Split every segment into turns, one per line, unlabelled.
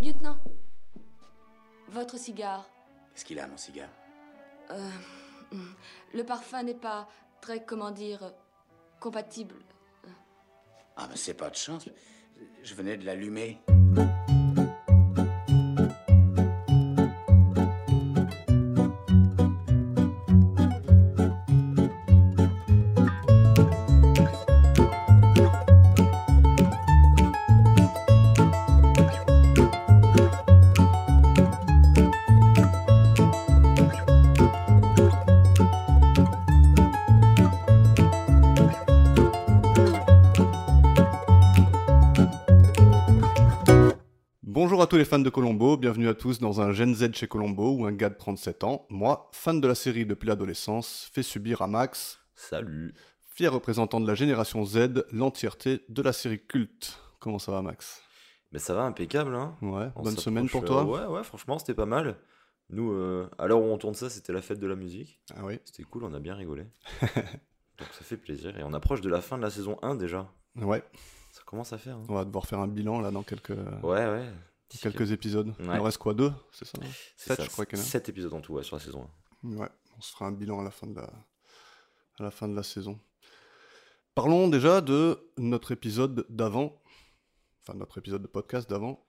Lieutenant, votre cigare.
Qu'est-ce qu'il a, mon cigare
Euh, le parfum n'est pas très, comment dire, compatible.
Ah, mais c'est pas de chance. Je venais de l'allumer.
Bonjour à tous les fans de Colombo, bienvenue à tous dans un Gen Z chez Colombo où un gars de 37 ans, moi, fan de la série depuis l'adolescence, fait subir à Max,
Salut.
fier représentant de la génération Z, l'entièreté de la série culte. Comment ça va Max
Mais ça va impeccable, hein
Ouais,
On
bonne
s'approche,
semaine pour
euh,
toi
ouais, ouais, franchement, c'était pas mal. Nous, euh, à l'heure où on tourne ça, c'était la fête de la musique.
Ah oui
C'était cool, on a bien rigolé. Donc ça fait plaisir. Et on approche de la fin de la saison 1 déjà.
Ouais,
Ça commence à faire. hein.
on va devoir faire un bilan là dans quelques,
Ouais, ouais.
dans quelques épisodes. Il
Ouais.
en reste quoi, deux C'est ça
C'est
sept,
ça,
je crois qu'il y en a.
sept épisodes en tout, ouais, sur la saison
Ouais, on se fera un bilan à la fin de la, à la, fin de la saison. Parlons déjà de notre épisode d'avant, enfin notre épisode de podcast d'avant.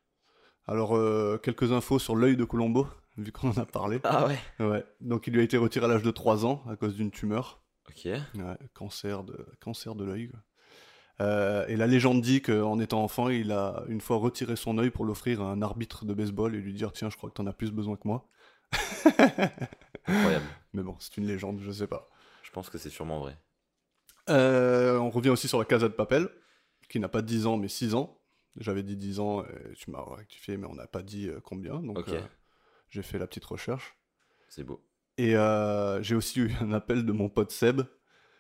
Alors, euh, quelques infos sur l'œil de Colombo, vu qu'on en a parlé.
1. Ah ouais
Ouais, donc il lui a été retiré à l'âge de 3 ans à cause d'une tumeur.
Ok.
Ouais, cancer de, cancer de l'œil. quoi. Euh, et la légende dit qu'en étant enfant, il a une fois retiré son œil pour l'offrir à un arbitre de baseball et lui dire Tiens, je crois que t'en as plus besoin que moi.
Incroyable.
Mais bon, c'est une légende, je sais pas.
Je pense que c'est sûrement vrai.
Euh, on revient aussi sur la Casa de Papel, qui n'a pas 10 ans, mais 6 ans. J'avais dit 10 ans, et tu m'as rectifié, mais on n'a pas dit euh, combien. Donc
Ok.
euh, j'ai fait la petite recherche.
C'est beau.
Et euh, j'ai aussi eu un appel de mon pote Seb,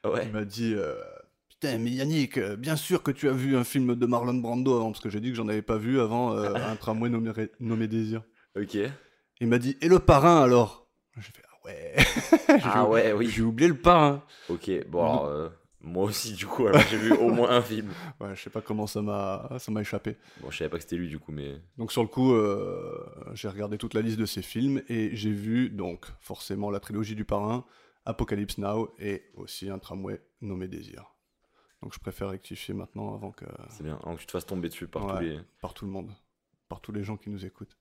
Ah
qui
Ouais.
m'a dit euh, Putain, mais Yannick, euh, bien sûr que tu as vu un film de Marlon Brando avant, parce que j'ai dit que j'en avais pas vu avant euh, un tramway nommé, nommé Désir.
Ok.
Il m'a dit Et le parrain alors J'ai fait Ah ouais J'ai
Ah
ou-
ouais, oui.
J'ai oublié le parrain
Ok, bon alors, euh, moi aussi du coup, alors j'ai vu au moins un film.
Ouais, je sais pas comment ça m'a ça m'a échappé.
Bon, je savais pas que c'était lui du coup, mais...
Donc sur le coup, euh, j'ai regardé toute la liste de ces films et j'ai vu donc forcément la trilogie du parrain, Apocalypse Now et aussi un tramway nommé Désir. Donc je préfère rectifier maintenant avant que
C'est bien, avant que tu te fasses tomber dessus par tous
Ouais.
les...
par tout le monde, par tous les gens qui nous écoutent.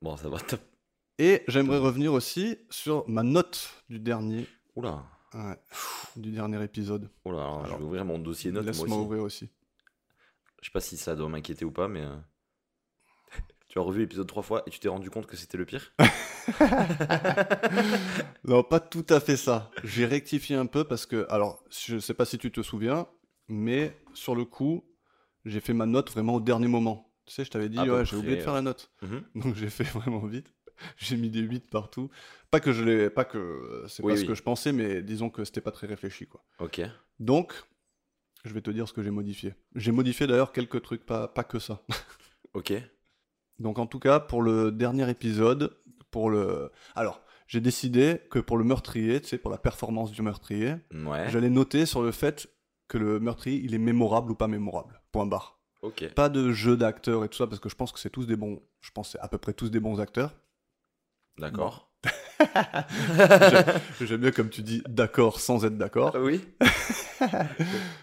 Bon, ça va, top.
Et j'aimerais revenir aussi sur ma note du dernier
Oula,
ouais, du dernier épisode.
oula, alors, je
Alors,
vais ouvrir mon dossier notes, moi
Laisse-moi
aussi.
ouvrir aussi.
Je sais pas si ça doit m'inquiéter ou pas, mais... euh, tu as revu l'épisode trois fois et tu t'es rendu compte que c'était le pire
Non, pas tout à fait ça. J'ai rectifié un peu parce que, alors, je sais pas si tu te souviens, mais sur le coup, j'ai fait ma note vraiment au dernier moment. Tu sais, je t'avais dit,
À peu
ouais, j'ai
près,
oublié de faire la note.
Mhm.
Donc j'ai fait vraiment vite. J'ai mis des 8 partout. Pas que je l'ai, pas que euh, c'est
Oui,
pas ce
oui.
que je pensais, mais disons que c'était pas très réfléchi, quoi.
Ok,
Donc, je vais te dire ce que j'ai modifié. J'ai modifié d'ailleurs quelques trucs, pas, pas que ça.
ok.
Donc en tout cas, pour le dernier épisode, pour le... Alors, j'ai décidé que pour le meurtrier, tu sais, pour la performance du meurtrier,
Ouais,
j'allais noter sur le fait que le meurtrier, il est mémorable ou pas mémorable. Point barre.
ok.
Pas de jeu d'acteurs et tout ça, parce que je pense que c'est tous des bons... Je pense que c'est à peu près tous des bons acteurs.
D'accord.
J'aime bien comme tu dis d'accord sans être d'accord.
Ah oui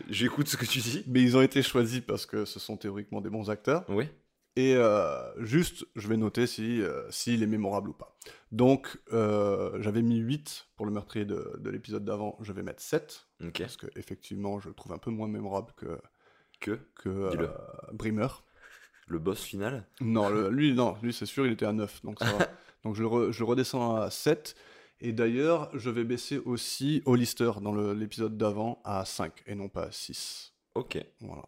J'écoute ce que tu dis.
Mais ils ont été choisis parce que ce sont théoriquement des bons acteurs.
Oui
Et euh, juste, je vais noter si, euh, s'il est mémorable ou pas. Donc, euh, j'avais mis 8 pour le meurtrier de, de l'épisode d'avant, je vais mettre 7,
Ok.
parce que effectivement, je le trouve un peu moins mémorable que,
Que
que euh,
Dis-le.
Bremer.
Le boss final
Non, le- lui, non, lui, c'est sûr, il était à 9, donc ça va. Donc, je le, re- je le redescends à 7. Et d'ailleurs, je vais baisser aussi Hollister dans le- l'épisode d'avant à 5 et non pas à 6.
Ok.
Voilà.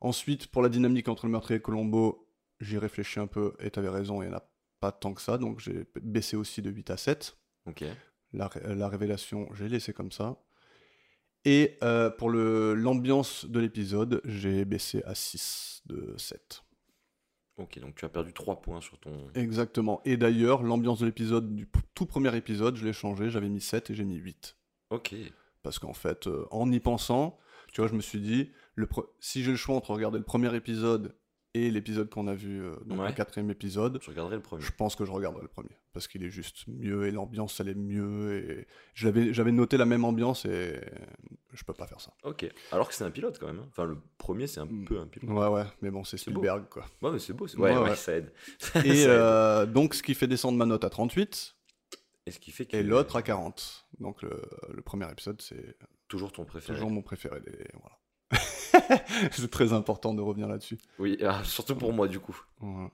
Ensuite, pour la dynamique entre le meurtrier et Colombo, j'y réfléchis un peu et t'avais raison, il n'y en a pas tant que ça, donc j'ai baissé aussi de 8 à 7.
Ok.
La, ré- la révélation, j'ai laissé comme ça. Et euh, pour le- l'ambiance de l'épisode, j'ai baissé à 6 de 7.
Ok, donc tu as perdu 3 points sur ton...
Exactement. Et d'ailleurs, l'ambiance de l'épisode, du p- tout premier épisode, je l'ai changé, j'avais mis 7 et j'ai mis 8.
Ok.
Parce qu'en fait, euh, en y pensant, tu vois, je me suis dit, le pre- si j'ai le choix entre regarder le premier épisode et et l'épisode qu'on a vu, euh, donc
Ouais.
le quatrième épisode,
Je regarderai le premier.
je pense que je regarderai le premier parce qu'il est juste mieux et l'ambiance elle est mieux et je l'avais- j'avais noté la même ambiance et je peux pas faire ça.
Ok. Alors que c'est un pilote quand même. hein. Enfin, le premier, c'est un
Mm.
peu un pilote.
Ouais ouais, mais bon c'est
C'est beau.
Spielberg quoi.
Ouais, mais c'est beau. c'est-
Ouais,
Ouais, ouais,
ouais.
ça aide. Ça
Et
aide.
euh, donc ce qui fait descendre ma note à 38
Et ce qui fait que.
et l'autre à 40. Donc le, le premier épisode c'est
Toujours ton préféré.
toujours mon préféré. des- voilà. c'est très important de revenir là-dessus.
Oui, ah, surtout pour moi, du coup.
Voilà.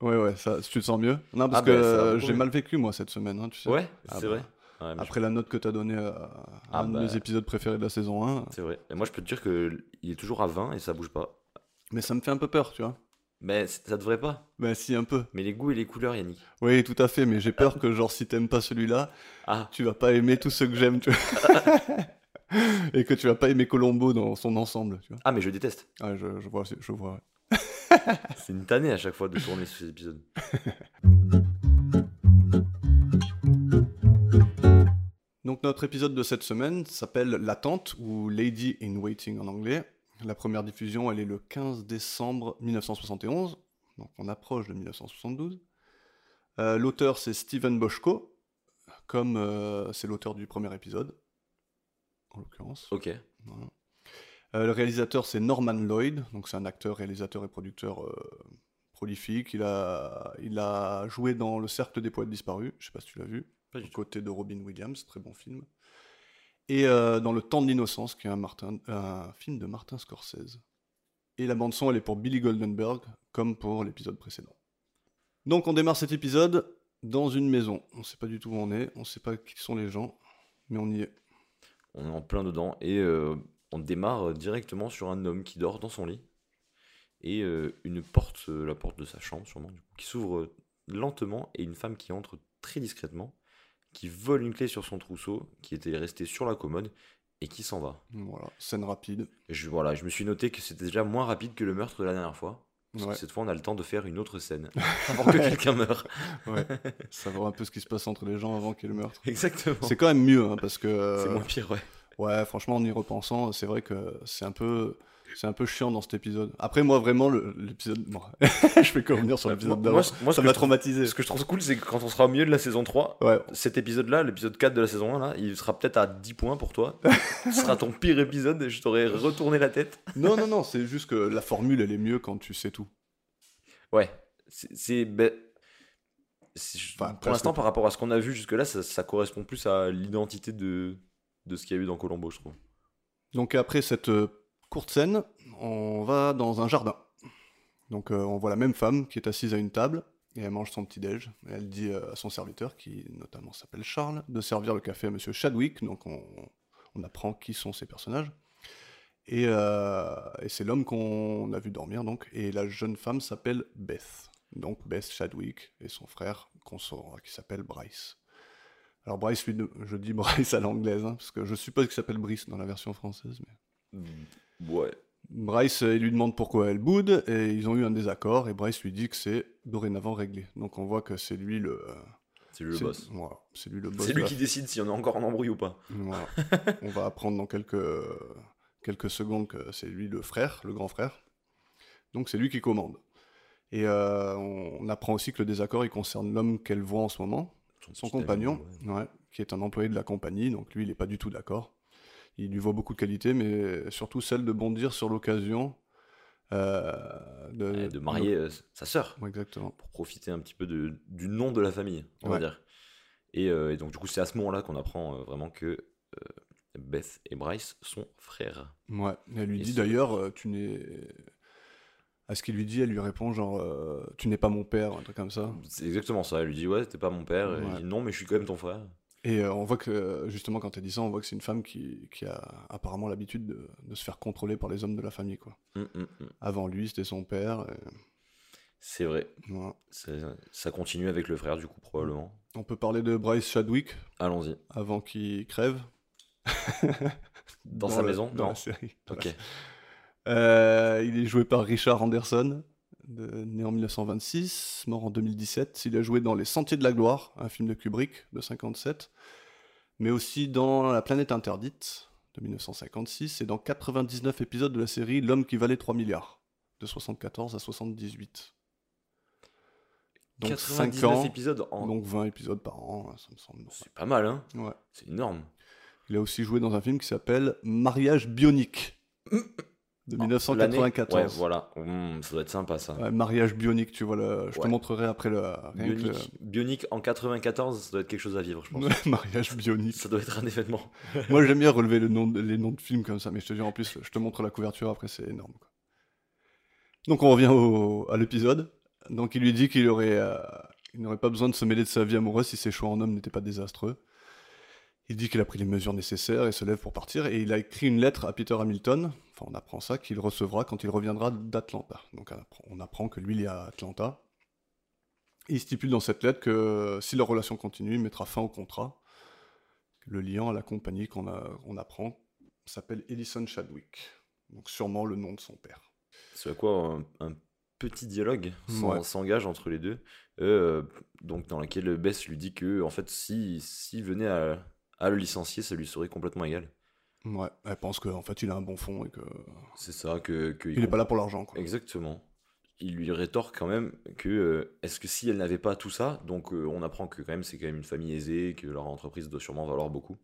Ouais ouais, ça, tu te sens mieux Non parce
Ah
que
bah, ça va
euh,
beaucoup
j'ai
mieux.
mal vécu moi cette semaine, hein, tu sais.
Ouais,
Ah
c'est
bah.
vrai. Ouais, mais je-
Après la note que t'as donnée à, à
Ah
un de
bah.
mes épisodes préférés de la saison 1,
C'est vrai. Et moi, je peux te dire que il est toujours à 20 et ça bouge pas.
mais ça me fait un peu peur, tu vois.
Mais c- ça devrait pas.
Bah si, un peu.
Mais les goûts et les couleurs, Yannick.
Oui, tout à fait, mais j'ai peur que, genre, si t'aimes pas celui-là,
Ah,
tu vas pas aimer tous ceux que j'aime, tu vois. Et que tu vas pas aimer Colombo dans son ensemble, tu vois.
ah mais je déteste.
Ah, je, je vois, je vois. ouais. Ah,
C'est une tannée à chaque fois de tourner ces épisodes.
Donc, notre épisode de cette semaine s'appelle L'attente, ou Lady in Waiting en anglais. La première diffusion, elle est le 15 décembre 1971, donc on approche de 1972. Euh, l'auteur, c'est Steven Boschko, comme euh, c'est l'auteur du premier épisode, en l'occurrence.
Ok.
Voilà. Euh, le réalisateur, c'est Norman Lloyd, donc c'est un acteur, réalisateur et producteur euh, prolifique. Il a, il a joué dans Le Cercle des Poètes Disparus, je sais pas si tu l'as vu,
Pas
du
du tout.
côté de Robin Williams, très bon film. Et euh, dans Le Temps de l'Innocence, qui est un, Martin, un film de Martin Scorsese. Et la bande-son, elle est pour Billy Goldenberg, comme pour l'épisode précédent. Donc on démarre cet épisode dans une maison. On sait pas du tout où on est, on sait pas qui sont les gens, mais on y est.
On est en plein dedans et euh, on démarre euh, directement sur un homme qui dort dans son lit et euh, une porte, euh, la porte de sa chambre sûrement, du coup, qui s'ouvre euh, lentement et une femme qui entre très discrètement, qui vole une clé sur son trousseau qui était restée sur la commode et qui s'en va.
Voilà, scène rapide.
Je, voilà, je me suis noté que c'était déjà moins rapide que le meurtre de la dernière fois. Parce
Ouais.
que cette fois, on a le temps de faire une autre scène avant que quelqu'un meure.
Ouais, savoir un peu ce qui se passe entre les gens avant qu'il y ait le meurtre.
Exactement.
C'est quand même mieux, hein, parce que...
C'est
euh,
moins pire, ouais.
Ouais, franchement, en y repensant, c'est vrai que c'est un peu... C'est un peu chiant dans cet épisode. Après, moi, vraiment, le- l'épisode... bon, je fais que revenir sur l'épisode
Moi,
d'avant.
moi, ce- moi, ce
Ça
que
m'a
je trouve-
traumatisé.
Ce que je trouve cool, c'est que quand on sera au milieu de la saison 3,
Ouais,
cet épisode-là, l'épisode 4 de la saison 1, là, il sera peut-être à 10 points pour toi. Ce sera ton pire épisode et je t'aurais retourné la tête.
Non, non, non, c'est juste que la formule, elle est mieux quand tu sais tout.
Ouais. C'est. c'est- ben, c'est- je-
Enfin,
pour
presque.
l'instant, par rapport à ce qu'on a vu jusque-là, ça, ça correspond plus à l'identité de, de ce qu'il y a eu dans Colombo, je trouve.
Donc après cette euh, courte scène, on va dans un jardin. Donc euh, on voit la même femme qui est assise à une table et elle mange son petit déj. Et Elle dit euh, à son serviteur, qui notamment s'appelle Charles, de servir le café à Monsieur Chadwick. Donc on, on apprend qui sont ces personnages. Et, euh, et c'est l'homme qu'on a vu dormir donc. Et la jeune femme s'appelle Beth. Donc Beth Chadwick et son frère qu'on saura, qui s'appelle Bryce. Alors Bryce, lui, de- je dis Bryce à l'anglaise, hein, parce que je suppose qu'il s'appelle Brice dans la version française. Mais... Mm.
Ouais.
Bryce, euh, il lui demande pourquoi elle boude, et ils ont eu un désaccord, et Bryce lui dit que c'est dorénavant réglé. Donc on voit que c'est lui le... euh,
C'est lui le
c'est-
boss.
Voilà, c'est lui le boss.
C'est
de
lui
la-
qui décide si on est encore en embrouille ou pas.
Voilà. on va apprendre dans quelques, quelques secondes que c'est lui le frère, le grand frère. Donc c'est lui qui commande. Et euh, on, on apprend aussi que le désaccord, il concerne l'homme qu'elle voit en ce moment, son
petit ami,
compagnon,
ouais.
ouais, qui est un employé de la compagnie, donc lui, il n'est pas du tout d'accord. Il lui voit beaucoup de qualités, mais surtout celle de bondir sur l'occasion euh, de,
Ouais, de marier euh, sa sœur
Ouais, exactement.
pour profiter un petit peu de- du nom de la famille, on
Ouais.
va dire. Et, euh, et donc, du coup, c'est à ce moment-là qu'on apprend euh, vraiment que euh, Beth et Bryce sont frères.
Ouais. Et Elle lui
Et
dit
c'est-
d'ailleurs, euh, tu n'es. À ce qu'il lui dit, elle lui répond genre, euh, tu n'es pas mon père, un truc comme ça.
C'est exactement ça. Elle lui dit Ouais, t'es pas mon père. Et
Ouais.
Il dit Non, mais je suis quand même ton frère.
Et euh, on voit que, justement, quand elle dit ça, on voit que c'est une femme qui, qui a apparemment l'habitude de, de se faire contrôler par les hommes de la famille, quoi.
Hum, hum, hum.
Avant lui, c'était son père. et
C'est vrai.
voilà.
Ça- ça continue avec le frère, du coup, probablement.
On peut parler de Bryce Chadwick,
Allons-y.
avant qu'il crève.
Dans sa
la-
maison
Dans
Non.
la série.
Ok.
Euh, il est joué par Richard Anderson, de- né en 1926, mort en 2017. Il a joué dans Les Sentiers de la Gloire, un film de Kubrick de 57, mais aussi dans La Planète Interdite de 1956 et dans 99 épisodes de la série L'homme qui valait 3 milliards de 74 à 78.
Donc
Donc
99
5 ans,
épisodes en.
donc 20 épisodes par an, hein, ça me semble. normal.
C'est pas mal, hein
Ouais.
C'est énorme.
Il a aussi joué dans un film qui s'appelle Mariage bionique de
Ah,
1994.
l'année- Ouais, voilà. Hum, ça doit être sympa, ça.
Ouais, mariage bionique, tu vois, le- je te
Ouais.
montrerai après le. rien que le-
Bionic, Bionic en 94, ça doit être quelque chose à vivre, je pense.
Ouais, mariage bionique.
Ça doit être un événement.
Moi j'aime bien relever le nom de- les noms de films comme ça, mais je te dis en plus, je te montre la couverture après, c'est énorme. quoi. Donc on revient au- à l'épisode. Donc il lui dit qu'il aurait, euh, il n'aurait pas besoin de se mêler de sa vie amoureuse si ses choix en homme n'étaient pas désastreux. Il dit qu'il a pris les mesures nécessaires et se lève pour partir. Et il a écrit une lettre à Peter Hamilton, enfin on apprend ça, qu'il recevra quand il reviendra d'Atlanta. Donc on apprend- on apprend que lui il est à Atlanta. Il stipule dans cette lettre que si leur relation continue, il mettra fin au contrat. Le liant à la compagnie qu'on a- on apprend s'appelle Ellison Chadwick. Donc sûrement le nom de son père.
C'est à quoi un, un petit dialogue s'en-
Ouais.
s'engage entre les deux, euh, donc dans laquelle Bess lui dit que en fait si s'il venait à, à le licencier, ça lui serait complètement égal.
Ouais, elle pense qu'en fait il a un bon fond et que
C'est ça que, que
il n'est pas là pour l'argent. quoi.
Exactement. Il lui rétorque quand même que euh, est-ce que si elle n'avait pas tout ça, donc euh, on apprend que quand même c'est quand même une famille aisée, que leur entreprise doit sûrement valoir beaucoup.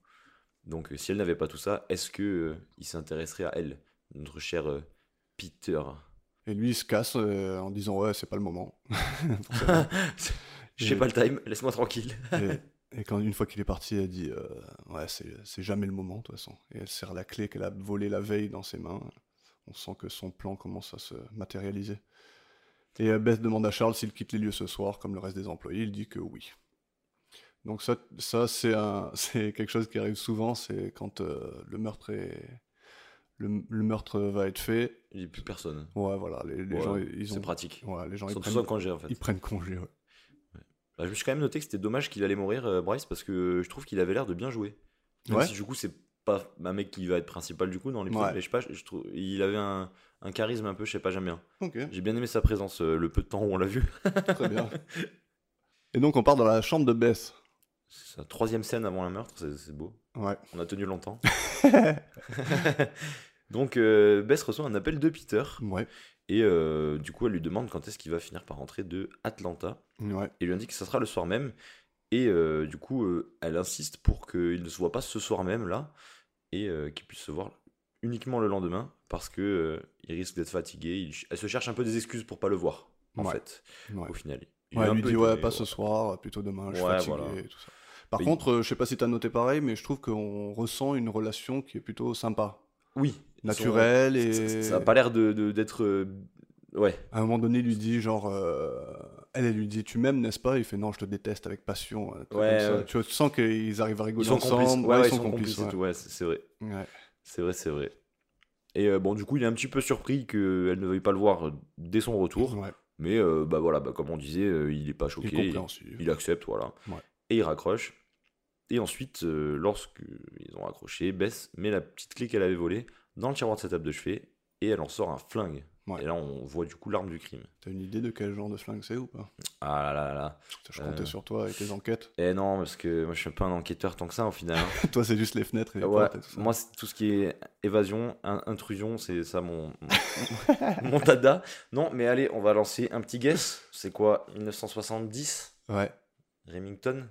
Donc euh, si elle n'avait pas tout ça, est-ce que euh, il s'intéresserait à elle, notre cher euh, Peter
Et lui il se casse euh, en disant ouais c'est pas le moment.
J'ai
Et-
pas le time, laisse-moi tranquille.
et, et quand une fois qu'il est parti elle dit euh, ouais c'est c'est jamais le moment de toute façon. Et elle serre la clé qu'elle a volée la veille dans ses mains. On sent que son plan commence à se matérialiser. Et euh, Beth demande à Charles s'il quitte les lieux ce soir comme le reste des employés. Il dit que oui. Donc ça, ça c'est un- c'est quelque chose qui arrive souvent, c'est quand euh, le meurtre est, le- le meurtre va être fait,
Il n'y a plus personne.
Ouais, voilà, les, les
Ouais,
gens, ils
C'est
ont...
pratique.
Ouais, les gens,
Ils
ils
sont tous en
prennent,
congé en fait.
ils prennent congé, ouais.
Bah, je me suis quand même noté que c'était dommage qu'il allait mourir, euh, Bryce, parce que je trouve qu'il avait l'air de bien jouer. Même
Ouais.
si du coup, c'est pas un mec qui va être principal du coup dans l'épisode,
Ouais.
mais je sais pas, je je trouve, il avait un, un charisme un peu, je sais pas, j'aime bien.
Ok,
J'ai bien aimé sa présence, euh, le peu de temps où on l'a vu.
très bien. Et donc, on part dans la chambre de Beth.
C'est sa troisième scène avant le meurtre, c'est c'est beau.
Ouais.
On a tenu longtemps. Donc, euh, Bess reçoit un appel de Peter,
Ouais,
et euh, du coup, elle lui demande quand est-ce qu'il va finir par rentrer de Atlanta.
ouais,
et lui indique que ça sera le soir même. Et euh, du coup, euh, elle insiste pour qu'il ne se voit pas ce soir même là et euh, qu'il puisse se voir uniquement le lendemain parce que euh, il risque d'être fatigué. Il ch- elle se cherche un peu des excuses pour pas le voir en
Ouais.
fait.
ouais.
Au final, Il
Ouais,
est
elle
un
lui
peu
dit, ouais,
étonné,
pas ce soir, plutôt demain, je suis
Ouais,
fatigué,
voilà.
et tout ça. Par
Mais il-
contre, euh, je sais pas si t'as noté pareil, mais je trouve qu'on ressent une relation qui est plutôt sympa,
Oui,
naturelle,
Son-
et
ça- ça- Ça a pas l'air de de- d'être. euh, Ouais,
à un moment donné, il lui dit, genre, euh, elle, elle lui dit, tu m'aimes, n'est-ce pas Il fait, non, je te déteste avec passion. un truc
Ouais,
comme ça.
ouais.
Tu sens qu'ils arrivent à
ils
rigoler
sont
ensemble,
complices.
ouais,
Ouais, ils sont complices. et
ouais.
tout, Ouais, c'est c'est vrai.
Ouais.
C'est vrai, c'est vrai. Et euh, bon, du coup, il est un petit peu surpris qu'elle ne veuille pas le voir euh, dès son retour.
Ouais,
Mais euh, bah voilà, bah, comme on disait, euh, il est pas
il est
choqué.
compréhensif.
Il accepte, voilà.
Ouais.
Et il raccroche. Et ensuite, euh, lorsque ils ont raccroché, Bess met la petite clé qu'elle avait volée dans le tiroir de sa table de chevet et elle en sort un flingue.
Ouais.
Et là, on voit du coup l'arme du crime.
T'as une idée de quel genre de flingue c'est ou pas
Ah là là là.
Putain, Je comptais
Euh.
sur toi et tes enquêtes.
Eh non, parce que moi, je suis pas un enquêteur tant que ça au final. hein.
toi, c'est juste les fenêtres et les
Ouais,
portes et tout ça.
moi, c'est tout ce qui est évasion, in- intrusion, c'est ça mon, mon, mon dada. Non, mais allez, on va lancer un petit guess. C'est quoi 1970
Ouais.
Remington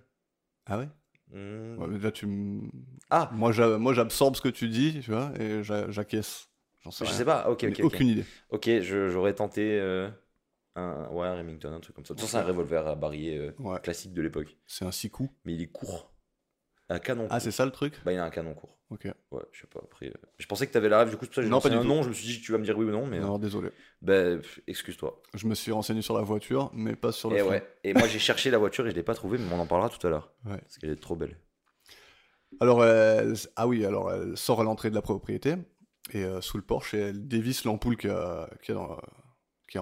Ah ouais,
Hmm.
Ouais, mais Là, tu. m-
Ah,
Moi, j'a- moi, j'absorbe ce que tu dis, tu vois, et j'a- j'acquiesce. J'en sais
je
rien.
sais pas. Ok,
Mais
ok, ok.
aucune idée.
Ok, je- j'aurais tenté euh, un, ouais, un Remington, un truc comme ça. De toute façon, c'est un revolver à barillet euh,
Ouais.
classique de l'époque.
C'est un six coups.
Mais il est court. Un canon
Ah,
court.
c'est ça le truc
Bah, il a un canon court.
Ok.
Ouais, je sais pas. Après, euh, je pensais que t'avais la rêve, du coup, c'est pour ça que j'ai
Non,
lancé
pas du
un
tout.
nom. Je me suis dit, tu vas me dire oui ou non, mais.
Non, désolé.
Bah, pff, excuse-toi.
Je me suis renseigné sur la voiture, mais pas sur le
Et
flingue.
ouais. Et moi, j'ai cherché la voiture et je l'ai pas trouvée, mais on en parlera tout à l'heure.
Ouais.
Parce qu'elle est trop belle.
Alors, elle... ah oui, alors elle sort à l'entrée de la propriété et euh, sous le porche et elle dévisse l'ampoule qui est en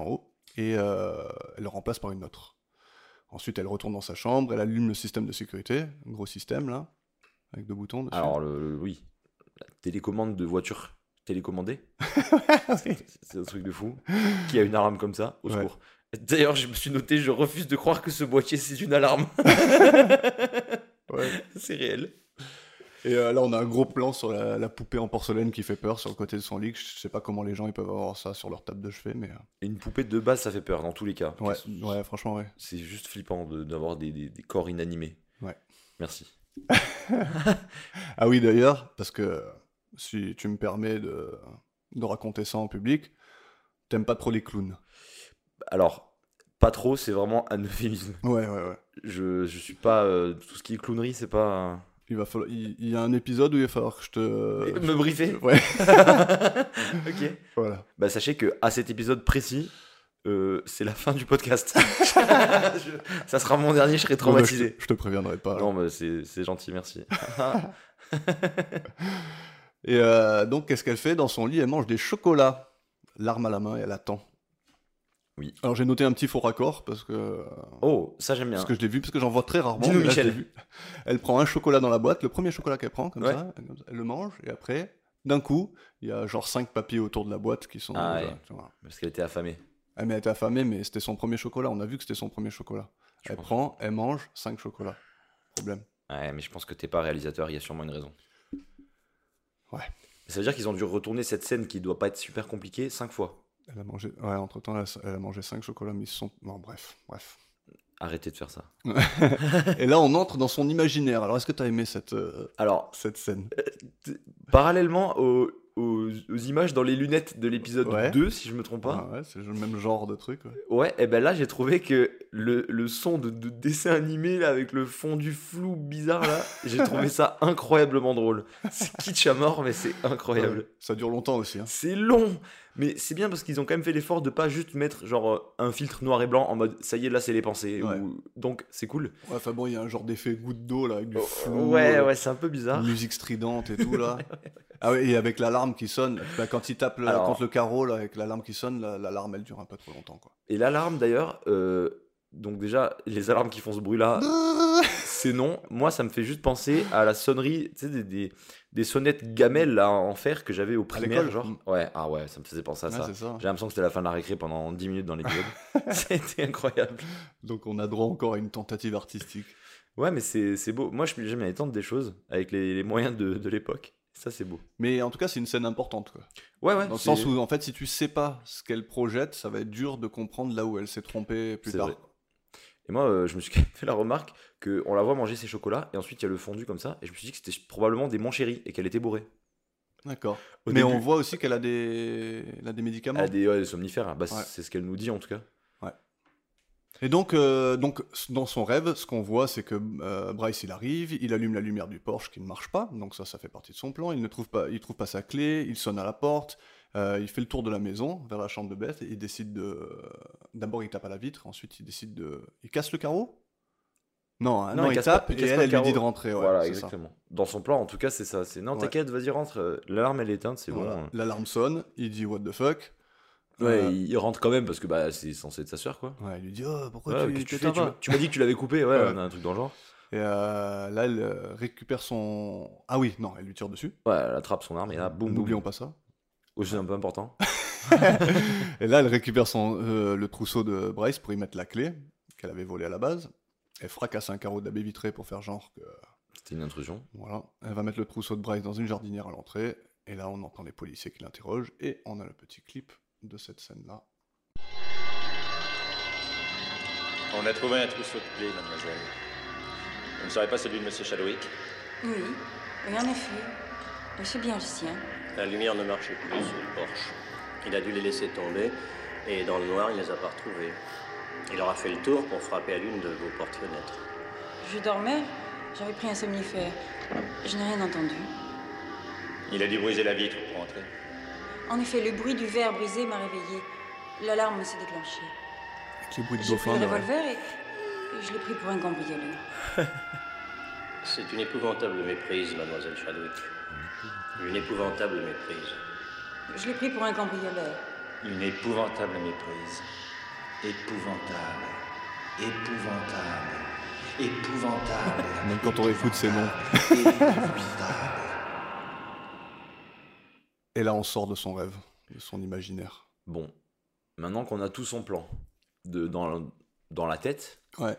haut et euh, elle le remplace par une autre. Ensuite, elle retourne dans sa chambre, elle allume le système de sécurité, un gros système là, avec deux boutons dessus.
Alors, le, le- oui. La télécommande de voiture télécommandée.
Oui.
C'est- C'est un truc de fou. Qui a une alarme comme ça Au
Ouais.
secours. D'ailleurs, je me suis noté, je refuse de croire que ce boîtier, c'est une alarme.
Ouais.
c'est réel.
Et euh, là, on a un gros plan sur la, la poupée en porcelaine qui fait peur sur le côté de son lit. Je sais pas comment les gens ils peuvent avoir ça sur leur table de chevet, mais euh,
Une poupée de base, ça fait peur dans tous les cas.
ouais,
Qu'est-ce-
ouais, franchement, ouais.
C'est juste flippant de- d'avoir des, des- des corps inanimés.
Ouais.
Merci.
Ah oui, d'ailleurs, parce que si tu me permets de, de raconter ça en public, t'aimes pas trop les clowns.
Alors, pas trop, c'est vraiment un euphémisme.
Ouais, ouais, ouais.
Je, je suis pas. euh, tout ce qui est clownerie, c'est pas.
Il, va falloir, il, il y a un épisode où il va falloir que je te.
Me briefer
Ouais,
Ok.
voilà.
Bah, sachez que à cet épisode précis, euh, c'est la fin du podcast. Je- ça sera mon dernier, je serai
Non, mais je,
traumatisé.
te- je te préviendrai pas. alors.
Non, mais c'est c'est gentil, merci.
Et euh, donc, qu'est-ce qu'elle fait dans son lit Elle mange des chocolats, l'arme à la main, et elle attend.
Oui.
Alors, j'ai noté un petit faux raccord parce que,
oh, ça j'aime bien.
parce que je l'ai vu, parce que j'en vois très rarement.
Dis-nous,
mais là, je l'ai
Michel.
vu. Elle prend un chocolat dans la boîte, le premier chocolat qu'elle prend, comme,
Ouais.
ça, elle- comme ça, elle le mange, et après, d'un coup, il y a genre cinq papiers autour de la boîte qui sont.
Ah
déjà,
ouais.
tu vois.
Parce qu'elle était affamée.
Elle, mais elle était affamée, mais c'était son premier chocolat. On a vu que c'était son premier chocolat.
je
elle
pense.
prend, elle mange cinq chocolats. Problème.
Ouais, mais je pense que t'es pas réalisateur, il y a sûrement une raison.
Ouais.
Ça veut dire qu'ils ont dû retourner cette scène qui doit pas être super compliquée cinq fois.
Elle a mangé. Ouais, entre temps, elle a, elle a mangé cinq chocolats, mais ils se sont. Bon, bref, bref.
Arrêtez de faire ça.
Et là, on entre dans son imaginaire. Alors, est-ce que t'as aimé cette, euh,
Alors,
cette scène
Euh, parallèlement aux, aux- aux images dans les lunettes de l'épisode
Ouais.
2, si je me trompe pas,
Ah ouais, C'est le même genre de truc. ouais.
Ouais, et ben là j'ai trouvé que le, le son de, de dessin animé là, avec le fond du flou bizarre là, j'ai trouvé ça incroyablement drôle. C'est kitsch à mort, mais c'est incroyable.
Ouais, Ça dure longtemps aussi. hein.
C'est long, mais c'est bien parce qu'ils ont quand même fait l'effort de pas juste mettre genre euh, un filtre noir et blanc en mode ça y est là c'est les pensées.
Ouais.
ou- Donc c'est cool.
Ouais, enfin bon, il y a un genre d'effet goutte d'eau là, avec du flou,
Oh, ouais,
euh,
ouais, c'est un peu bizarre.
musique stridente et tout là. Ah ouais, et avec l'alarme qui sonne, Bah, quand il tape là,
Alors-
contre le carreau, là, avec l'alarme qui sonne, la- l'alarme elle dure un peu trop longtemps quoi.
Et l'alarme d'ailleurs, euh, donc déjà les alarmes qui font ce bruit là, c'est non. Moi, ça me fait juste penser à la sonnerie, tu sais, des, des, des sonnettes gamelles là, en fer que j'avais au primaire,
l'école
genre.
Mm.
Ouais, ah ouais, ça me faisait penser à
Ouais,
ça.
c'est ça.
J'ai l'impression que c'était la fin de la récré pendant 10 minutes dans l'épisode. C'était incroyable.
Donc on a droit encore à une tentative artistique.
Ouais, mais c'est c'est beau. Moi, je j'aime bien étendre des choses avec les, les moyens de, de l'époque. Ça, c'est beau.
Mais en tout cas, c'est une scène importante quoi.
Ouais, ouais.
Dans le
c'est-
sens où en fait, si tu sais pas ce qu'elle projette, ça va être dur de comprendre là où elle s'est trompée plus
C'est
tard.
vrai. Et moi, euh, je me suis fait la remarque qu'on la voit manger ses chocolats et ensuite il y a le fondu comme ça. Et je me suis dit que c'était probablement des chéris et qu'elle était bourrée.
D'accord.
Au
Mais
début.
on voit aussi qu'elle a des, elle a des médicaments.
Elle a des, ouais, des somnifères. hein. Bah,
Ouais.
C'est ce qu'elle nous dit en tout cas.
Et donc, euh, donc, s- dans son rêve, ce qu'on voit, c'est que euh, Bryce, il arrive, il allume la lumière du Porsche qui ne marche pas, donc ça, ça fait partie de son plan. Il ne trouve pas, il trouve pas sa clé, il sonne à la porte, euh, il fait le tour de la maison vers la chambre de Beth, et il décide de. D'abord, il tape à la vitre, ensuite, il décide de. Il casse le carreau Non, hein,
Non,
non,
il
il,
casse
tape,
pas- il
et
casse
elle,
pas le
elle lui dit
carreau.
de rentrer. ouais,
voilà,
c'est ça.
exactement. Dans son plan, en tout cas, c'est ça. C'est non,
Ouais.
t'inquiète, vas-y, rentre. euh, L'alarme, elle est éteinte, c'est
Voilà.
bon. hein.
L'alarme sonne, il dit what the fuck.
Ouais,
Euh,
il, il rentre quand même parce que bah, c'est censé être sa soeur, quoi.
ouais, il lui dit oh, pourquoi
Ouais,
tu,
qu'est-ce que tu
t'éteins
fais Tu
pas
m'as- tu m'as dit que tu l'avais coupé, ouais,
Ouais.
on a un truc dans le genre.
Et euh, là, elle euh, récupère son. Ah oui, non, elle lui tire dessus.
Ouais, elle attrape son arme et
Ah,
là, boum, boum.
N'oublions
boum.
pas ça.
Aussi, c'est un peu important.
Et là, elle récupère son, euh, le trousseau de Bryce pour y mettre la clé qu'elle avait volée à la base. Elle fracasse un carreau de la baie vitrée pour faire genre que.
C'était une intrusion.
Voilà. Elle va mettre le trousseau de Bryce dans une jardinière à l'entrée. Et là, on entend les policiers qui l'interrogent. Et on a le petit clip de cette scène-là.
On a trouvé un trousseau de clés, mademoiselle. Vous ne serez pas celui de Monsieur Chadwick
Oui, oui, en effet. C'est bien hein. le sien.
La lumière ne marchait plus sur le porche. Il a dû les laisser tomber et dans le noir, il ne les a pas retrouvés. Il aura fait le tour pour frapper à l'une de vos portes-fenêtres.
Je dormais, j'avais pris un somnifère. Je n'ai rien entendu.
Il a dû briser la vitre pour entrer.
En effet, le bruit du verre brisé m'a réveillée. L'alarme s'est déclenchée.
Avec les bruits de
J'ai pris
dauphin.
le
derrière.
revolver et, et je l'ai pris pour un cambrioleur.
C'est une épouvantable méprise, mademoiselle Chadwick. Une épouvantable méprise.
Je l'ai pris pour un cambrioleur.
Une épouvantable méprise. Épouvantable. Épouvantable. Épouvantable.
Même quand on écoute ces noms.
Épouvantable.
Et là, on sort de son rêve, de son imaginaire.
Bon, maintenant qu'on a tout son plan de, dans, dans la tête,
Ouais.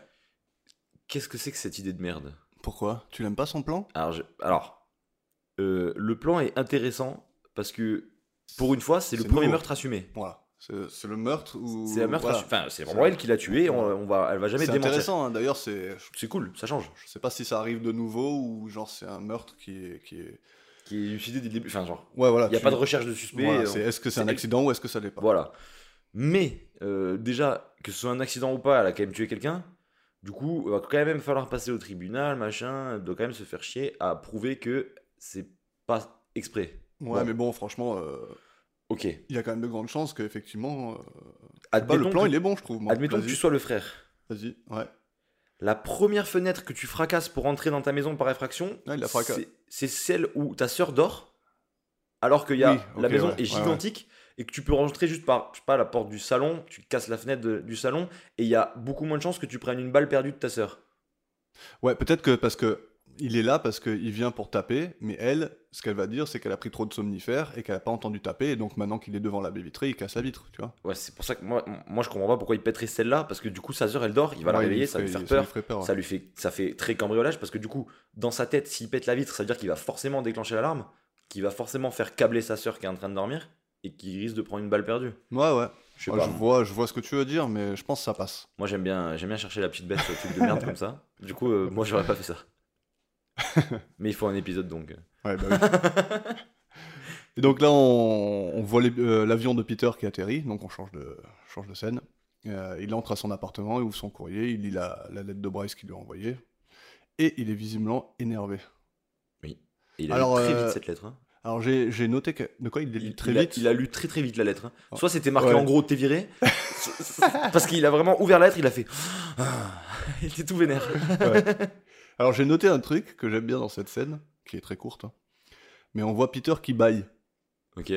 qu'est-ce que c'est que cette idée de merde
Pourquoi Tu l'aimes pas son plan
Alors, je- alors Euh, le plan est intéressant parce que pour une fois, c'est le
C'est
premier
nouveau.
meurtre assumé.
Voilà. C'est c'est le meurtre ou.
C'est un meurtre
voilà.
assu- Enfin, c'est
C'est-
vraiment elle qui l'a tué. et On, on va, elle va jamais
C'est
démentir.
intéressant, hein. d'ailleurs, c'est. Je
C'est cool, ça change.
je sais pas si ça arrive de nouveau ou genre c'est un meurtre qui est. Qui est...
Qui est lucidé dès le début. Enfin, genre,
Ouais, voilà.
il n'y a
tu-
pas de recherche de suspect.
Voilà,
euh,
c'est- Est-ce que c'est un
c'est-
accident ou est-ce que ça l'est pas
Voilà. Mais euh, déjà, que ce soit un accident ou pas, elle a quand même tué quelqu'un. Du coup, il va quand même falloir passer au tribunal, machin. Elle doit quand même se faire chier à prouver que c'est pas exprès.
Ouais,
Bon.
mais bon, franchement, euh,
Ok.
il y a quand même de grandes chances qu'effectivement. euh, bah,
Admettons,
le plan,
que,
il est bon, je trouve. moi.
admettons que
Vas-y,
tu sois le frère.
Vas-y, ouais.
La première fenêtre que tu fracasses pour entrer dans ta maison par effraction,
Ah, il la fracasse.
c'est- c'est celle où ta sœur dort, alors que y a,
Oui, ok,
la maison
ouais,
est
ouais, ouais.
gigantique et que tu peux rentrer juste par je sais pas, la porte du salon, tu casses la fenêtre de- du salon et il y a beaucoup moins de chances que tu prennes une balle perdue de ta sœur.
Ouais, peut-être que parce que. Il est là parce qu'il vient pour taper, mais elle, ce qu'elle va dire, c'est qu'elle a pris trop de somnifères et qu'elle a pas entendu taper, et donc maintenant qu'il est devant la baie vitrée, il casse la vitre, tu vois.
Ouais, c'est pour ça que moi, moi je comprends pas pourquoi il pèterait celle-là parce que du coup sa sœur elle dort, il va la
Ouais,
réveiller,
lui
ça va lui
ferait-
faire peur.
ferait peur, ouais.
Ça lui fait, ça fait très cambriolage parce que du coup, dans sa tête, s'il pète la vitre, ça veut dire qu'il va forcément déclencher l'alarme, qu'il va forcément faire câbler sa sœur qui est en train de dormir et qu'il risque de prendre une balle perdue.
Ouais, ouais.
Je sais
Ouais,
pas.
Oh,
je, vois, je vois ce que tu veux dire, mais je pense que ça passe.
Moi j'aime bien, j'aime bien chercher la petite bête sur le truc de merde comme ça. Du coup, euh, moi j'aurais pas fait ça. Mais il faut un épisode donc. euh,
Ouais, bah oui. Et donc là, on, on voit les- euh, l'avion de Peter qui atterrit, donc on change de, change de scène. Euh, il entre à son appartement, il ouvre son courrier, il lit la, la lettre de Bryce qu'il lui a envoyée, et il est visiblement énervé.
Et il a
Alors,
lu très
euh,
vite cette lettre. hein.
Alors j'ai j'ai noté que... De quoi il les lit
Il,
très
il a-
vite Oh.
il a lu très très vite la lettre. hein. Soit c'était marqué
Ouais.
en gros t'es viré, so- so- parce qu'il a vraiment ouvert la lettre, il a fait. Ah. il était tout vénère.
Alors j'ai noté un truc que j'aime bien dans cette scène, qui est très courte, hein. mais on voit Peter qui baille.
Ok.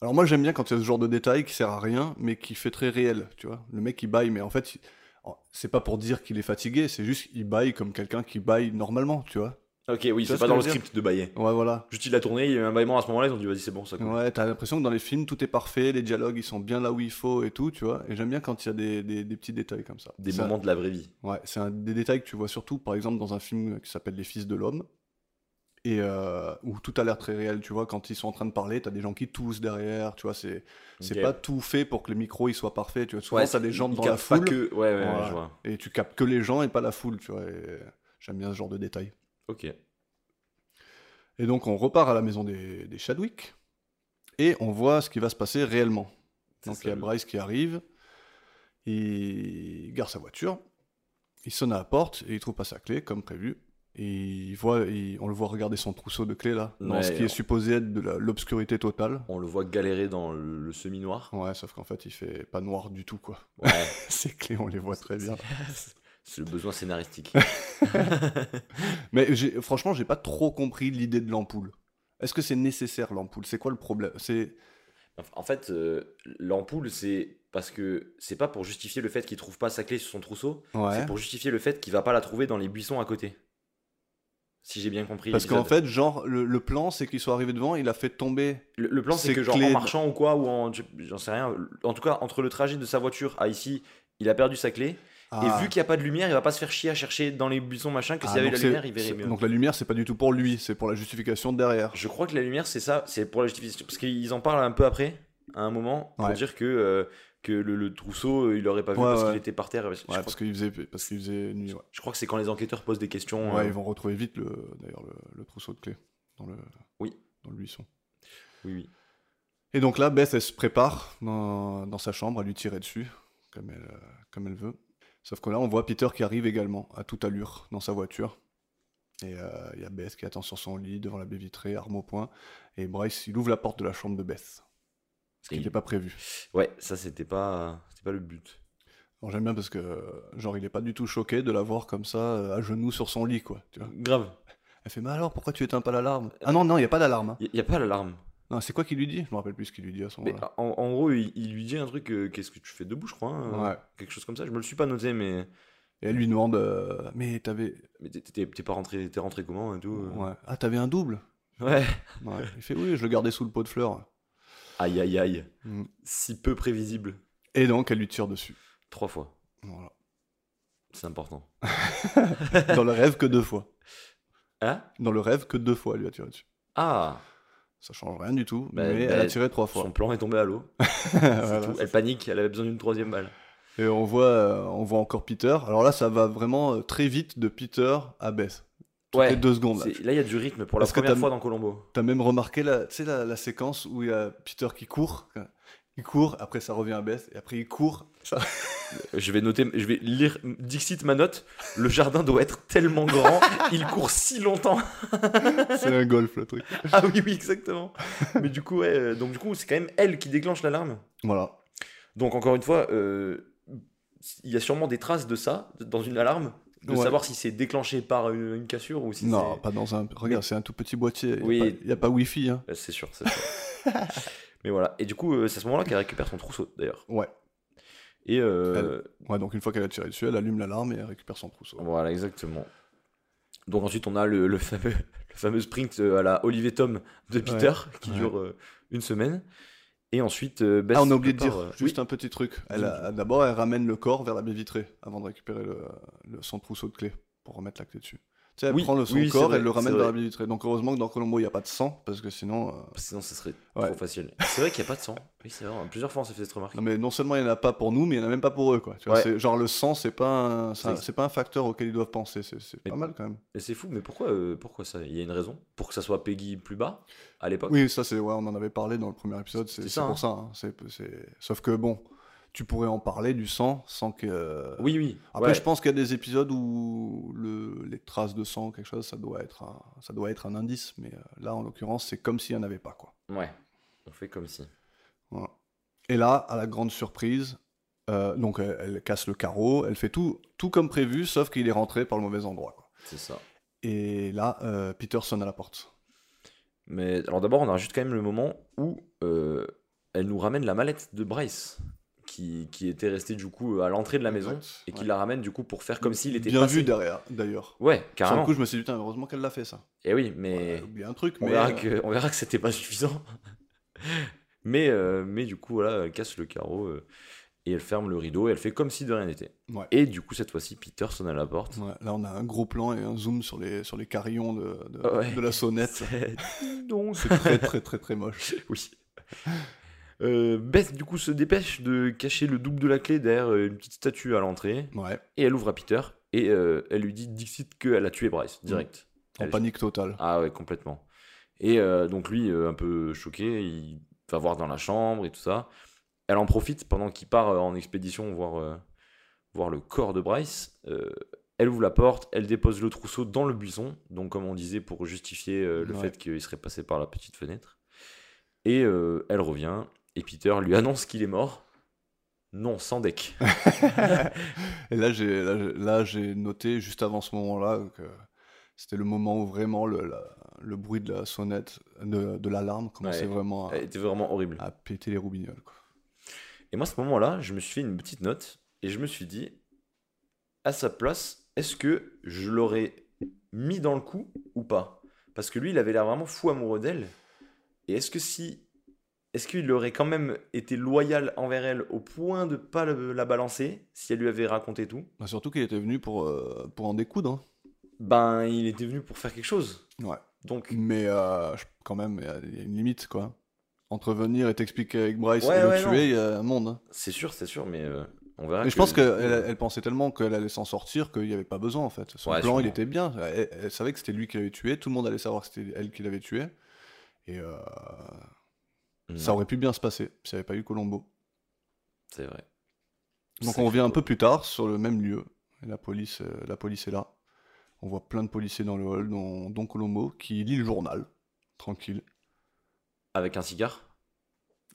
Alors moi j'aime bien quand il y a ce genre de détail qui sert à rien mais qui fait très réel, tu vois. Le mec il baille mais en fait il- oh, c'est pas pour dire qu'il est fatigué, c'est juste il baille comme quelqu'un qui baille normalement, tu vois.
Ok, oui,
Tu vois
c'est
ce
pas
que je
dans le
veux dire
script de bailler.
Ouais voilà.
Juste il a tourné, il y a eu un bâillement à ce moment-là, ils ont dit vas-y c'est bon ça. coule.
Ouais, t'as l'impression que dans les films tout est parfait, les dialogues ils sont bien là où il faut et tout, tu vois. Et j'aime bien quand il y a des, des- des petits détails comme ça.
Des
C'est un-
moments de la vraie vie.
Ouais, c'est un des détails que tu vois surtout, par exemple, dans un film qui s'appelle Les Fils de l'Homme, et euh, où tout a l'air très réel, tu vois, quand ils sont en train de parler, t'as des gens qui toussent derrière, tu vois, c'est c'est
Ok.
pas tout fait pour que les micros ils soient parfaits, tu vois, souvent
Ouais,
t'as des
il-
gens
il
dans la
capte pas
foule,
que- Ouais, ouais,
Voilà.
je vois.
et tu captes que les gens et pas la foule, tu vois, et j'aime bien ce genre de détails.
Ok.
Et donc on repart à la maison des, des Chadwick, et on voit ce qui va se passer réellement.
C'est
Donc
ça,
il y a
le-
Bryce qui arrive, il gare sa voiture, il sonne à la porte et il trouve pas sa clé comme prévu. Et il voit, il- on le voit regarder son trousseau de clés là, dans
Ouais,
ce qui
on-
est supposé être de la- l'obscurité totale.
On le voit galérer dans le, le semi-noir.
Ouais, sauf qu'en fait il fait pas noir du tout quoi.
Ouais.
Ces clés on les voit très bien.
c'est le besoin scénaristique.
Mais j'ai- franchement j'ai pas trop compris l'idée de l'ampoule. Est-ce que c'est nécessaire l'ampoule C'est quoi le problème C'est
en fait, euh, l'ampoule, c'est parce que c'est pas pour justifier le fait qu'il trouve pas sa clé sur son trousseau,
ouais.
c'est pour justifier le fait qu'il va pas la trouver dans les buissons à côté. Si j'ai bien compris.
Parce qu'en
l'épisode.
fait genre le, le plan c'est qu'il soit arrivé devant, il a fait tomber
le, le plan c'est
ses
que genre en
clés-
marchant ou quoi ou en j'en sais rien. En tout cas, entre le trajet de sa voiture à ici, il a perdu sa clé.
Ah.
Et vu qu'il n'y a pas de lumière, il va pas se faire chier à chercher dans les buissons machin, que
Ah,
s'il y avait
donc
la
c'est-
lumière, il verrait
c'est-
mieux.
Donc la lumière, c'est pas du tout pour lui, c'est pour la justification de derrière.
Je crois que la lumière, c'est ça, c'est pour la justification. Parce qu'ils en parlent un peu après, à un moment, pour
Ouais.
dire que, euh, que le, le trousseau, euh, il l'aurait pas vu
Ouais,
parce
ouais.
qu'il était par terre. Je,
Ouais,
crois,
parce qu'il faisait, parce qu'il faisait nuit. Ouais.
je crois que c'est quand les enquêteurs posent des questions.
Ouais,
euh,
ils vont retrouver vite le, d'ailleurs le, le trousseau de clés dans le,
Oui.
dans le buisson.
Oui, oui.
Et donc là, Beth, elle se prépare dans, dans sa chambre à lui tirer dessus, comme elle, euh, comme elle veut. Sauf que là, on voit Peter qui arrive également, à toute allure, dans sa voiture. Et euh, il y a Beth qui attend sur son lit, devant la baie vitrée, arme au poing. Et Bryce, il ouvre la porte de la chambre de Beth. Ce qui
Et-
n'était pas prévu.
Ouais, ça, c'était pas, c'était pas le but.
Alors, j'aime bien parce que, euh, genre, il est pas du tout choqué de la voir comme ça, euh, à genoux sur son lit, quoi. Tu vois.
Grave.
Elle fait, mais alors, pourquoi tu éteins pas l'alarme Ah non, non, il n'y a pas d'alarme. hein.
Il n'y a, pas l'alarme.
Non, c'est quoi qu'il lui dit Je me rappelle plus ce qu'il lui dit à son
Mais en, en gros, il, il lui dit un truc, euh, qu'est-ce que tu fais debout, je crois. hein,
Ouais.
Quelque chose comme ça. Je me le suis pas noté, mais,
Et elle lui demande, euh, mais t'avais...
mais t'es- t'es t'es pas rentré, t'es rentré comment et tout. euh.
Ouais. Ah, t'avais un double
ouais.
Ouais. Il fait, oui, je le gardais sous le pot de fleurs.
Aïe, aïe, aïe.
Mm.
Si peu prévisible.
Et donc, elle lui tire dessus.
Trois fois.
Voilà.
C'est important.
Dans le rêve que deux fois.
Hein
Dans le rêve, que deux fois, elle lui a tiré dessus.
Ah
Ça change rien du tout,
Bah,
mais
bah,
elle a tiré trois fois. Ah,
Son plan est tombé à l'eau.
Voilà.
C'est tout. Elle panique, elle avait besoin d'une troisième balle.
Et on voit, euh, on voit encore Peter. Alors là, ça va vraiment euh, très vite de Peter à Beth. Toutes
Ouais,
les deux secondes. là.
C'est- Là, il y a du rythme pour la
bah, Est-ce que
première
t'as-
fois dans Colombo.
T'as même remarqué la, tu sais, la, la séquence où il y a Peter qui court. Il court, après ça revient à Beth, et après il court. Ça-
Je vais noter, je vais lire Dixit ma note. Le jardin doit être tellement grand, il court si longtemps.
C'est un golf le truc.
Ah oui, oui, exactement. Mais du coup, ouais, euh, donc du coup, c'est quand même elle qui déclenche l'alarme.
Voilà.
Donc encore une fois, euh, il y a sûrement des traces de ça dans une alarme, de
Ouais.
savoir si c'est déclenché par une, une cassure ou si
Non,
c'est-
pas dans un. Regarde, c'est un tout petit boîtier. Il
Oui.
n'y a, pas Wi-Fi. hein.
Euh, C'est sûr, c'est sûr. Mais voilà. Et du coup, euh, c'est à ce moment-là qu'elle récupère son trousseau, d'ailleurs.
Ouais.
Et euh,
Ouais, donc une fois qu'elle a tiré dessus, elle allume l'alarme et elle récupère son trousseau.
voilà, exactement. Donc ensuite, on a le, le fameux, le fameux sprint euh, à la Olivier Tom de Peter qui
Ouais.
dure euh, une semaine. Et ensuite, euh, Bess
Ah, on a oublié de
prépare,
dire
euh,
juste
oui.
un petit truc. Elle a- D'abord, elle ramène le corps vers la baie vitrée avant de récupérer le, le- son trousseau de clé pour remettre la clé dessus. Tu sais, elle
Oui,
prend le, son
oui, c'est
corps
vrai,
elle le ramène
c'est
vers la
vrai.
baie vitrée. Donc heureusement que dans Colombo, il n'y a pas de sang parce que sinon. euh,
Sinon, ce serait
Ouais.
trop facile. C'est vrai qu'il n'y a pas de sang. Oui, c'est vrai. Plusieurs fois, on s'est fait cette remarque.
Non mais non seulement il n'y en a pas pour nous, mais il n'y en a même pas pour eux quoi. Tu vois,
Ouais.
c'est- genre le sang, c'est pas un, c'est un-
C'est-
c'est pas un facteur auquel ils doivent penser. C'est c'est
Mais-
pas mal quand même.
Et c'est fou, mais pourquoi, euh, pourquoi ça Il y a une raison Pour que ça soit Peggy plus bas, à l'époque
Oui, ça c'est ouais, on en avait parlé dans le premier épisode. C'est
C'est
c'est
ça,
pour
hein.
ça. hein. C'est c'est- sauf que bon, tu pourrais en parler du sang sans que. euh,
Oui, oui.
Après,
ouais.
je pense qu'il y a des épisodes où le, les traces de sang, quelque chose, ça doit être un, ça doit être un indice. Mais euh, là, en l'occurrence, c'est comme s'il n'y en avait pas quoi.
Ouais. On fait comme si.
Voilà. Et là, à la grande surprise, euh, donc elle, elle casse le carreau, elle fait tout, tout comme prévu, sauf qu'il est rentré par le mauvais endroit. quoi.
C'est ça.
Et là, euh, Peter sonne à la porte.
Mais alors d'abord, on a juste quand même le moment où euh, elle nous ramène la mallette de Bryce, qui, qui était restée du coup à l'entrée de la maison,
Exact,
et qui
ouais.
la ramène du coup pour faire comme s'il était
Bien
passé.
vu derrière, d'ailleurs.
Ouais,
Sur le
carrément.
coup, je me suis dit, putain, heureusement qu'elle l'a fait ça.
Et oui, mais...
Elle a oublié un truc,
On
mais.
verra,
euh,
que, on verra que c'était pas suffisant. mais, euh, mais du coup, voilà, elle casse le carreau euh, et elle ferme le rideau et elle fait comme si de rien n'était.
Ouais.
Et du coup, cette fois-ci, Peter sonne à la porte.
ouais, là, on a un gros plan et un zoom sur les, sur les carillons de, de,
Ouais.
de la sonnette.
C'est- Non, c'est-
C'est très, très, très, très moche.
oui. Euh, Beth, du coup, se dépêche de cacher le double de la clé derrière euh, une petite statue à l'entrée
Ouais,
et elle ouvre à Peter et euh, elle lui dit Dixit qu'elle a tué Bryce, direct.
en
Elle-
panique totale.
Ah ouais, complètement. Et euh, donc lui, euh, un peu choqué, il va voir dans la chambre et tout ça. Elle en profite pendant qu'il part euh, en expédition voir, euh, voir le corps de Bryce. Euh, elle ouvre la porte, elle dépose le trousseau dans le buisson, donc comme on disait pour justifier euh, le
Ouais.
fait qu'il serait passé par la petite fenêtre. Et euh, elle revient, et Peter lui annonce qu'il est mort. Non, sans deck.
Et là, j'ai là, j'ai- là, j'ai noté juste avant ce moment-là que c'était le moment où vraiment le, la- le bruit de la sonnette, de, de l'alarme commençait
Ouais.
vraiment à,
Elle était vraiment horrible.
à péter les roubignoles. quoi.
Et moi, à ce moment-là, je me suis fait une petite note et je me suis dit, à sa place, est-ce que je l'aurais mis dans le coup ou pas Parce que lui, il avait l'air vraiment fou amoureux d'elle. Et est-ce que si. Est-ce qu'il aurait quand même été loyal envers elle au point de pas le- la balancer si elle lui avait raconté tout
Bah, surtout qu'il était venu pour, euh, pour en découdre. hein.
Ben, il était venu pour faire quelque chose.
Ouais.
Donc,
Mais euh, je- quand même, il y a- il y, a une limite, quoi. Entre venir et t'expliquer avec Bryce
Ouais,
et
ouais,
le
non.
tuer, il y a un monde. hein.
c'est sûr, c'est sûr, mais euh, on verra.
Mais je pense euh, qu'elle elle pensait tellement qu'elle allait s'en sortir qu'il n'y avait pas besoin, en fait. Son
Ouais,
plan, il
sûrement.
était bien. Elle, elle savait que c'était lui qui l'avait tué. Tout le monde allait savoir que c'était elle qui l'avait tué. Et euh,
Hmm,
ça aurait pu bien se passer s'il n'y avait pas eu Colombo.
C'est vrai.
Donc
C'est
on revient un
fou.
peu plus tard sur le même lieu. Et la police, euh, la police est là. On voit plein de policiers dans le hall, dont, dont Colombo, qui lit le journal, tranquille,
Avec un cigare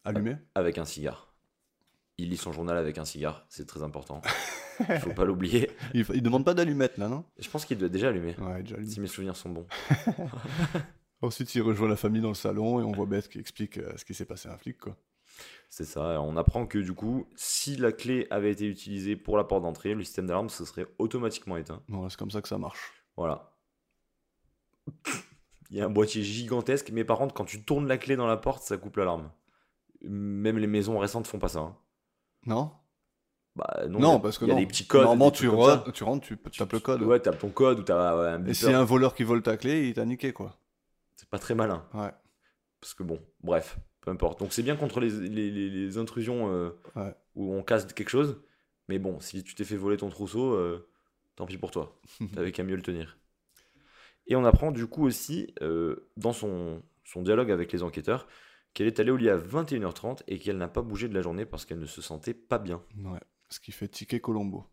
allumé.
avec un cigare. Il lit son journal avec un cigare, c'est très important. Il faut pas l'oublier.
Il, il demande pas d'allumette, là, non
Je pense qu'il doit déjà allumer,
Ouais, déjà allumé.
si mes souvenirs sont bons.
Ensuite, il rejoint la famille dans le salon et on voit Beth qui explique euh, ce qui s'est passé à un flic, quoi.
C'est ça, on apprend que du coup, si la clé avait été utilisée pour la porte d'entrée, le système d'alarme se serait automatiquement éteint.
Voilà, c'est comme ça que ça marche.
Voilà. Il y a un boîtier gigantesque, mais par contre, quand tu tournes la clé dans la porte, ça coupe l'alarme. Même les maisons récentes font pas ça. hein.
Non
Bah non,
Non,
il y a-
parce que
il y a
non.
des petits codes.
Normalement,
des
tu,
trucs comme ça.
re- tu rentres, tu tapes le code.
Ouais, tapes ton code ou t'as ouais, un
Et
beeper.
s'il y a un voleur qui vole ta clé, il t'a niqué, quoi.
C'est pas très malin.
Ouais.
Parce que bon, bref, peu importe. Donc c'est bien contre les, les- les- les intrusions euh,
Ouais.
où on casse quelque chose. Mais bon, si tu t'es fait voler ton trousseau, euh, tant pis pour toi. T'avais qu'à mieux le tenir. Et on apprend du coup aussi, euh, dans son, son dialogue avec les enquêteurs, qu'elle est allée au lit à 21h30 et qu'elle n'a pas bougé de la journée parce qu'elle ne se sentait pas bien.
Ouais. Ce qui fait tiquer Colombo.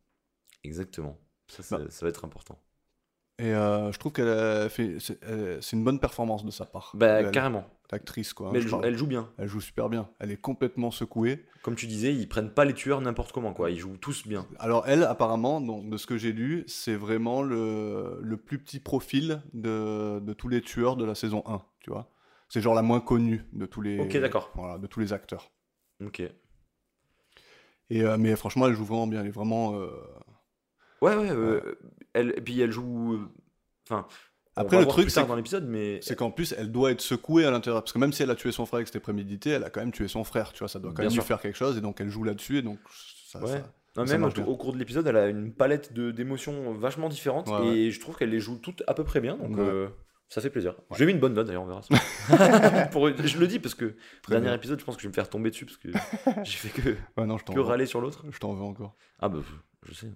Exactement. Ça, ça-
Bah.
ça va être important.
Et euh, je trouve qu'elle a fait. C'est euh, c'est une bonne performance de sa part.
Bah,
Elle-
carrément.
L'actrice, quoi. hein,
Mais elle
je
joue,
parle.
elle joue bien.
Elle joue super bien. Elle est complètement secouée.
Comme tu disais, ils prennent pas les tueurs n'importe comment, quoi. Ils jouent tous bien.
Alors, elle, apparemment, donc, de ce que j'ai lu, c'est vraiment le, le plus petit profil de, de tous les tueurs de la saison 1, tu vois. C'est genre la moins connue de tous les,
Ok, d'accord.
voilà, de tous les acteurs.
Ok. Ouais,
Et, euh, mais franchement, elle joue vraiment bien. Elle est vraiment. euh,
ouais, euh, elle, et puis elle joue. euh, Enfin,
Après,
on va
le
voir
truc,
plus tard
c'est
dans l'épisode, mais
C'est qu'en plus, elle doit être secouée à l'intérieur. Parce que même si elle a tué son frère et que c'était prémédité, elle a quand même tué son frère, tu vois. Ça doit quand
Bien
même
sûr.
lui faire quelque chose. Et donc, elle joue là-dessus. Et donc, ça.
Ouais.
ça-
Non,
ça
même au,
marche bien.
au cours de l'épisode, elle a une palette de- d'émotions vachement différentes
Ouais,
et je trouve qu'elle les joue toutes à peu près bien, donc
Ouais.
euh, ça fait plaisir. J'ai mis une bonne note d'ailleurs, on verra. Pour- je le dis parce que
Très
dernier
bien.
épisode, je pense que je vais me faire tomber dessus parce que j'ai fait que,
Ouais, non, je t'en
que
veux.
râler sur l'autre.
Je t'en veux encore.
Ah bah, je sais,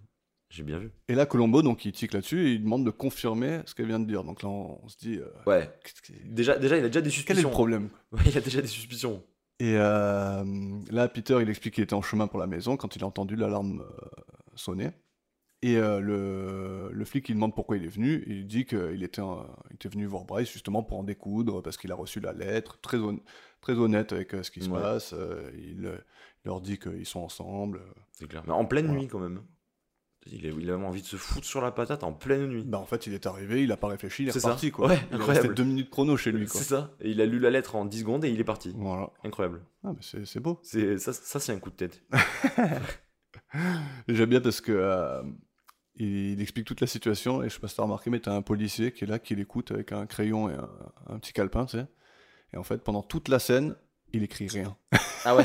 j'ai bien vu.
Et là, Colombo, donc, il tique là-dessus et il demande de confirmer ce qu'elle vient de dire. Donc là, on, on se dit. euh,
Ouais,
qu'est-ce qui-
déjà, déjà il a déjà des
Quel est le
suspicions.
problème
Ouais, il a déjà des suspicions.
Et euh, là, Peter, il explique qu'il était en chemin pour la maison quand il a entendu l'alarme euh, sonner. Et euh, le, le flic, il demande pourquoi il est venu. et il dit qu'il était, en- il était venu voir Bryce justement pour en découdre, parce qu'il a reçu la lettre, très, hon- très honnête avec euh, ce qui se
Ouais.
passe. euh, il, euh, il leur dit qu'ils sont ensemble.
C'est clair. Mais en pleine
Voilà.
nuit quand même. Il a, il a envie de se foutre sur la patate en pleine nuit.
Bah, en fait, il est arrivé, il n'a pas réfléchi, il est,
C'est ça.
reparti. Quoi.
Ouais,
il est resté
incroyable.
deux minutes chrono chez lui. Quoi.
C'est ça. Et il a lu la lettre en 10 secondes et il est parti.
Voilà.
Incroyable.
Ah, mais c'est c'est beau.
C'est ça, ça c'est un coup de tête.
Et J'aime bien parce que euh, il, il explique toute la situation et je sais pas si t'as remarqué, mais t'as un policier qui est là, qui l'écoute avec un crayon et un, un petit calepin, tu sais. Et en fait, pendant toute la scène, il écrit rien.
Ah ouais.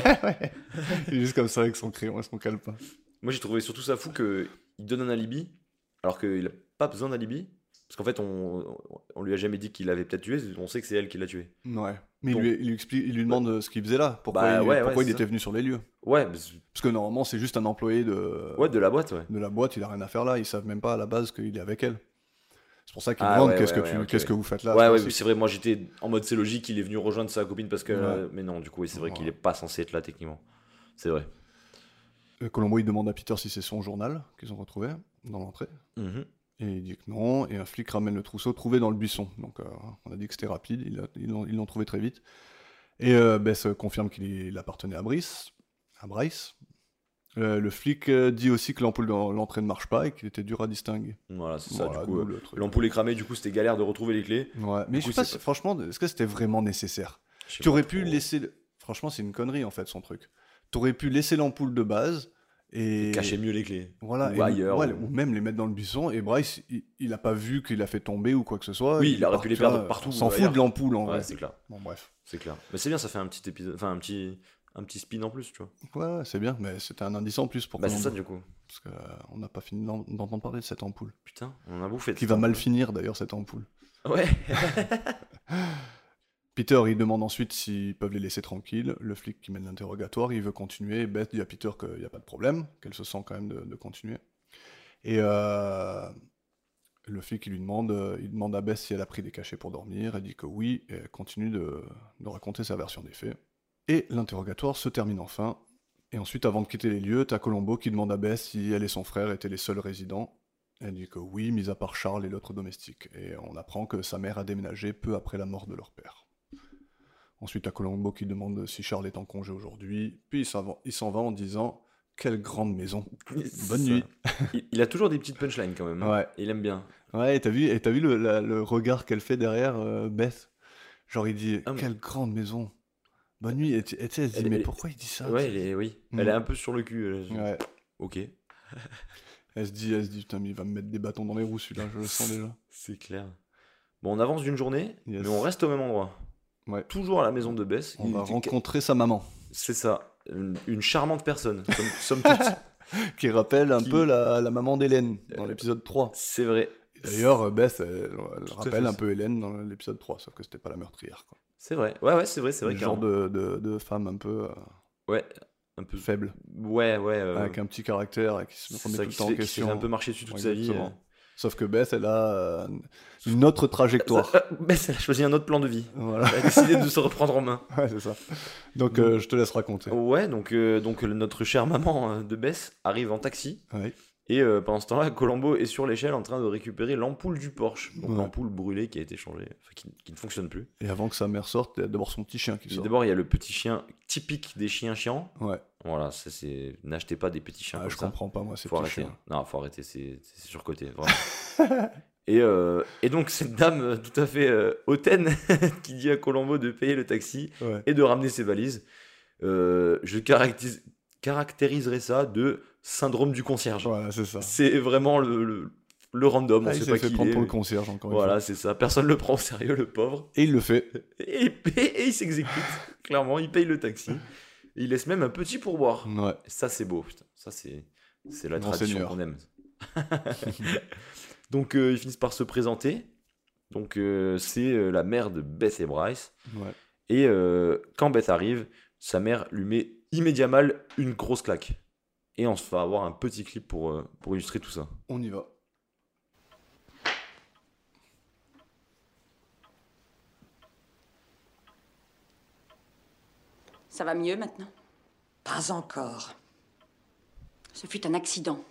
Il est juste comme ça avec son crayon et son calepin.
Moi j'ai trouvé surtout ça fou que il donne un alibi alors qu'il a pas besoin d'alibi parce qu'en fait on, on lui a jamais dit qu'il avait peut-être tué. On sait que c'est elle qui l'a tué.
Ouais. Mais
Bon.
il, lui, il lui explique, il lui demande euh, ce qu'il faisait là, pourquoi
Bah
il,
ouais,
pourquoi
ouais,
il
c'est
était venu sur les lieux.
Ouais. mais c'est-
Parce que normalement, c'est juste un employé de,
ouais de la boîte ouais.
de la boîte, il a rien à faire là, ils savent même pas à la base qu'il est avec elle. C'est pour ça qu'il
Ah
demande
ouais,
qu'est-ce
ouais,
que, tu-
ouais, ok,
qu'est-ce
ouais.
que vous faites là.
ouais
c'est
ouais
pas
oui,
si-
c'est vrai. Moi j'étais en mode c'est logique. Il est venu rejoindre sa copine parce que
Ouais.
mais non du coup oui, c'est vrai
Ouais.
qu'il est pas censé être là techniquement. C'est vrai.
Euh, Colombo, il demande à Peter si c'est son journal qu'ils ont retrouvé dans l'entrée.
Mhm.
Et il dit que non, et un flic ramène le trousseau trouvé dans le buisson. Donc euh, on a dit que c'était rapide, il a- ils l'ont ils l'ont trouvé très vite. Et euh, Bess confirme qu'il il appartenait à Brice. À Bryce. Euh, le flic euh, dit aussi que l'ampoule dans l'entrée ne marche pas et qu'il était dur à distinguer.
Voilà c'est ça
Voilà,
du coup.
d'où
euh,
le truc.
L'ampoule est cramée du coup c'était galère de retrouver les clés.
Ouais, mais
Du
je
coup,
sais pas,
c'est
si-
pas-
franchement, est-ce que c'était vraiment nécessaire
Je sais
Tu aurais
pas
pu
trop.
laisser. le- Franchement, c'est une connerie en fait son truc. Tu aurais pu laisser l'ampoule de base et.
cacher mieux les clés.
Voilà,
Ou
et-
ailleurs,
ouais,
ou-
ou même les mettre dans le buisson. Et Bryce, il, il a pas vu qu'il a fait tomber ou quoi que ce soit.
Oui,
Il
il aurait
part-
pu les
tu vois,
perdre partout,
on S'en fout
ailleurs.
de l'ampoule en
Ouais,
vrai.
c'est clair,
Bon, bref.
c'est clair. Mais c'est bien, ça fait un petit épisode, enfin un petit, un petit spin en plus, tu vois.
Ouais, ouais, c'est bien, mais c'était un indice en plus pour
Bah c'est
Colombo,
ça du coup.
Parce qu'on n'a pas fini d'en- d'entendre parler de cette ampoule.
Putain, on en a bouffé. de
Qui
ça.
va mal finir d'ailleurs, cette ampoule.
Ouais.
Peter, il demande ensuite s'ils peuvent les laisser tranquilles. Le flic qui mène l'interrogatoire, il veut continuer. Beth dit à Peter qu'il n'y a pas de problème, qu'elle se sent quand même de, de continuer. Et euh, le flic, il lui demande, euh, il demande à Beth si elle a pris des cachets pour dormir. Elle dit que oui, et elle continue de, de raconter sa version des faits. Et l'interrogatoire se termine enfin. Et ensuite, avant de quitter les lieux, t'as Colombo qui demande à Beth si elle et son frère étaient les seuls résidents. Elle dit que oui, mis à part Charles et l'autre domestique. Et on apprend que sa mère a déménagé peu après la mort de leur père. Ensuite, à Colombo qui demande si Charles est en congé aujourd'hui. Puis il s'en va- il s'en va en disant Quelle grande maison
C'est
Bonne
ça.
nuit
Il, il a toujours des petites punchlines quand même. hein.
Ouais.
Il aime bien.
Ouais, et t'as vu, et t'as vu le, la- le regard qu'elle fait derrière euh, Beth Genre, il dit
Ah, mais-
Quelle grande maison Bonne nuit Et tu et tu sais, elle se dit
Elle-
Mais
elle-
pourquoi il dit ça
ouais, elle est, oui.
Mm.
Elle est un peu sur le cul. elle est-
Ouais.
Ok.
Elle se dit, elle se dit, putain, mais il va me mettre des bâtons dans les roues celui-là, je le sens déjà.
C'est clair. Bon, on avance d'une journée,
Yes.
mais on reste au même endroit.
Ouais.
Toujours à la maison de Bess.
On
Il
va
était-
rencontrer sa maman.
C'est ça. Une, une charmante personne. Somme, somme toute.
qui rappelle un
Qui-
peu la, la maman d'Hélène dans
Euh,
l'épisode 3.
C'est vrai.
D'ailleurs, euh, Beth, elle, elle
Tout à
rappelle
fait,
un
ça.
peu Hélène dans l'épisode 3, sauf que c'était pas la meurtrière. Quoi.
C'est vrai. Ouais, ouais, c'est vrai, c'est vrai.
Le genre
carrément.
de, de, de femme un peu euh,
Ouais, un peu.
faible,
Ouais, ouais. euh,
avec un petit caractère et qui se
c'est
remet
ça
tout le
qui
temps
se
en
fait- qui se fait
question.
un peu marcher dessus toute sa vie.
Exactement.
euh.
Sauf que Beth, elle a euh, une autre trajectoire.
Ça- Ah, Mais elle a choisi un autre plan de vie.
voilà,
Elle a décidé de se reprendre en main.
ouais, c'est ça. Donc euh, je te laisse raconter.
Ouais, donc, euh, donc euh, notre chère maman euh, de Bess arrive en taxi.
Ouais.
Et euh, pendant ce temps-là, Colombo est sur l'échelle en train de récupérer l'ampoule du Porsche. Donc
Ouais.
l'ampoule brûlée qui a été changée, enfin, qui, qui ne fonctionne plus.
Et avant que sa mère sorte, il y a d'abord son petit chien qui
Mais
sort.
D'abord, il y a le petit chien typique des chiens chiants.
Ouais,
Voilà, ça c'est. N'achetez pas des petits chiens.
Ah,
comme
je
ça.
comprends pas moi, c'est
Faut
petit
arrêter. hein.
chien.
Non, faut arrêter, c'est c'est surcoté, vraiment. et, euh, et donc, cette dame euh, tout à fait euh, hautaine qui dit à Colombo de payer le taxi
Ouais.
et de ramener ses valises, euh, je caractérise- caractériserais ça de syndrome du concierge.
Voilà, c'est ça.
C'est vraiment le, le, le random,
Ah,
on
il
sait
s'est
pas
fait
qui il
prendre
est.
pour le concierge encore une
Voilà,
fois.
c'est ça. Personne le prend au sérieux, le pauvre.
Et il le fait.
Et, et il s'exécute, clairement. Il paye le taxi. Il laisse même un petit pourboire.
Ouais.
Ça, c'est beau, putain. Ça, c'est, c'est la
Grand
tradition
seigneur.
qu'on aime. Donc, euh, ils finissent par se présenter. Donc, euh, c'est euh, la mère de Beth et Bryce.
ouais.
Et euh, quand Beth arrive, sa mère lui met immédiatement une grosse claque. Et on se fait avoir un petit clip pour, euh, pour illustrer tout ça.
On y va.
Ça va mieux maintenant
Pas encore.
Ce fut un accident.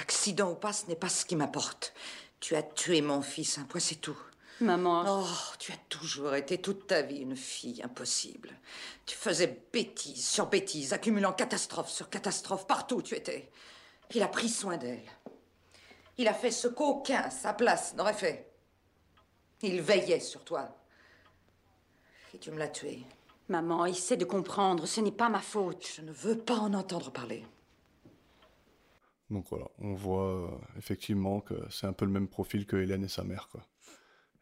Accident ou pas, ce n'est pas ce qui m'importe. Tu as tué mon fils, un point c'est tout.
Maman,
Oh, tu as toujours été toute ta vie une fille impossible. Tu faisais bêtise sur bêtise, accumulant catastrophe sur catastrophe partout où tu étais. Il a pris soin d'elle. Il a fait ce qu'aucun à sa place n'aurait fait. Il veillait sur toi. Et tu me l'as tué.
maman, essaie de comprendre, ce n'est pas ma faute.
Je ne veux pas en entendre parler.
Donc voilà, on voit euh, effectivement que c'est un peu le même profil que Hélène et sa mère, quoi.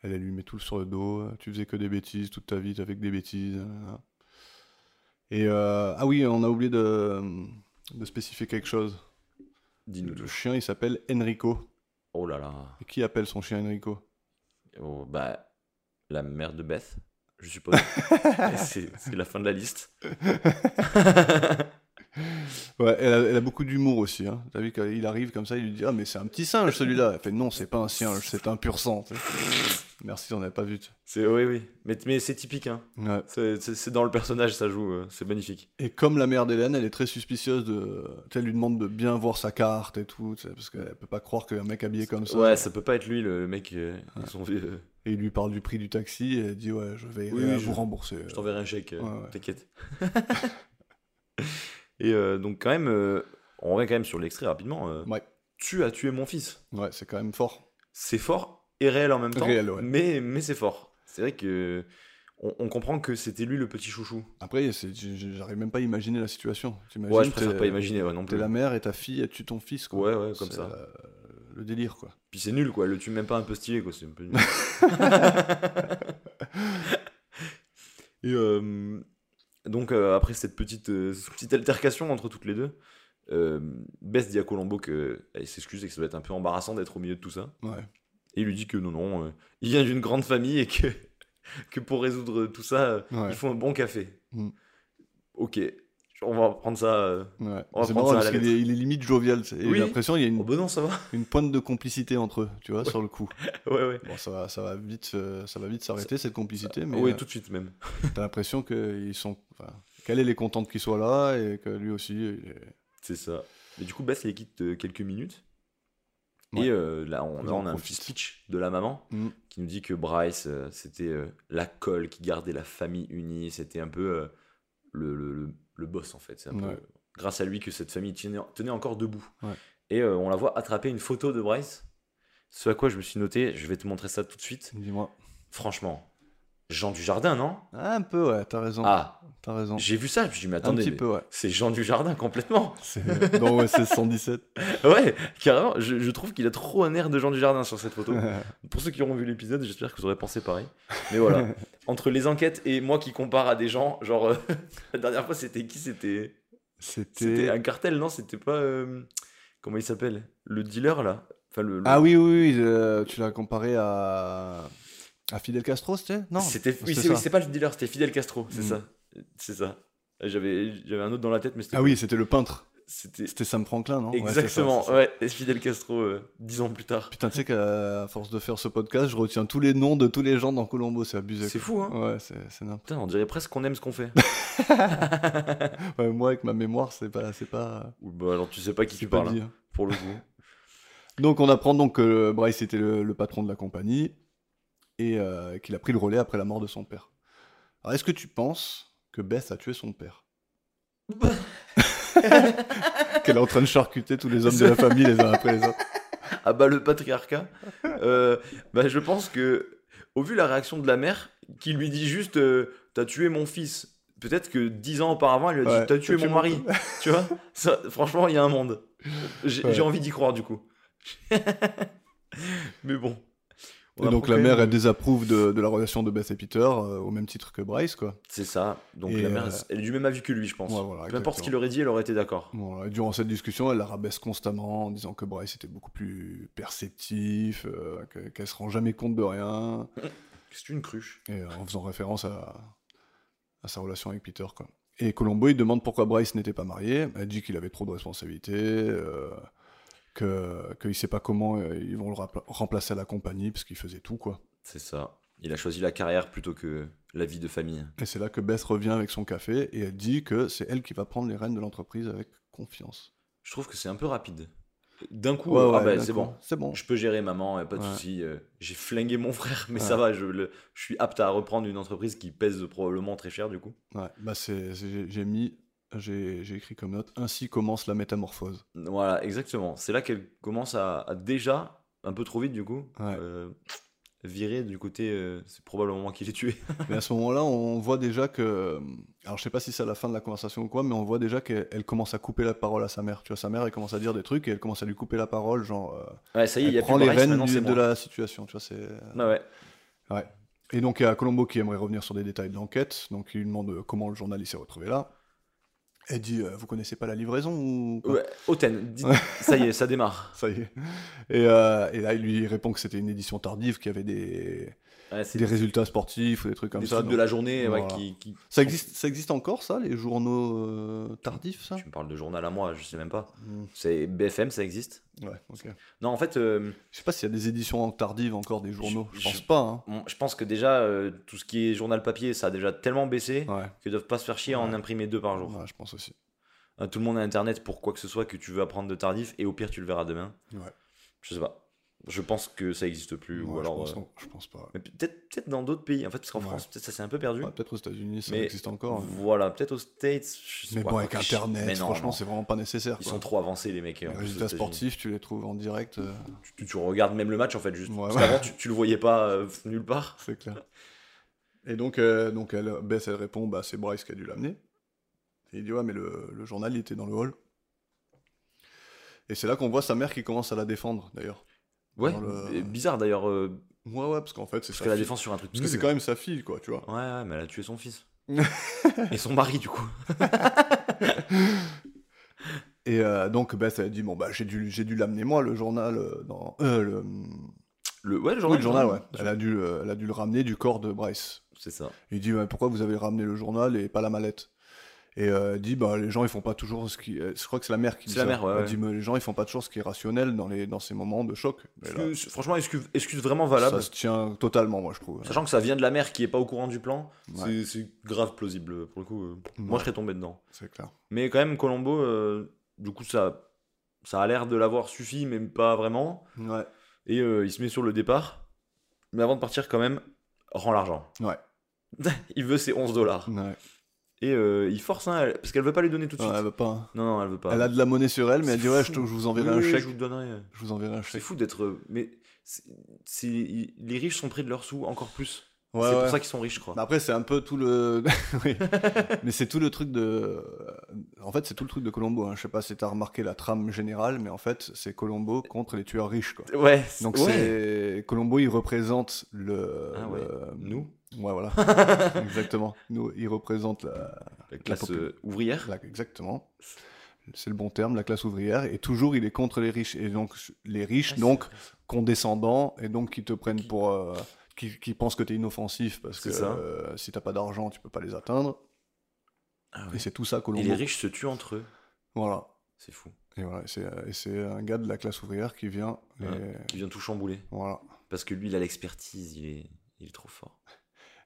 Elle, elle lui met tout sur le dos, euh, tu faisais que des bêtises toute ta vie, t'as fait que des bêtises. nanana. Et euh, ah oui, on a oublié de, euh, de spécifier quelque chose.
Dis-nous
Le
tout.
chien, il s'appelle Enrico.
Oh là là.
Et qui appelle son chien Enrico
Oh, bah, la mère de Beth, je suppose. c'est, c'est la fin de la liste.
Ouais, elle a, elle a beaucoup d'humour aussi. Hein. T'as vu qu'il arrive comme ça, il lui dit Ah, mais c'est un petit singe celui-là. Elle fait Non, c'est pas un singe, c'est un pur sang. tu sais. Merci, on n'avait pas vu. tu sais.
C'est, oui, oui. Mais, mais c'est typique, hein.
Ouais.
C'est, c'est- c'est dans le personnage, ça joue. euh, C'est magnifique.
Et comme la mère d'Hélène, elle est très suspicieuse de. tu sais, elle lui demande de bien voir sa carte et tout, tu sais, parce qu'elle peut pas croire qu'un mec habillé comme ça.
ouais, ça peut pas être lui, le mec. euh, ils sont- euh,
Et il lui parle du prix du taxi et elle dit Ouais, je vais
Oui,
euh,
oui,
vous
je-
rembourser.
Je t'enverrai un chèque, euh,
Ouais, ouais.
t'inquiète. Et euh, donc, quand même, euh, on revient quand même sur l'extrait rapidement. euh,
Ouais.
Tu as tué mon fils.
Ouais, c'est quand même fort.
C'est fort et réel en même temps.
Réel, ouais.
Mais, mais c'est fort. C'est vrai que. On, on comprend que c'était lui le petit chouchou.
Après, c'est- j- j- j'arrive même pas à imaginer la situation. T'imagines,
Ouais, je préfère
t'es-
pas imaginer ouais, non
T'es
plus.
la mère et ta fille, elle tue ton fils. Quoi.
Ouais, ouais, comme
C'est,
ça.
euh, le délire, quoi.
Puis c'est nul quoi, le tue même pas un peu stylé quoi, c'est un peu nul. Et euh, donc euh, après cette petite, euh, cette petite altercation entre toutes les deux, euh, Bess dit à Colombo qu'elle s'excuse et que ça doit être un peu embarrassant d'être au milieu de tout ça.
Ouais.
Et il lui dit que non, non, euh, il vient d'une grande famille et que, que pour résoudre tout ça, euh,
Ouais.
il faut un bon café.
Mm.
Ok, on va prendre ça. euh,
Ouais.
On va
C'est
prendre
marrant
ça à
parce
la
qu'il est, il est limite jovial. c'est- et
Oui.
J'ai l'impression qu'il y a
Oh
une,
bah non, ça va.
une pointe de complicité entre eux, tu vois, sur le coup.
ouais, ouais.
Bon, ça va, ça va vite, euh, ça va vite s'arrêter cette complicité, mais
Ah ouais,
euh,
tout de suite même.
t'as l'impression qu'ils sont, enfin, qu'elle elle est contente qu'il soit là et que lui aussi. il est-
C'est ça. Mais du coup, Bess les quitte euh, quelques minutes.
Ouais.
Et euh, là, on,
Ils
là,
en
on a un petit
profitent.
speech de la maman
Mm.
qui nous dit que Bryce, euh, c'était euh, la colle qui gardait la famille unie. C'était un peu euh, le, le- le- le boss, en fait. C'est un peu,
Ouais.
grâce à lui que cette famille tenait, tenait encore debout.
Ouais.
Et euh, on la voit attraper une photo de Bryce. Ce à quoi je me suis noté, je vais te montrer ça tout de suite.
Dis-moi.
Franchement, Jean du Jardin, non
Ah, un peu, ouais, t'as raison.
Ah,
T'as raison.
j'ai vu ça, je me suis dit, mais
Un
attendez,
petit
mais
peu, ouais.
c'est Jean du Jardin complètement.
C'est euh, dans OSS 117.
Ouais, carrément, je, je trouve qu'il a trop un air de Jean du Jardin sur cette photo.
ouais,
Pour ceux qui auront vu l'épisode, j'espère que vous aurez pensé pareil. Mais voilà, entre les enquêtes et moi qui compare à des gens, genre, euh, la dernière fois c'était qui C'était
C'était.
C'était un cartel, non C'était pas. euh, comment il s'appelle Le dealer, là enfin, le, le-
Ah oui, oui, oui, euh, tu l'as comparé à. à Fidel Castro, c'était Non.
C'était oui,
c'est
c'est oui,
ça.
c'est pas le dealer, c'était Fidel Castro, c'est
Mm.
ça. C'est ça. J'avais j'avais un autre dans la tête mais c'était
Ah oui, c'était le peintre.
c'était
C'était Sam Franklin, non Ouais, c'est ça,
exactement,
c'est ça.
ouais, et Fidel Castro euh, dix ans plus tard.
Putain, tu sais qu'à force de faire ce podcast, je retiens tous les noms de tous les gens dans Colombo, c'est abusé.
C'est fou hein.
quoi. Ouais, c'est c'est n'importe
Putain, on dirait presque qu'on aime ce qu'on fait.
quoi. Ouais, Moi, avec ma mémoire, c'est pas. C'est pas.
Ou bah alors tu sais pas qui
c'est
tu
pas
parles
dit,
hein,
hein.
pour le coup.
Donc on apprend donc que Bryce était le, le patron de la compagnie et euh, qu'il a pris le relais après la mort de son père. Alors est-ce que tu penses que Beth a tué son père Qu'elle est en train de charcuter tous les hommes de la famille les uns après les autres.
Ah bah le patriarcat. Euh, bah je pense que au vu de la réaction de la mère qui lui dit juste euh, t'as tué mon fils. Peut-être que dix ans auparavant, elle lui a dit
Ouais,
t'as tué mon mari. tu vois Ça, Franchement, il y a un monde. J'ai
Ouais.
j'ai envie d'y croire du coup. Mais bon. On
Et donc
apprend
la
quand
mère,
même-
elle désapprouve de, de la relation de Beth et Peter, euh, au même titre que Bryce, quoi.
C'est ça. Donc
Et,
la mère,
euh,
elle est du même avis que lui, je pense.
Ouais, voilà,
Peu importe ce
exactement.
qu'il aurait dit, elle aurait été d'accord.
Bon, et durant cette discussion, elle la rabaisse constamment en disant que Bryce était beaucoup plus perceptif, euh, que- qu'elle se rend jamais compte de rien.
C'est une cruche.
Et, euh, en faisant référence à, à sa relation avec Peter. Quoi. Et Colombo, il demande pourquoi Bryce n'était pas marié. Elle dit qu'il avait trop de responsabilités, euh, que qu'il ne sait pas comment euh, ils vont le rapla- remplacer à la compagnie, parce qu'il faisait tout. quoi.
C'est ça. Il a choisi la carrière plutôt que la vie de famille.
Et c'est là que Beth revient avec son café, et elle dit que c'est elle qui va prendre les rênes de l'entreprise avec confiance.
Je trouve que c'est un peu rapide. D'un coup,
Ouais,
euh,
ouais,
ah bah, c'est
d'accord.
bon.
C'est bon.
Je peux gérer maman, y a pas de
Ouais.
souci. euh, J'ai flingué mon frère, mais
Ouais.
ça va. Je, le- je suis apte à reprendre une entreprise qui pèse probablement très cher du coup.
Ouais, bah c'est- c'est- j'ai- j'ai mis, j'ai j'ai écrit comme note, ainsi commence la métamorphose.
Voilà, exactement. C'est là qu'elle commence à, à déjà, un peu trop vite du coup,
Ouais.
euh, virer du côté. euh, c'est probablement moi qui l'ai tué.
Mais à ce moment-là, on voit déjà que. Alors, je sais pas si c'est à la fin de la conversation ou quoi, mais on voit déjà qu'elle elle commence à couper la parole à sa mère. Tu vois, sa mère, elle commence à dire des trucs et elle commence à lui couper la parole, genre. euh,
Ouais, ça y est, il
elle
y a
prend
plus
les
Boris,
rênes
maintenant,
du-
c'est
de
moi.
la situation, tu vois. c'est-
Ah ouais.
Et donc, il y a Colombo qui aimerait revenir sur des détails de l'enquête. Donc, il lui demande euh, comment le journaliste s'est retrouvé là. Elle dit euh, Vous connaissez pas la livraison ou. quoi
Ouais, Oten, dites- ça y est, ça démarre.
Ça y est. Et, euh, et là, il lui répond que c'était une édition tardive, qu'il y avait des,
Ouais, c'est
des résultats sportifs ou des trucs comme
des
ça.
trucs de
donc-
la journée ouais,
Voilà.
qui, qui-
Ça existe, ça existe encore, ça, les journaux euh, tardifs, ça
Tu me parles de journal à moi, je sais même pas.
Hmm,
C'est BFM, ça existe
Ouais, ok.
Non, en fait, euh,
Je sais pas s'il y a des éditions tardives encore des journaux.
Je-
Je,
je-
pense pas. hein.
on- je pense que déjà, euh, tout ce qui est journal papier, ça a déjà tellement baissé
Ouais.
qu'ils doivent pas se faire chier à en
Ouais.
imprimer deux par jour.
Ouais, je pense aussi.
Euh, Tout le monde a internet pour quoi que ce soit que tu veux apprendre de tardif, et au pire, tu le verras demain.
Ouais.
Je sais pas. Je pense que ça existe plus,
Ouais,
ou alors.
je,
euh,
pense, je pense pas.
mais peut-être peut-être dans d'autres pays, en fait, parce qu'en
Ouais.
France, peut-être ça s'est un peu perdu.
Ouais, Peut-être aux États-Unis, ça
Mais-
existe encore. hein.
Voilà, peut-être aux States. je sais
Mais
pas.
bon, avec
Mais
Internet,
non,
franchement,
non.
c'est vraiment pas nécessaire.
Ils
quoi.
sont trop avancés, les mecs. hein,
Les
en plus, aux
résultats
États-Unis.
sportifs, tu les trouves en direct, euh,
Tu, tu- tu regardes même le match, en fait, juste.
Ouais,
parce
ouais.
qu'avant, tu, tu le voyais pas euh, nulle part.
c'est clair. Et donc, euh, donc elle, Bess, elle répond bah, c'est Bryce qui a dû l'amener. Et il dit ouais, mais le, le journal, il était dans le hall. Et c'est là qu'on voit sa mère qui commence à la défendre, d'ailleurs.
Ouais,
Dans le-
et bizarre d'ailleurs, euh,
Ouais, ouais, parce qu'en fait, c'est
parce
sa
que la
fille.
défense sur un truc.
Parce que c'est
nul.
quand même sa fille, quoi, tu vois.
Ouais, ouais, mais elle a tué son fils. Et son mari, du coup.
Et euh, donc, Beth, elle dit Bon, bah, j'ai dû, j'ai dû l'amener moi, le journal, euh, dans. euh, le,
Le, ouais, le
oui,
journal.
le journal, ouais.
bien
Elle a, dû, euh, elle a dû le ramener du corps de Bryce.
sûr. C'est ça.
Il dit Ouais, Pourquoi vous avez ramené le journal et pas la mallette Et euh, elle dit Bah, les gens, ils font pas toujours ce qui. euh, Je crois que c'est la mère qui dit
C'est la
ça.
mère, ouais,
Elle
ouais.
dit Mais les gens, ils font pas toujours ce qui est rationnel dans, les, dans ces moments de choc. Mais là,
Excuse- franchement, excuse, excuse vraiment valable.
ça se tient totalement, moi, je trouve.
Sachant que ça vient de la mère qui est pas au courant du plan,
Ouais.
c'est- c'est grave plausible. Pour le coup, euh, moi,
Ouais.
je serais tombé dedans.
C'est clair.
Mais quand même, Colombo, euh, du coup, ça, ça a l'air de l'avoir suffi, mais pas vraiment.
Ouais.
Et euh, il se met sur le départ. Mais avant de partir, quand même, rend l'argent.
Ouais.
il veut ses 11 dollars.
Ouais.
Et euh, il force, hein, elle- parce qu'elle veut pas lui donner tout de
Ouais,
suite.
elle veut pas. hein.
Non, non, elle veut pas.
Elle a de la monnaie sur elle, mais elle dit
C'est
Ouais, je,
fou.
te- je vous enverrai
Oui,
un
oui,
chèque.
Je vous donnerai.
Je vous enverrai un
C'est
chèque.
fou d'être. Mais c'est- c'est- les riches sont pris de leurs sous encore plus.
Ouais,
c'est
ouais. Bah,
pour ça qu'ils sont riches, je crois.
Mais après, c'est un peu tout le. Oui. mais c'est tout le truc de. euh, En fait, c'est tout le truc de Colombo. Hein. Je sais pas si t'as remarqué la trame générale, mais en fait, c'est Colombo contre les tueurs riches. Quoi.
Ouais.
Donc,
ouais.
c'est Colombo, il représente le.
Ah ouais.
le-
Nous
Ouais, voilà. exactement. Nous, il représente la,
La classe
popu-
euh, ouvrière.
la- exactement. C'est le bon terme, la classe ouvrière. Et toujours, il est contre les riches. Et donc, les
Ah,
riches, donc, condescendants, et donc qui te prennent pour. euh, qui, qui pensent que t'es inoffensif parce que
C'est ça.
euh, si t'as pas d'argent, tu peux pas les atteindre.
Ah
Et
ouais.
c'est tout ça que
Et
l'on
les riches se tuent entre eux.
Voilà.
C'est fou.
Et voilà, et c'est, euh, et c'est un gars de la classe ouvrière qui vient. les-
Ouais. Qui vient tout chambouler.
Voilà.
Parce que lui, il a l'expertise, il est, il est trop fort.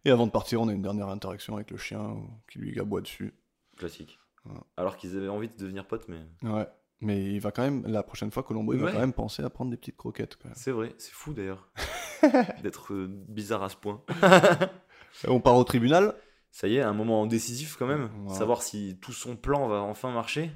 Et avant de partir, on a une dernière interaction avec le chien euh, qui lui aboie dessus.
Classique.
Ouais.
Alors qu'ils avaient envie de devenir potes, mais.
Ouais. Mais il va quand même, la prochaine fois, Colombo, il va
Ouais.
quand même penser à prendre des petites croquettes. quoi.
C'est vrai, c'est fou d'ailleurs. D'être euh, bizarre à ce point.
Et on part au tribunal.
Ça y est, un moment décisif quand même.
Ouais.
Savoir si tout son plan va enfin marcher.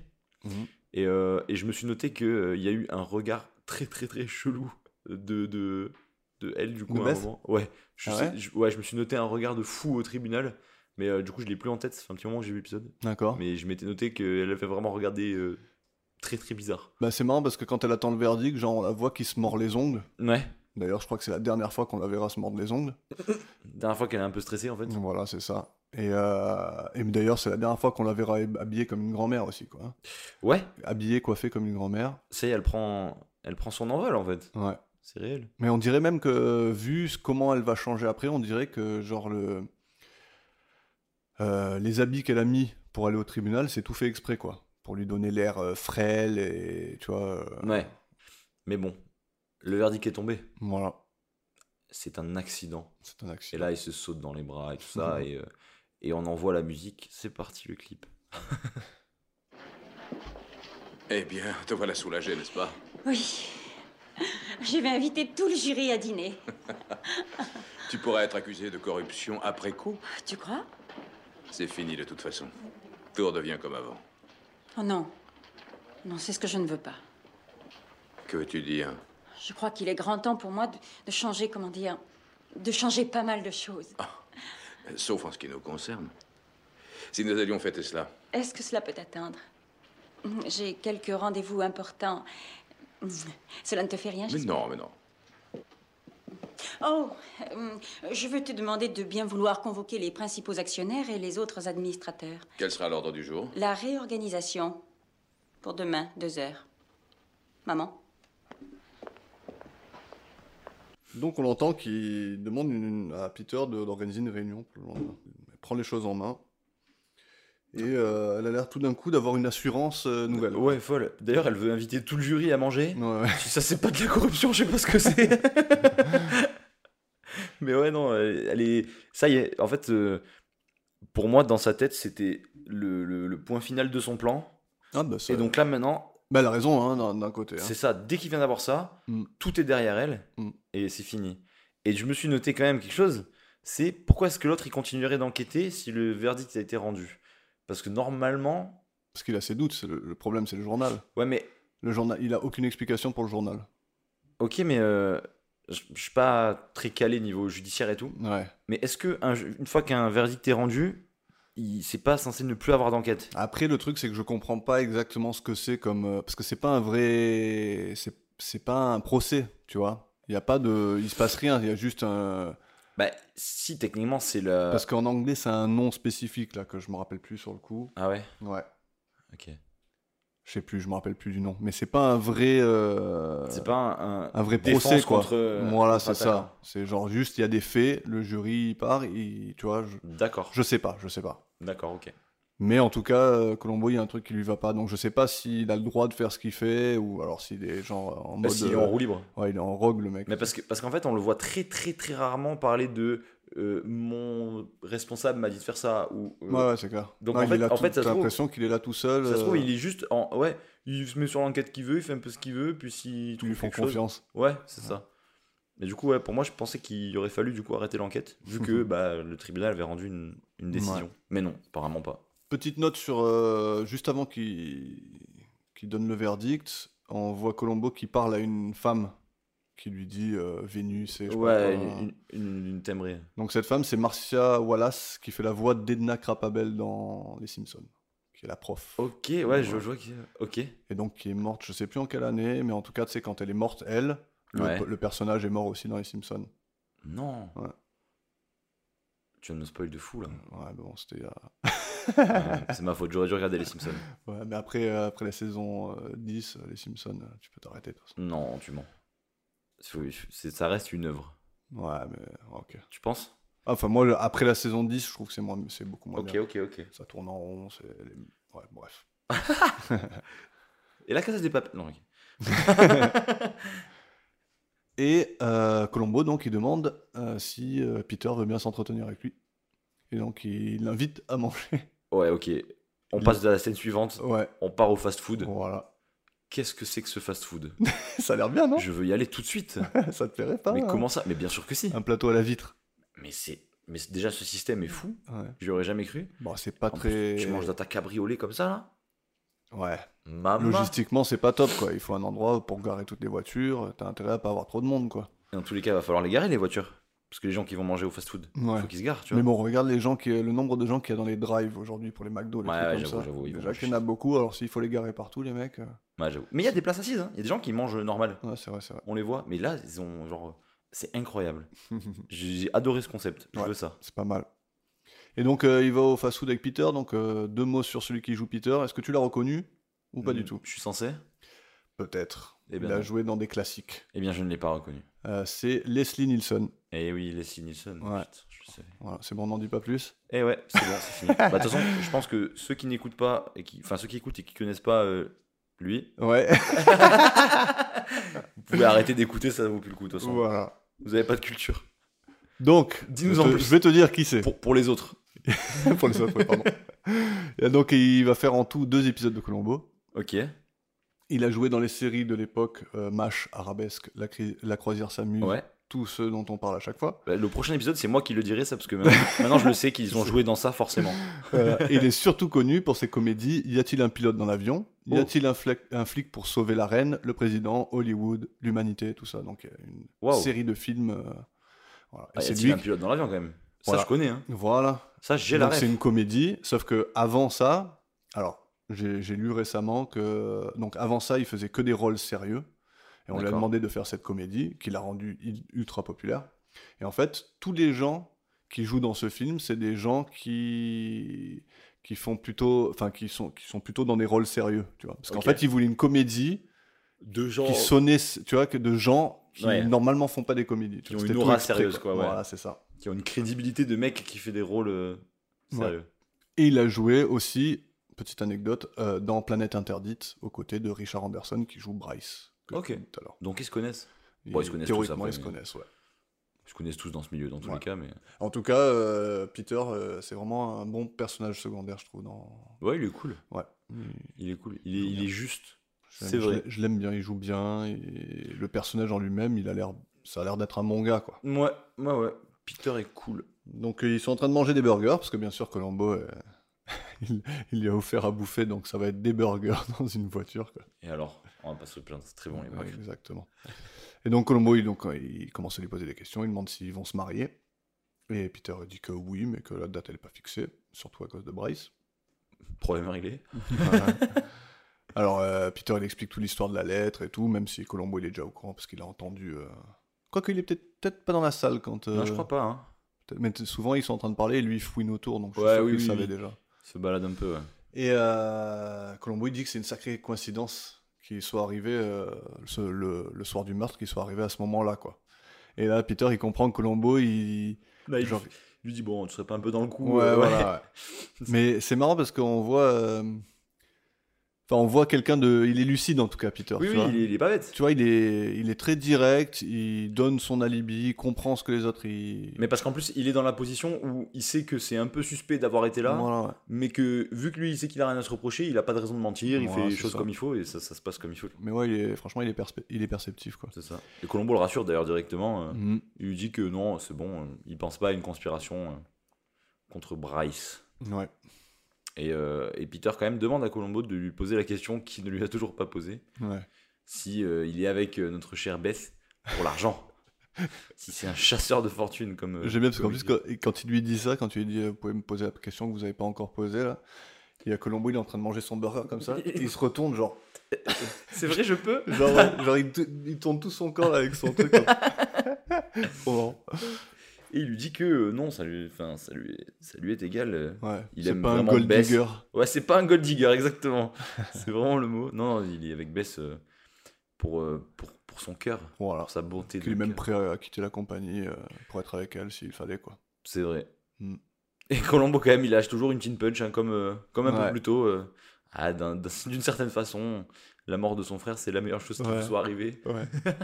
Et, euh, et je me suis noté qu'il y a eu un regard très très très chelou de, de, de elle, du coup,
De
à un
Beth
moment. Ouais je,
Ah
sais-
ouais
je- ouais, je me suis noté un regard de fou au tribunal. Mais euh, du coup, je l'ai plus en tête, ça fait un petit moment que j'ai vu l'épisode.
D'accord.
Mais je m'étais noté qu'elle avait vraiment regardé euh, très très bizarre.
Bah, c'est marrant parce que quand elle attend le verdict, genre, on la voit qui se mord les ongles.
Ouais.
D'ailleurs, je crois que c'est la dernière fois qu'on la verra se mordre les ongles.
Dernière fois qu'elle est un peu stressée en fait.
Voilà, c'est ça. Et, euh, et d'ailleurs, c'est la dernière fois qu'on la verra habillée comme une grand-mère aussi, quoi.
Ouais,
Habillée, coiffée comme une grand-mère.
ça y est, elle prend, elle prend son envol en fait.
Ouais.
C'est réel.
Mais on dirait même que, vu ce- comment elle va changer après, on dirait que, genre, le... euh, les habits qu'elle a mis pour aller au tribunal, c'est tout fait exprès, quoi. Pour lui donner l'air euh, frêle et, tu vois... euh,
Ouais. Mais bon, le verdict est tombé.
Voilà,
C'est un accident.
c'est un
Et
accident.
là, il se saute dans les bras et tout ça. et, euh, et on envoie la musique. C'est parti le clip.
Eh bien, te voilà soulagé, n'est-ce pas
Oui. Je vais inviter tout le jury à dîner.
Tu pourrais être accusé de corruption après coup.
Tu crois
C'est fini de toute façon. Tout redevient comme avant.
Oh non. Non, c'est ce que je ne veux pas.
Que veux-tu dire
Je crois qu'il est grand temps pour moi de, de changer, comment dire, de changer pas mal de choses.
Euh, Sauf en ce qui nous concerne. Si nous allions fêter cela,
Est-ce que cela peut atteindre J'ai quelques rendez-vous importants. Cela ne te fait rien
Mais
j'espère
non, mais non.
Oh, euh, je veux te demander de bien vouloir convoquer les principaux actionnaires et les autres administrateurs.
Quel sera l'ordre du jour
La réorganisation pour demain, deux heures. Maman
Donc on entend qu'il demande une- à Peter de- d'organiser une réunion pour le lendemain. Elle prend les choses en main. Et euh, elle a l'air tout d'un coup d'avoir une assurance euh, nouvelle.
Ouais, folle. D'ailleurs, elle veut inviter tout le jury à manger.
Ouais, ouais.
Si ça, c'est pas de la corruption, je sais pas ce que c'est. Mais ouais, non, elle elle est. Ça y est, en fait, euh, pour moi, dans sa tête, c'était le, le- le point final de son plan.
Ah, bah, ça-
Et donc là, maintenant,
Bah, elle a raison, hein, d'un- d'un côté. hein.
c'est ça. Dès qu'il vient d'avoir ça,
Mm.
tout est derrière elle
Mm.
et c'est fini. Et je me suis noté quand même quelque chose c'est pourquoi est-ce que l'autre il continuerait d'enquêter si le verdict a été rendu Parce que normalement.
Parce qu'il a ses doutes, c'est le, le problème c'est le journal.
Ouais, mais
Le journal, il a aucune explication pour le journal.
ok, mais euh, je je suis pas très calé niveau judiciaire et tout.
Ouais.
Mais est-ce que un ju- une fois qu'un verdict est rendu, il c'est pas censé ne plus avoir d'enquête
Après, le truc, c'est que je comprends pas exactement ce que c'est comme. euh, Parce que c'est pas un vrai. C'est c'est pas un procès, tu vois. Il y a pas de. Il se passe rien, il y a juste un.
Bah si techniquement c'est la
Parce qu'en anglais, c'est un nom spécifique, là, que je me rappelle plus sur le coup.
ah ouais
Ouais.
ok
Je sais plus, je me rappelle plus du nom. Mais c'est pas un vrai. euh,
c'est pas un, un-
Un vrai
défense
procès, quoi.
contre, euh,
voilà,
contre
c'est
attaquant.
ça. C'est genre juste, il y a des faits, le jury il part, il- tu vois, je...
d'accord
je sais pas, je sais pas.
d'accord ok
Mais en tout cas, euh, Colombo, il y a un truc qui lui va pas. Donc je sais pas s'il a le droit de faire ce qu'il fait, ou alors s'il est genre en
bah,
mode.
s'il est
euh,
en roue libre
Ouais, il est en rogue, le mec.
mais parce que parce qu'en fait on le voit très très très rarement parler de euh, mon responsable m'a dit de faire ça ou euh,
Ouais, ouais, c'est clair.
Donc,
Non,
en
il
fait-
est là
en
tout-
fait, ça se
t'as
trouve-
l'impression qu'il est là tout seul.
ça se trouve
euh,
il est juste en ouais il se met sur l'enquête qu'il veut il fait un peu ce qu'il veut puis s'il
ils lui
trouve
font
quelque chose
confiance.
Ouais, c'est ça. Mais du coup, ouais, pour moi, je pensais qu'il aurait fallu du coup arrêter l'enquête, vu
Mhm.
que bah, le tribunal avait rendu une, une décision. Mais non, apparemment pas.
Petite note sur. euh, juste avant qu'il qu'il donne le verdict, on voit Colombo qui parle à une femme qui lui dit euh, Vénus et je sais pas
Ouais,
quoi.
une, une, une- une timbrée.
Donc cette femme, c'est Marcia Wallace qui fait la voix d'Edna Crapabel dans Les Simpsons, qui est la prof.
Ok, ouais, Je, je vois que. Ok.
Et donc qui est morte, je sais plus en quelle année, mais en tout cas, tu sais, quand elle est morte, elle, le,
Ouais.
le personnage est mort aussi dans Les Simpsons.
Non.
Ouais.
Tu viens de me spoil de fou là.
Ouais, mais bon, c'était. euh,
Ouais, c'est ma faute, j'aurais dû regarder les Simpsons.
Ouais, mais après, euh, après la saison euh, 10, euh, les Simpsons, euh, tu peux t'arrêter. de toute façon.
Non, tu mens. C'est- c'est- ça reste une œuvre.
Ouais, mais ok.
Tu penses
Ah, Enfin, moi, le- après la saison 10, je trouve que c'est moins, c'est beaucoup moins
Ok,
bien.
ok, ok.
Ça tourne en rond, c'est. les- Ouais, bref.
Et la Casa des Papels. Non, ok.
Et euh, Colombo, donc, il demande euh, si euh, Peter veut bien s'entretenir avec lui. Et donc, il l'invite à manger.
Ouais, ok. On passe à la scène suivante.
ouais,
On part au fast-food.
voilà.
Qu'est-ce que c'est que ce fast-food
Ça a l'air bien, non
Je veux y aller tout de suite.
Ça te plairait pas Ah.
Mais
hein
comment ça Mais bien sûr que si.
Un plateau à la vitre.
Mais c'est. Mais c'est- déjà, ce système est fou.
Ouais.
J'y aurais jamais cru.
Bon, c'est pas
En plus,
très.
Tu manges Ah, dans ta cabriolet comme ça, là
Ouais.
Maman
Logistiquement, c'est pas top, quoi. Il faut un endroit pour garer toutes les voitures. T'as intérêt à pas avoir trop de monde, quoi.
Et Dans tous les cas, il va falloir les garer, les voitures. Parce que les gens qui vont manger au fast-food,
Ouais.
faut qu'ils se garent, tu vois.
Mais bon, regarde les gens qui, le nombre de gens qu'il y a dans les drives aujourd'hui pour les McDo, les
Ouais,
trucs
ouais,
comme
j'avoue,
ça.
j'avoue, ils vont
Déjà qu'il y
chier.
en a beaucoup, alors s'il faut les garer partout, les mecs. euh,
Ouais, j'avoue. Mais il y a des places assises, hein. il y a des gens qui mangent normal.
Ouais, c'est vrai, c'est vrai.
On les voit, mais là, ils ont genre. C'est incroyable. J'ai j'ai adoré ce concept. Je
Ouais.
veux ça.
c'est pas mal. Et donc, euh, il va au fast-food avec Peter. Donc, euh, deux mots sur celui qui joue Peter. Est-ce que tu l'as reconnu ou pas du
Mm,
tout
Je suis censé
Peut-être.
Eh
Il
ben
a
non.
joué dans des classiques.
Eh bien, je ne l'ai pas reconnu.
Euh, c'est Leslie Nielsen.
Eh oui, Leslie Nielsen.
Ouais.
Putain, je savais.
Voilà, c'est bon, on n'en dit pas plus.
Eh ouais, c'est bon, c'est fini. Bah, De toute façon, je pense que ceux qui n'écoutent pas, et qui... enfin ceux qui écoutent et qui connaissent pas euh, lui,
Ouais,
vous pouvez arrêter d'écouter, ça vaut plus le coup, de toute façon.
voilà.
Vous avez pas de culture.
Donc,
Dis-nous
je
en
te-
plus.
je vais te dire qui c'est.
Pour, pour les autres.
pour les autres, ouais, pardon. Et donc, il va faire en tout deux épisodes de Colombo.
Ok.
Il a joué dans les séries de l'époque euh, MASH, Arabesque, La, Cri- La Croisière s'amuse,
Mm. Ouais.
tous ceux dont on parle à chaque fois.
Bah, le prochain épisode, c'est moi qui le dirai, ça, parce que maintenant, maintenant, je le sais qu'ils ont joué dans ça, forcément.
Euh, et il est surtout connu pour ses comédies Y a-t-il un pilote dans l'avion Y
Oh.
a-t-il un, flec- un flic pour sauver la reine, le président, Hollywood, l'humanité, tout ça. Donc, euh, une
Waouh.
série de films. euh, voilà. Et
Ah, y
c'est
a-t-il
lui.
un
qui-
pilote dans l'avion, quand même.
Voilà.
Ça, je connais, hein.
Voilà.
Ça, j'ai la
Donc, C'est
ref.
une comédie, sauf que avant ça, alors j'ai j'ai lu récemment que donc avant ça, il faisait que des rôles sérieux et on lui a
D'accord.
demandé de faire cette comédie qui l'a rendue il- ultra populaire. Et en fait, tous les gens qui jouent dans ce film, c'est des gens qui qui font plutôt enfin qui sont qui sont plutôt dans des rôles sérieux, tu vois. Parce qu'en
Ok.
fait, ils voulaient une comédie
Deux gens
qui sonnait, tu vois, que de gens qui
Ouais.
normalement font pas des comédies, tu
Qui
vois.
ont une
C'était tout
aura
exprès,
sérieuse, quoi, ouais.
Voilà, c'est ça.
qui ont une crédibilité de mec qui fait des rôles euh,
Ouais.
sérieux.
Et il a joué aussi, petite anecdote, euh, dans Planète Interdite, aux côtés de Richard Anderson qui joue Bryce. que
Ok.
je disais Tout à l'heure.
Donc, ils se connaissent.
Et
Bon, ils se connaissent tous,
Théoriquement,
après,
ils se
mais-
connaissent, ouais.
Ils se connaissent tous dans ce milieu, dans tous
Ouais.
les cas, mais.
En tout cas, euh, Peter, euh, c'est vraiment un bon personnage secondaire, je trouve. Dans...
Ouais, il est cool.
Ouais.
Il est cool. Il est, il est juste.
Je l'aime-
C'est
je
vrai.
l'ai- Je l'aime bien, il joue bien. Et le personnage en lui-même, il a l'air, ça a l'air d'être un bon gars, quoi.
Ouais, ouais, ouais. Peter est cool.
Donc, euh, ils sont en train de manger des burgers, parce que bien sûr, Colombo, euh, il, il lui a offert à bouffer, donc ça va être des burgers dans une voiture, quoi.
Et alors, on va pas se plaindre, c'est très bon les
Ouais,
mecs.
exactement. Et donc Colombo, il, donc, euh, il commence à lui poser des questions, il demande s'ils vont se marier. Et Peter il dit que oui, mais que la date, elle n'est pas fixée, surtout à cause de Bryce.
Problème réglé.
Alors euh, Peter, il explique toute l'histoire de la lettre et tout, même si Colombo, il est déjà au courant parce qu'il a entendu... euh, Quoique, il est peut-être peut-être pas dans la salle quand... euh,
Non, je crois pas. Hein.
peut-être- Mais t- souvent, ils sont en train de parler et lui, il fouine autour, donc je suis
Ouais,
sûr
oui,
qu'il
oui,
savait
oui.
déjà.
Il Se balade un peu. ouais.
Et euh, Colombo, il dit que c'est une sacrée coïncidence qu'il soit arrivé euh, ce- le, le soir du meurtre, qu'il soit arrivé à ce moment-là, quoi. Et là, Peter, il comprend que Colombo, il...
Bah, il
genre-
lui- lui dit bon, tu serais pas un peu dans le coup.
Ouais,
euh,
voilà, ouais. Mais c'est marrant parce qu'on voit... euh, Enfin, on voit quelqu'un de... Il est lucide, en tout cas, Peter.
Oui,
tu
oui,
vois.
il est, il est pas bête.
Tu vois, il est, il est très direct, il donne son alibi, il comprend ce que les autres... ils-
Mais parce qu'en plus, il est dans la position où il sait que c'est un peu suspect d'avoir été là,
Voilà, ouais.
mais que vu que lui, il sait qu'il a rien à se reprocher, il a pas de raison de mentir, il
Ouais,
fait les
c'est
choses
ça.
comme il faut et ça, ça se passe comme il faut.
Mais ouais, il est- franchement, il est, perspe- il est perceptif, quoi.
C'est ça. Et Colombo le rassure d'ailleurs directement. euh,
Mhm.
Il lui dit que non, c'est bon, euh, il pense pas à une conspiration euh, contre Bryce.
Ouais.
Et, euh, et Peter quand même demande à Colombo de lui poser la question qu'il ne lui a toujours pas posée.
ouais.
si euh, il est avec euh, notre chère Beth pour l'argent. si c'est un chasseur de fortune comme. euh,
J'aime bien parce qu'en
comme
plus,
il
quand, quand il lui dit ça, quand tu lui dis euh, Vous pouvez me poser la question que vous n'avez pas encore posée, là, il y a Colombo, il est en train de manger son burger comme ça, et il se retourne, genre.
dit. C'est vrai, je peux.
Genre, hein. ouais, genre, il, t- il tourne tout son corps là, avec son truc. comme- Trop marrant.
Et il lui dit que euh, non, ça lui, enfin, ça lui, ça lui est égal. euh.
Ouais,
Il
c'est
aime
pas un
vraiment
gold
Bess.
digger.
Ouais, c'est pas un gold digger, exactement. c'est vraiment le mot. Non, non, il est avec Bess euh, pour, euh, pour, pour son cœur,
Voilà.
pour sa bonté. de
Qu'il est même
cœur.
prêt à quitter la compagnie euh, pour être avec elle s'il fallait, quoi.
C'est vrai.
Mm.
Et Colombo, quand même, il lâche toujours une chin punch, hein, comme, euh, comme un
Ouais.
peu plus tôt. euh. Ah, d'un- d'un- d'une certaine façon, la mort de son frère, c'est la meilleure chose qui
Ouais.
lui soit arrivée.
Ouais.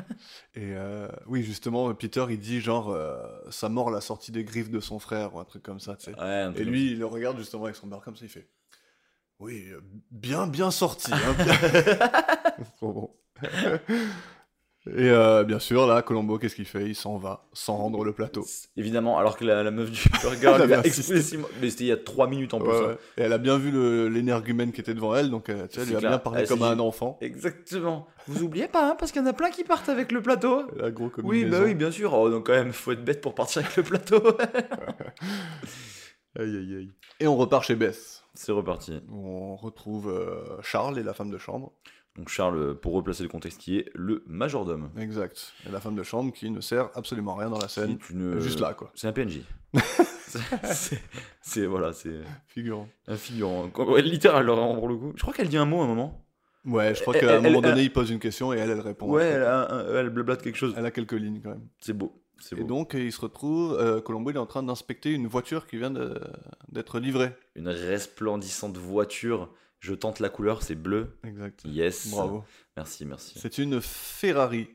Et euh, oui, justement, Peter, il dit genre, euh, sa mort l'a sortie des griffes de son frère ou un truc comme ça, tu sais.
Ouais, un
Et
truc
lui, il le regarde justement avec son bar comme ça, il fait Oui, euh, bien, bien sorti. hein, bien. C'est trop bon. Et euh, bien sûr, là, Colombo, qu'est-ce qu'il fait Il s'en va, sans rendre le plateau.
comme ça. Évidemment, alors que la, la meuf du regard
Elle
lui a
avait insisté.
expressément. Mais c'était il y a 3 minutes en plus.
Ouais,
hein.
ouais. Et elle a bien vu le- l'énergumène qui était devant elle, donc euh, tu sais, elle
C'est
lui a
clair.
bien parlé
Elle
comme
s'est
à un
dit-
enfant.
Exactement. Vous oubliez pas, hein, parce qu'il y en a plein qui partent avec le plateau.
Elle a gros comme
Oui,
Euh, une
bah
maison.
oui, bien sûr. Oh, donc quand même, faut être bête pour partir avec le plateau. aïe, aïe, aïe.
Et on repart chez Bess.
C'est reparti.
On retrouve euh, Charles et la femme de chambre.
Donc Charles, pour replacer le contexte, qui est le majordome.
Exact. Et la femme de chambre qui ne sert absolument à rien dans la scène.
C'est une- euh,
Juste là, quoi.
C'est un PNJ. C'est- c'est- c'est voilà, c'est
Figurant.
un figurant. Quoi, ouais, littéral alors, pour le coup. Je crois qu'elle dit un mot à un moment.
Ouais, je crois
Elle-
qu'à un
elle-
moment
elle- euh,
donné, il pose une question et elle, elle répond.
ouais,
en fait.
elle, a un- un- elle blablate quelque chose.
Elle a quelques lignes quand même.
C'est beau. C'est
Et
beau.
donc, il se retrouve, euh, Colombo, il est en train d'inspecter une voiture qui vient de- d'être livrée.
Une resplendissante voiture. Je tente la couleur, c'est bleu.
Exact.
Yes.
Bravo.
Merci, merci.
C'est une Ferrari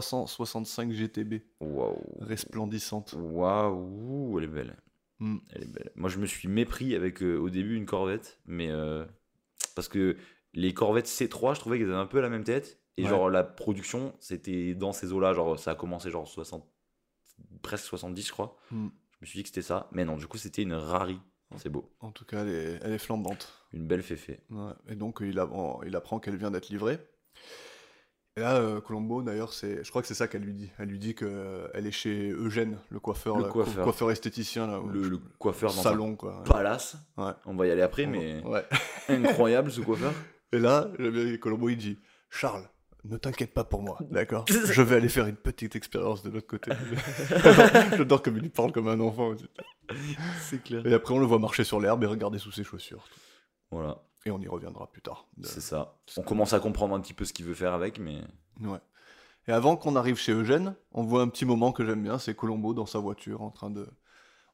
365 GTB,
Waouh.
resplendissante.
Waouh, elle est belle.
Mm.
Elle est belle. Moi, je me suis mépris avec euh, au début une Corvette, mais euh, parce que les Corvettes C3, je trouvais qu'elles avaient un peu la même tête. Et
Ouais.
genre, la production, c'était dans ces eaux-là. Genre, ça a commencé genre 60, presque 70, je crois.
Mm.
Je me suis dit que c'était ça. Mais non, du coup, c'était une Rari. C'est beau.
En tout cas, elle est, elle est flambante.
Une belle féfé.
Ouais. Et donc, il, apprend- il apprend qu'elle vient d'être livrée. Et là, euh, Colombo, d'ailleurs, c'est, je crois que c'est ça qu'elle lui dit. Elle lui dit qu'elle est chez Eugène, le coiffeur,
Le
là, co-
coiffeur.
esthéticien, là, ou-
Le, le coiffeur dans
salon, quoi.
un palace.
Ouais.
On va y aller après, mais
Ouais.
incroyable ce coiffeur.
Et là, le- Colombo, il dit Charles, ne t'inquiète pas pour moi, d'accord Je vais aller faire une petite expérience de l'autre côté. J'adore comme il parle comme un enfant aussi.
C'est clair.
Et après, on le voit marcher sur l'herbe et regarder sous ses chaussures.
Voilà,
Et on y reviendra plus tard. De-
c'est ça. On commence à comprendre un petit peu ce qu'il veut faire avec, mais.
Ouais. Et avant qu'on arrive chez Eugène, on voit un petit moment que j'aime bien, c'est Colombo dans sa voiture en train de.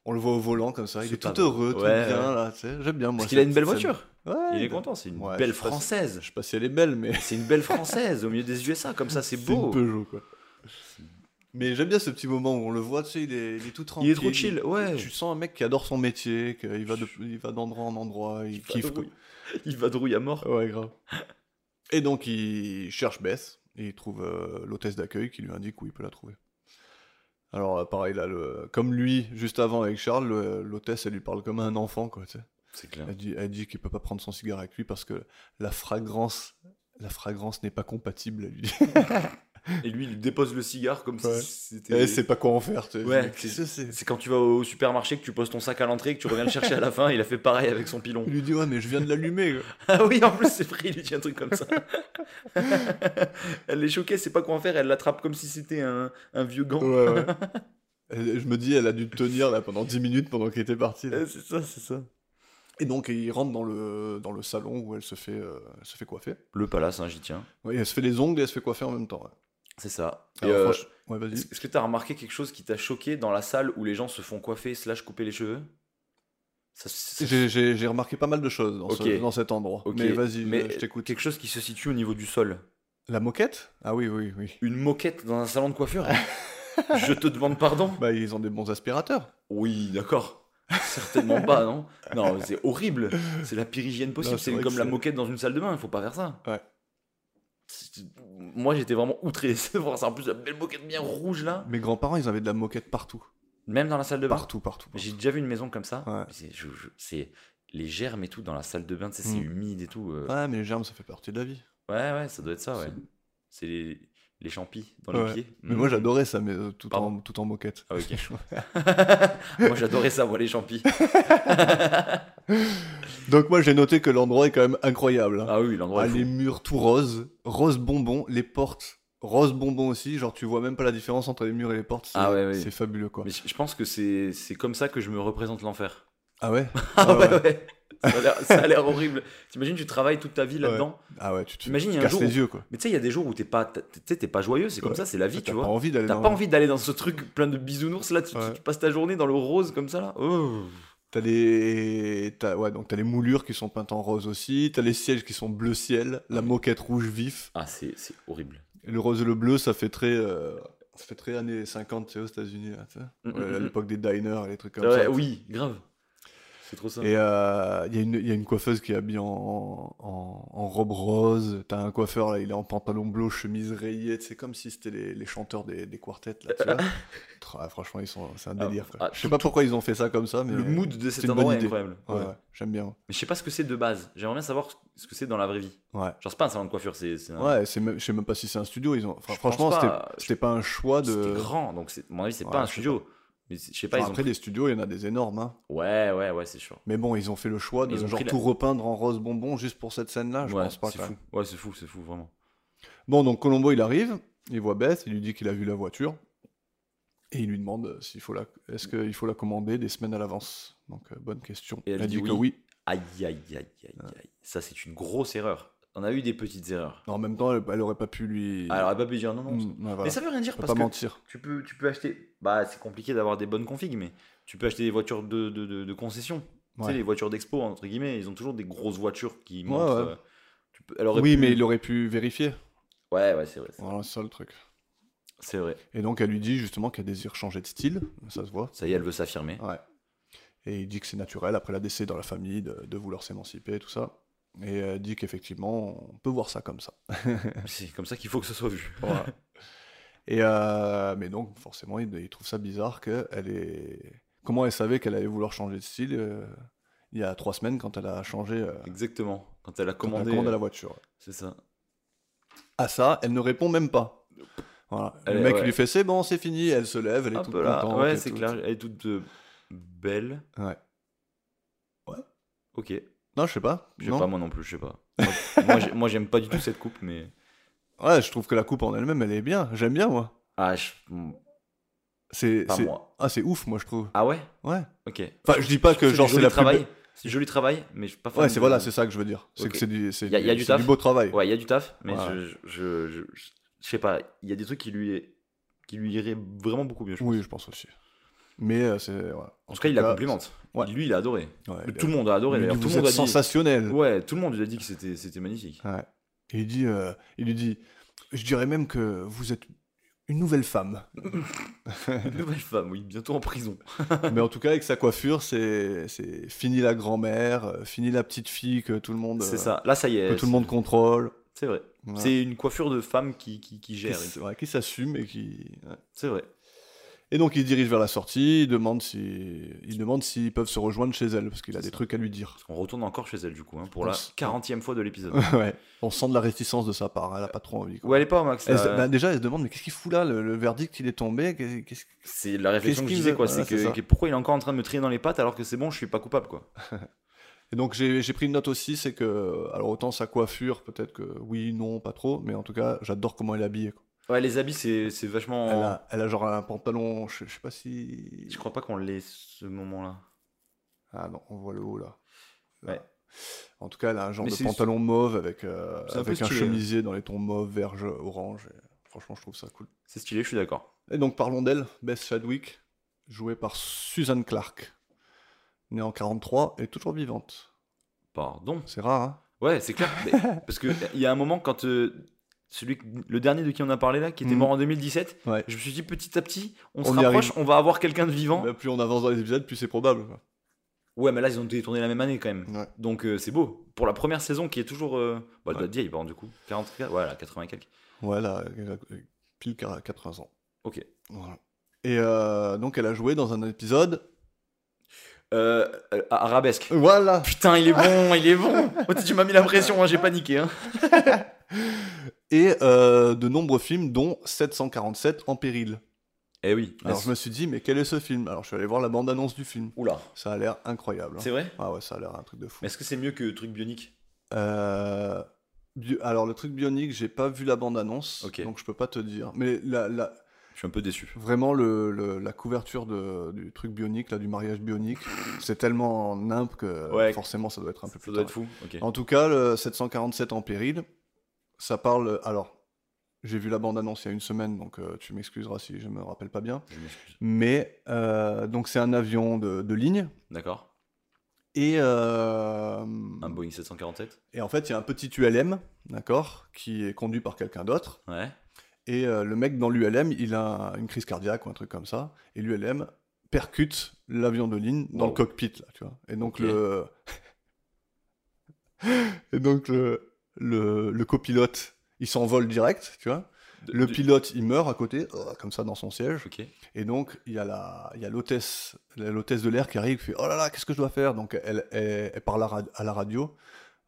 On le voit au volant comme ça, il
C'est
est tout
pas vrai.
heureux, tout
Ouais,
bien
ouais.
là, tu sais. J'aime bien moi.
Parce qu'il a
cette-
une belle
cette scène.
voiture.
Ouais,
Il est
de-
content, c'est une
Ouais,
belle
je sais pas si-
française.
Je sais pas si elle est belle, mais
C'est une belle française au milieu des USA, comme ça, c'est
C'est une
beau.
Peugeot, quoi. Mais j'aime bien ce petit moment où on le voit, tu sais, il est, il est tout tranquille.
Il est trop chill, ouais.
Tu sens un mec qui adore son métier, qu'il va de- il va d'endroit en endroit, il, kiffe. quoi.
vadrouille. Il vadrouille à mort.
Ouais, grave. Et donc, il cherche Bess, et il trouve euh, l'hôtesse d'accueil qui lui indique où il peut la trouver. Alors, euh, pareil, là, le- comme lui, juste avant avec Charles, le- l'hôtesse, elle lui parle comme un enfant, quoi, tu sais.
C'est clair.
Elle dit, elle dit qu'il peut pas prendre son cigare avec lui parce que la fragrance, la fragrance n'est pas compatible, elle lui dit.
Et lui, il dépose le cigare comme
Ouais. Eh,
si c'était.
Elle sait pas quoi en faire, tu sais.
Ouais,
Mais qu'est-ce que c'est
C'est quand tu vas au supermarché que tu poses ton sac à l'entrée et que tu reviens le chercher à la fin. Il a fait pareil avec son pilon.
Il lui dit ouais mais je viens de l'allumer. quoi.
Ah oui, en plus, c'est vrai, il lui dit un truc comme ça. elle est choquée, c'est pas quoi en faire. Elle l'attrape comme si c'était un, un vieux gant.
ouais, ouais. Elle- Je me dis elle a dû tenir là pendant 10 minutes pendant qu'il était parti. là.
Euh, C'est ça, c'est ça.
Et donc il rentre dans le dans le salon où elle se fait euh, elle se fait coiffer.
Le palace, hein, j'y tiens.
Ouais, elle se fait les ongles et elle se fait coiffer en même temps. ouais.
C'est ça. Et,
Alors,
euh,
franch- ouais, vas-y.
Est-ce est-ce que tu as remarqué quelque chose qui t'a choqué dans la salle où les gens se font coiffer slash couper les cheveux Ça- ça-
J'ai- J'ai j'ai remarqué pas mal de choses dans, ce-
Ok.
dans cet endroit.
Ok,
Mais vas-y,
mais
je t'écoute.
Quelque chose qui se situe au niveau du sol.
La moquette Ah oui, oui, oui.
Une moquette dans un salon de coiffure Je te demande pardon
Bah ils ont des bons aspirateurs.
Oui, d'accord. Certainement pas, non Non, mais c'est horrible. C'est la pire hygiène
Non,
possible.
c'est
C'est
vrai
comme
que
la
c'est-
moquette dans une salle de bain. Il faut pas faire ça.
Ouais.
C'est- Moi, j'étais vraiment outré. C'est voir ça. En plus, la belle moquette bien rouge là.
Mes grands-parents, ils avaient de la moquette partout.
Même dans la salle de bain.
Partout, partout.
J'ai déjà vu une maison comme ça.
Ouais.
mais C'est je- je- c'est les germes et tout dans la salle de bain, tu sais, c'est
Mm.
humide et tout. euh.
Ouais, mais les germes, ça fait partie de la vie.
Ouais, ouais, ça doit être ça, ouais. C'est les, les champis dans
Ouais.
les pieds.
Mais
Mm.
moi, j'adorais ça, mais euh, tout, en,
Pardon.
tout en moquette.
Ah, ok. moi, j'adorais ça, moi, les champis.
Donc moi j'ai noté que l'endroit est quand même incroyable. hein.
Ah oui, l'endroit
Ah,
est
les
fou.
murs tout rose, rose bonbon, les portes Rose bonbon aussi, genre tu vois même pas la différence entre les murs et les portes. C'est,
Ah ouais, ouais.
c'est fabuleux quoi.
Mais je je pense que c'est c'est comme ça que je me représente l'enfer.
Ah ouais
Ah
ouais,
ouais, ouais. Ça a l'air- Ça a l'air horrible. T'imagines, tu travailles toute ta vie là-dedans.
Ah ouais, tu te
T'imagines,
tu
il y a un
casses
jour
les
où-
yeux quoi.
Mais tu sais, il y a des jours où t'es pas, t'es- t'es t'es pas joyeux, c'est comme
Ouais.
ça, c'est la vie,
T'as
tu
pas
vois.
envie d'aller
T'as
dans
pas envie d'aller dans ce truc plein de bisounours là, tu, tu-
Ouais.
tu passes ta journée dans le rose comme ça là. Oh.
T'as les... t'as- ouais, donc t'as les moulures qui sont peintes en rose aussi, t'as les sièges qui sont bleu ciel, la moquette rouge vif.
Ah, c'est c'est horrible.
Et le rose et le bleu, ça fait très... euh, Ça fait très années 50, tu sais, aux États-Unis, là, tu sais.
Mm,
Ouais,
mm,
à
mm.
l'époque des diners et les trucs comme
Ouais,
ça.
oui, grave. C'est trop ça.
Et euh, il y, a une- il y a une coiffeuse qui est habillée en, en- en robe rose. T'as un coiffeur, là, il est en pantalon bleu, chemise rayée. C'est comme si c'était les, les chanteurs des, des quartettes. Là, tu vois. Tra- franchement, ils sont, c'est un
Ah,
délire. quoi.
ah,
je sais pas pourquoi ils ont fait ça comme ça, mais
le mood de
euh, c'est
cet
une bonne
endroit est
idée.
incroyable.
Ouais,
Ouais.
ouais, j'aime bien.
Mais je sais pas ce que c'est de base. J'aimerais bien savoir ce que c'est dans la vraie vie.
Ouais.
Genre, c'est pas un salon de coiffure, c'est c'est un.
Ouais, c'est même- je sais même pas si c'est un studio. Ils ont... enfin,
Je
franchement,
pense
c'était,
pas.
c'était pas un choix de.
C'était grand, donc c'est- à mon avis, c'est
Ouais,
pas un
je sais
studio. Mais c'est- je sais pas,
Enfin,
ils ont.
après, des studios, il y en a des énormes. hein.
Ouais, ouais, ouais, c'est sûr.
Mais bon, ils ont fait le choix
Mais
de
ils ont
genre
pris la-
tout repeindre en rose bonbon juste pour cette scène-là. Ah, Je
ouais,
pense pas.
c'est
quand
fou.
même.
Ouais, c'est fou, c'est fou, vraiment.
Bon, donc Colombo, il arrive, il voit Beth, il lui dit qu'il a vu la voiture, et il lui demande euh, s'il faut la, est-ce qu'il faut la commander des semaines à l'avance. Donc euh, bonne question.
Et elle
a
dit
dit, que
oui.
oui.
Aïe, aïe, aïe, aïe, aïe. Ça, c'est une grosse erreur. On a eu des petites erreurs.
En même temps, elle, elle aurait pas pu lui.
Alors, elle a pas pu dire non, non.
Mm,
ça-
ouais, voilà.
Mais ça veut rien dire
Elle peut
parce
pas
que
mentir.
tu peux, tu peux acheter. Bah, c'est compliqué d'avoir des bonnes configs, mais tu peux acheter des voitures de, de, de, de concession. Tu sais,
Ouais.
les voitures d'expo, entre guillemets, ils ont toujours des grosses voitures qui
Ouais,
montrent.
ouais.
euh, tu peux- elle aurait
Oui,
pu-
mais il aurait pu vérifier.
Ouais, ouais, c'est vrai. c'est-
Voilà, c'est ça le truc.
C'est vrai.
Et donc elle lui dit justement qu'elle désire changer de style, ça se voit.
Ça y est, elle veut s'affirmer.
Ouais. Et il dit que c'est naturel après la décès dans la famille de, de vouloir s'émanciper, tout ça. Et elle dit qu'effectivement, on peut voir ça comme ça.
C'est comme ça qu'il faut que ce soit vu.
Voilà. Et euh, mais donc, forcément, il, il trouve ça bizarre qu'elle est. Comment elle savait qu'elle allait vouloir changer de style euh, il y a trois semaines quand elle a changé. euh,
Exactement. Quand elle a
quand elle a
commandé.
commandé
euh,
la voiture.
C'est ça.
À ça, elle ne répond même pas. Voilà.
Elle est-
le mec
ouais.
lui fait c'est bon, c'est fini. Elle se lève, elle est
Hop
toute
là.
contente.
Ouais,
et
c'est
tout.
clair. Elle est toute euh, belle.
Ouais.
Ok.
Non, je sais pas.
Je sais
non.
pas, moi non plus, je sais pas. Moi, moi, j'ai- moi, j'aime pas du tout cette coupe, mais.
Ouais, je trouve que la coupe en elle-même, elle est bien. J'aime bien moi.
Ah, je-
C'est
pas
c'est-
moi.
ah c'est ouf moi je trouve.
Ah ouais
Ouais.
Ok.
Enfin, je dis pas que
du
genre c'est
joli
la plus
travail.
belle-
C'est du joli travail, mais je suis pas fan
Ouais, c'est
de-
voilà, c'est ça que je veux dire. C'est
Ok.
que c'est du c'est
Y a- y a du
c'est
taf.
beau travail.
Ouais, il y a du taf, mais
Ouais.
je, je, je, je- je sais pas. Il y a des trucs qui lui, est- qui lui iraient vraiment beaucoup mieux. je pense.
Oui, je pense aussi. Mais euh, c'est. ouais.
En tout cas, il la complimente.
ouais. Eh
Lui, il a adoré.
Ouais, il a-
tout le monde a adoré.
il lui dit,
d'ailleurs. Tout
vous
le monde
êtes
a dit.
sensationnel.
Ouais, tout le monde lui a dit que c'était c'était magnifique.
Ouais. Et il dit, euh, il lui dit, je dirais même que vous êtes une nouvelle femme.
Une nouvelle femme, oui, bientôt en prison.
Mais en tout cas, avec sa coiffure, c'est c'est fini la grand-mère, euh, fini la petite fille que tout le monde.
C'est
euh,
ça. Là, ça y
Que
est.
tout le monde contrôle.
c'est- C'est vrai.
Ouais.
C'est une coiffure de femme qui, qui, qui
Qui
gère.
s- ouais, qui s'assume et qui. ouais.
C'est vrai.
Et donc il se dirige vers la sortie, il demande si, il demande s'ils peuvent se rejoindre chez elle parce qu'il a
C'est
des
ça.
trucs à lui dire.
On retourne encore chez elle, du coup, hein, pour la
On s-
40e fois de l'épisode.
ouais. On sent de la réticence de sa part, hein, elle a pas trop envie. quoi.
Où elle est pas, Max
Elle se-
là
bah, déjà, elle se demande, mais qu'est-ce qu'il fout là le, le verdict, il est tombé qu'est- qu'est-ce-
C'est la réflexion que je
qu'il
disais,
veut
quoi.
Voilà,
c'est que,
c'est ça.
que pourquoi il est encore en train de me trier dans les pattes alors que c'est bon, je suis pas coupable, quoi.
Et donc, j'ai j'ai pris une note aussi, c'est que, alors autant sa coiffure, peut-être que oui, non, pas trop, mais en tout cas, j'adore comment elle est habillée. quoi.
Ouais, les habits, c'est c'est vachement.
Elle, a, elle a genre un pantalon, je, je sais pas si.
Je crois pas qu'on l'ait ce moment-là.
Ah non, on voit le haut là. Là.
Ouais.
En tout cas, elle a un genre
Mais
de
c'est-
pantalon mauve avec, euh,
C'est un peu
avec un
stylé.
chemisier dans les tons mauve, vert, je- orange. et franchement, je trouve ça cool.
C'est stylé, je suis d'accord.
Et donc parlons d'elle, Bess Chadwick, jouée par Susan Clark, née en 43 et toujours vivante.
Pardon.
C'est rare, hein
Ouais, c'est clair. mais- parce que il y a un moment quand euh, celui, que- le dernier de qui on a parlé là, qui était
Mhm.
mort en 2017,
Ouais.
je me suis dit petit à petit, on,
On
se
y
rapproche, on va avoir quelqu'un de vivant.
Bah, plus on avance dans les épisodes, plus c'est probable. quoi.
Ouais, mais là ils ont été tournés la même année quand même.
Ouais.
Donc euh, c'est beau. Pour la première saison qui est toujours, euh, bah, elle doit
Ouais.
être vieille, par contre, du coup, 44, voilà, 80 et quelques.
Ouais, là, elle a pile 80 ans.
Ok.
Voilà. Et euh, donc elle a joué dans un épisode.
Euh, euh, arabesque.
Voilà
Putain, il est bon, il est bon. Oh, tu m'as mis la pression, hein, j'ai paniqué. Hein.
Et euh, de nombreux films, dont 747 en péril.
Eh oui.
Alors je me suis dit, mais quel est ce film Alors je suis allé voir la bande-annonce du film.
Oula.
Ça a l'air incroyable. hein.
C'est vrai
Ah ouais, ça a l'air un truc de fou.
Mais est-ce que c'est mieux que truc bionique
Euh, Bio- Alors, le truc bionique, j'ai pas vu la bande-annonce,
Ok.
donc je peux pas te dire. Mais la, la-
Je suis un peu déçu.
vraiment, le, le- la couverture de- du truc bionique, là, du mariage bionique, c'est tellement nimp que
Ouais.
forcément, ça doit être un peu
Ça
plus
doit
tard.
être fou. Ok.
En tout cas, le 747 en péril, ça parle. Alors, j'ai vu la bande-annonce il y a une semaine, donc euh, tu m'excuseras si je me rappelle pas bien.
Je m'excuse.
Mais euh, donc, c'est un avion de, de ligne.
D'accord.
Et, euh,
Un Boeing 747
et en fait, il y a un petit ULM, d'accord, qui est conduit par quelqu'un d'autre.
Ouais.
Et euh, le mec dans l'ULM, il a une crise cardiaque ou un truc comme ça. Et l'ULM percute l'avion de ligne dans le
Wow.
cockpit, là, tu vois. Et donc
Ok.
le. et donc le, le, le copilote, il s'envole direct, tu vois.
De-
Le
du-
pilote, il meurt à côté, euh, comme ça, dans son siège.
Ok.
Et donc, il y a la- il y a l'hôtesse la- l'hôtesse de l'air qui arrive, qui fait Oh là là, qu'est-ce que je dois faire Donc, elle, elle- elle parle à, ra- à la radio,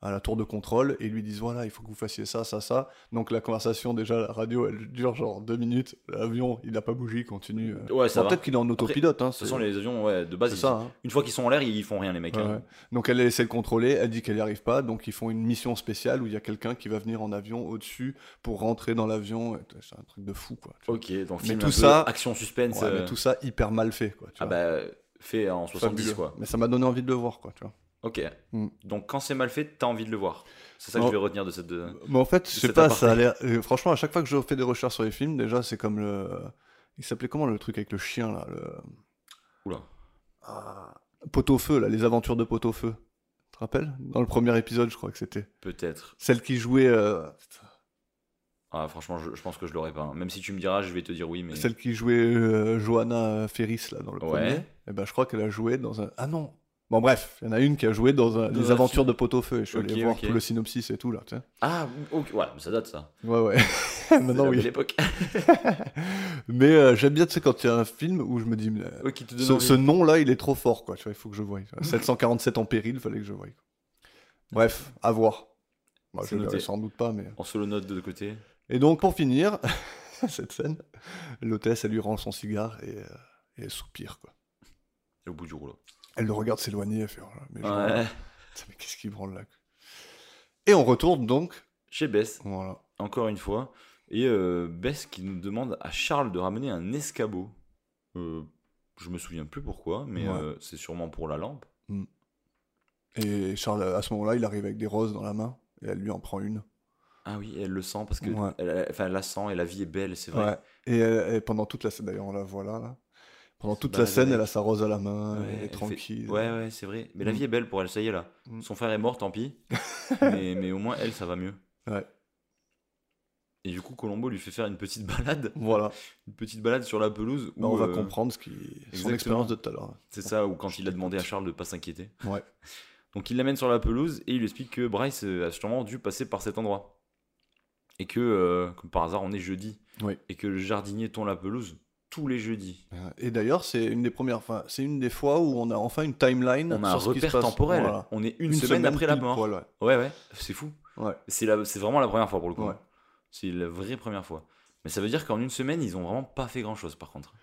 à la tour de contrôle, et ils lui disent Voilà, il faut que vous fassiez ça, ça, ça. Donc, la conversation, déjà, la radio, elle dure genre deux minutes. L'avion, il n'a pas bougé, il continue. euh.
Ouais, ça
Bon,
va.
Peut-être qu'il est en autopilote. hein,
De
c'est
toute façon, les avions, ouais, de base,
c'est
ils-
ça. hein.
une fois qu'ils sont en l'air, ils font rien, les mecs.
Ouais,
hein.
ouais. Donc elle essaie de contrôler, elle dit qu'elle n'y arrive pas, donc ils font une mission spéciale où il y a quelqu'un qui va venir en avion au-dessus pour rentrer dans l'avion. et C'est un truc de fou, quoi. tu vois.
Ok, donc
Mais
film
tout
un peu
ça-
action suspense.
Ouais, mais
euh,
tout ça hyper mal fait, quoi. tu
ah
vois.
bah fait en 70
Fabuleux.
quoi.
Mais ça m'a donné envie de le voir, quoi, tu vois.
Ok.
Mm.
Donc quand c'est mal fait, t'as envie de le voir. C'est ça que
Non.
je vais retenir de cette. de-
Mais en fait, je sais
cet
pas,
aparté.
ça a l'air. euh, Franchement, à chaque fois que je fais des recherches sur les films, déjà, c'est comme le. Il s'appelait comment le truc avec le chien, là le...
Oula.
Ah, Pot-au-feu, là, les aventures de Pot-au-feu. Tu te rappelles Dans le premier épisode, je crois que c'était.
Peut-être.
Celle qui jouait. euh,
Ah franchement, je, je pense que je l'aurais pas. hein. Même si tu me diras, je vais te dire oui, mais.
Celle qui jouait euh, Johanna Ferris, là, dans le
Ouais.
premier. Et ben, je crois qu'elle a joué dans un. Ah non Bon, bref, il y en a une qui a joué dans un-
Dans
Les
un
aventures
film.
de Pot-au-feu. Et je suis
Ok,
allé voir
ok.
tout le synopsis et tout, là, tu sais.
Ah ok. Ouais, mais ça date ça.
Ouais, ouais.
C'est
Maintenant,
la
Ah oui.
belle époque.
Mais euh, j'aime bien, tu sais, quand il y a un film où je me dis, mais, euh,
Ok, qui te donne
ce,
envie.
ce nom-là, il est trop fort, quoi. Tu vois, il faut que je voie. tu vois. 747 en péril, fallait que je voie. quoi. Bref, à voir. Bah,
C'est
je le
noté.
verrai sans doute pas, mais. euh.
On se le note de côté.
Et donc, pour finir cette scène, l'hôtesse, elle lui rend son cigare et, euh, et elle soupire, quoi.
Et au bout du rouleau.
Elle le regarde s'éloigner, elle fait, Oh là, mais, je branle.
Ouais.
Putain, mais qu'est-ce qui branle là quoi. Et on retourne donc,
Chez Bess,
voilà.
encore une fois. Et euh, Bess qui nous demande à Charles de ramener un escabeau. Euh, je me souviens plus pourquoi, mais
Ouais.
euh, c'est sûrement pour la lampe.
Et Charles, à ce moment-là, il arrive avec des roses dans la main et elle lui en prend une.
Ah oui, elle le sent parce que
Ouais.
elle, elle- enfin, elle la sent et la vie est belle, c'est vrai.
Ouais. Et, elle- elle- pendant toute la scène, d'ailleurs, on la voit là. là. Pendant
bah, Elle se
toute la
balade
scène,
avec.
elle a sa rose à la main,
Ouais,
elle est
elle fait-
tranquille.
Ouais, ouais, c'est vrai. Mais la
Mm.
vie est belle pour elle, ça y est là.
Mm.
Son frère est mort, tant pis. mais, mais au moins, elle, ça va mieux.
Ouais.
Et du coup, Colombo lui fait faire une petite balade,
Voilà,
une petite balade sur la pelouse. Où,
Là, on va
euh,
comprendre ce qui... son
exactement.
expérience de tout à l'heure.
C'est ça, ou quand il a demandé à Charles de pas s'inquiéter.
Ouais.
Donc il l'amène sur la pelouse et il lui explique que Bryce euh, a sûrement dû passer par cet endroit. Et que, euh, comme par hasard, on est jeudi.
Oui.
Et que le jardinier tond la pelouse tous les jeudis.
Et d'ailleurs, c'est une des premières, enfin, c'est une des fois où on a enfin une timeline.
On a un
sur ce qui se
repère
passe.
temporel.
Voilà.
On est une, semaine, après la
pile
mort.
poil, ouais.
Ouais, ouais, c'est fou.
Ouais.
C'est, la- c'est vraiment la première fois pour le coup.
Ouais.
C'est la vraie première fois. Mais ça veut dire qu'en une semaine, ils ont vraiment pas fait grand chose par contre.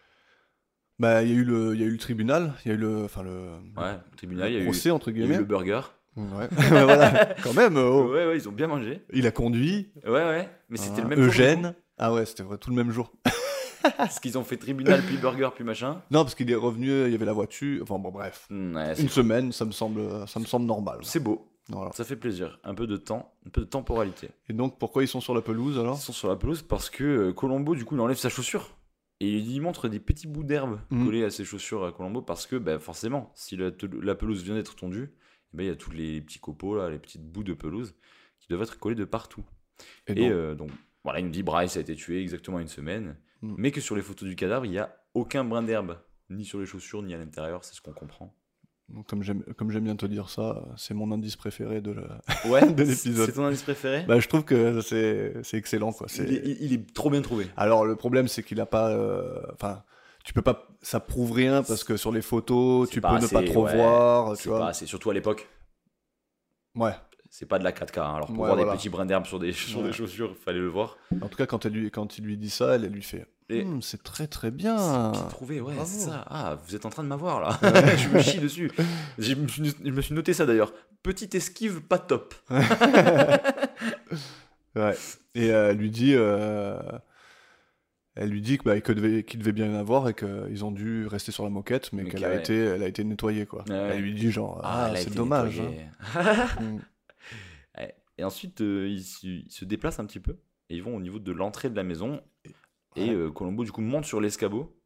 Bah, il y a eu le, il y a eu le tribunal, il y a eu le, enfin le,
Ouais, au tribunal, il y
le
a eu,
procès entre
il y a eu
guillemets.
le burger.
Ouais. Ouais, voilà. Quand même, oh.
Ouais, ouais, ils ont bien mangé.
il a conduit.
Ouais, ouais, mais c'était
hein,
le même jour,
Eugène.
du
ah ouais, c'était vrai, tout le même jour.
coup. Parce qu'ils ont fait tribunal, puis burger, puis machin.
Non, parce qu'il est revenu, il y avait la voiture. Enfin bon, bref.
Mm, ouais, c'est,
Une semaine, ça me semble, ça me semble normal.
c'est beau,
Voilà.
ça fait plaisir. Un peu de temps, un peu de temporalité.
Et donc, pourquoi ils sont sur la pelouse
Ils
alors
sont sur la pelouse parce que euh, Colombo, du coup, il enlève sa chaussure. Et il lui montre des petits bouts d'herbe
Mhm.
collés à ses chaussures à Colombo parce que, bah, forcément, si la, te- la pelouse vient d'être tondue, eh ben, il y a tous les petits copeaux, là, les petites bouts de pelouse qui doivent être collés de partout.
Et
Et,
donc,
euh, donc, voilà, il nous dit Bryce a été tué exactement une semaine,
Mhm.
mais que sur les photos du cadavre, il n'y a aucun brin d'herbe, ni sur les chaussures, ni à l'intérieur, c'est ce qu'on comprend.
donc, comme j'aime comme j'aime bien te dire ça, c'est mon indice préféré de la.
Ouais,
De l'épisode.
C'est ton indice préféré
bah, je trouve que c'est c'est excellent quoi. c'est-
il, est, il- il est trop bien trouvé.
Alors le problème c'est qu'il a pas, euh, enfin, tu peux pas, ça prouve rien parce que sur les photos
C'est
tu peux
pas
ne pas
assez,
trop
ouais.
voir, Ah, tu
C'est
vois.
pas- c'est surtout à l'époque.
Ouais.
C'est pas de la 4K. hein. Alors pour
Ouais,
voir
voilà.
des petits brins d'herbe sur des, sur
Ouais.
des chaussures, fallait le voir.
En tout cas, quand, elle lui, quand il lui dit ça, elle, elle lui fait
Et-
Hum, C'est très très
C'est
bien.
bien trouvé, ouais,
bravo.
c'est ça. Ah, vous êtes en train de m'avoir là. je me chie dessus. J'ai- Je me suis, je me suis noté ça d'ailleurs. Petite esquive pas top.
Ouais. Et euh, elle lui dit, euh, elle lui dit que, bah, que devait- qu'il devait bien y en avoir et qu'ils ont dû rester sur la moquette, mais
Mais
qu'elle
que,
a
ouais.
été, elle a été nettoyée quoi.
Ouais, ouais.
Elle lui dit genre, ah,
elle a
c'est
été
dommage.
nettoyée.
hein. Mm.
Et ensuite, euh, ils, se- ils se déplacent un petit peu et ils vont au niveau de l'entrée de la maison. Et
Ouais.
euh, Colombo, du coup, monte sur l'escabeau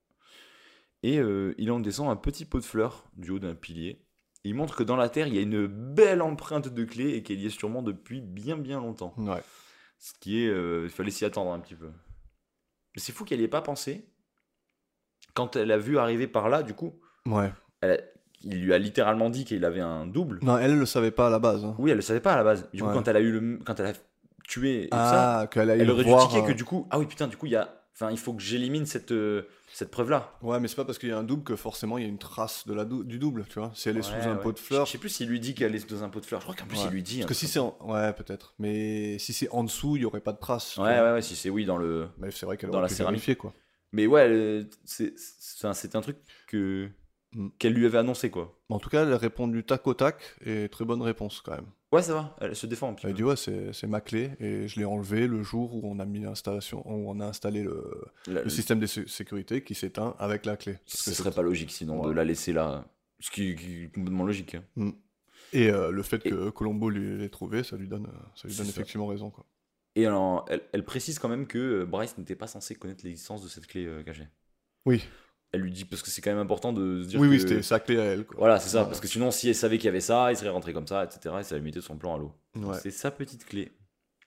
et euh, il en descend un petit pot de fleurs du haut d'un pilier. Il montre que dans la terre, il y a une belle empreinte de clé et qu'elle y est sûrement depuis bien, bien longtemps.
Ouais.
Ce qui est. euh, il fallait s'y attendre un petit peu. Mais c'est fou qu'elle n'y ait pas pensé. Quand elle a vu arriver par là, du coup,
Ouais.
elle a- il lui a littéralement dit qu'il avait un double.
Non, elle le savait pas à la base. hein.
Oui, elle le savait pas à la base. Du coup,
Ouais.
quand elle a eu le, quand elle a tué et tout ça,
Ah, qu'elle allait
elle
le
aurait dû
voir.
tiquer que
euh,
du coup, ah oui putain, du coup il y a, enfin il faut que j'élimine cette euh, cette preuve là.
Ouais, mais c'est pas parce qu'il y a un double que forcément il y a une trace de la dou- du double, tu vois. Si elle est sous un pot de fleurs,
Je sais plus s'il lui dit qu'elle est dans un pot de fleurs. Je crois qu'en plus
Ouais.
il lui dit. hein.
parce
un
que si
truc.
c'est en... ouais peut-être, mais si c'est en dessous, il y aurait pas de trace. tu
Ouais
vois.
ouais ouais, si c'est oui dans le.
Mais c'est vrai qu'elle
Dans
aurait
la
pu
céramique.
vérifier quoi.
Mais ouais, euh, c'est c'est- enfin, c'est un truc que
Mm.
qu'elle lui avait annoncé quoi.
En tout cas, elle répond du tac au tac et très bonne réponse quand même.
Ouais ça va, elle se défend un petit
Elle
peu.
dit ouais c'est c'est ma clé et je l'ai enlevée le jour où on a mis l'installation où on a installé le,
La-
le système de sé- sécurité qui s'éteint avec la clé. Parce
Euh, ce
que
serait pas logique sinon de
Ouais.
la laisser là. Ce qui, qui est complètement logique. hein.
Et euh, le fait
Et-
que Colombo lui l'ait trouvé, ça lui donne euh, ça lui
C'est
donne
ça.
effectivement raison quoi.
Et alors, elle, elle précise quand même que euh, Bryce n'était pas censé connaître l'existence de cette clé euh, cachée.
Oui.
Elle lui dit parce que c'est quand même important de se dire.
Oui
que-
oui c'était sa clé à elle quoi.
Voilà, c'est ça. Parce que sinon, si elle savait qu'il y avait ça, il serait rentré comme ça, etc. Et ça lui mettait son plan à l'eau.
Ouais.
C'est sa petite clé.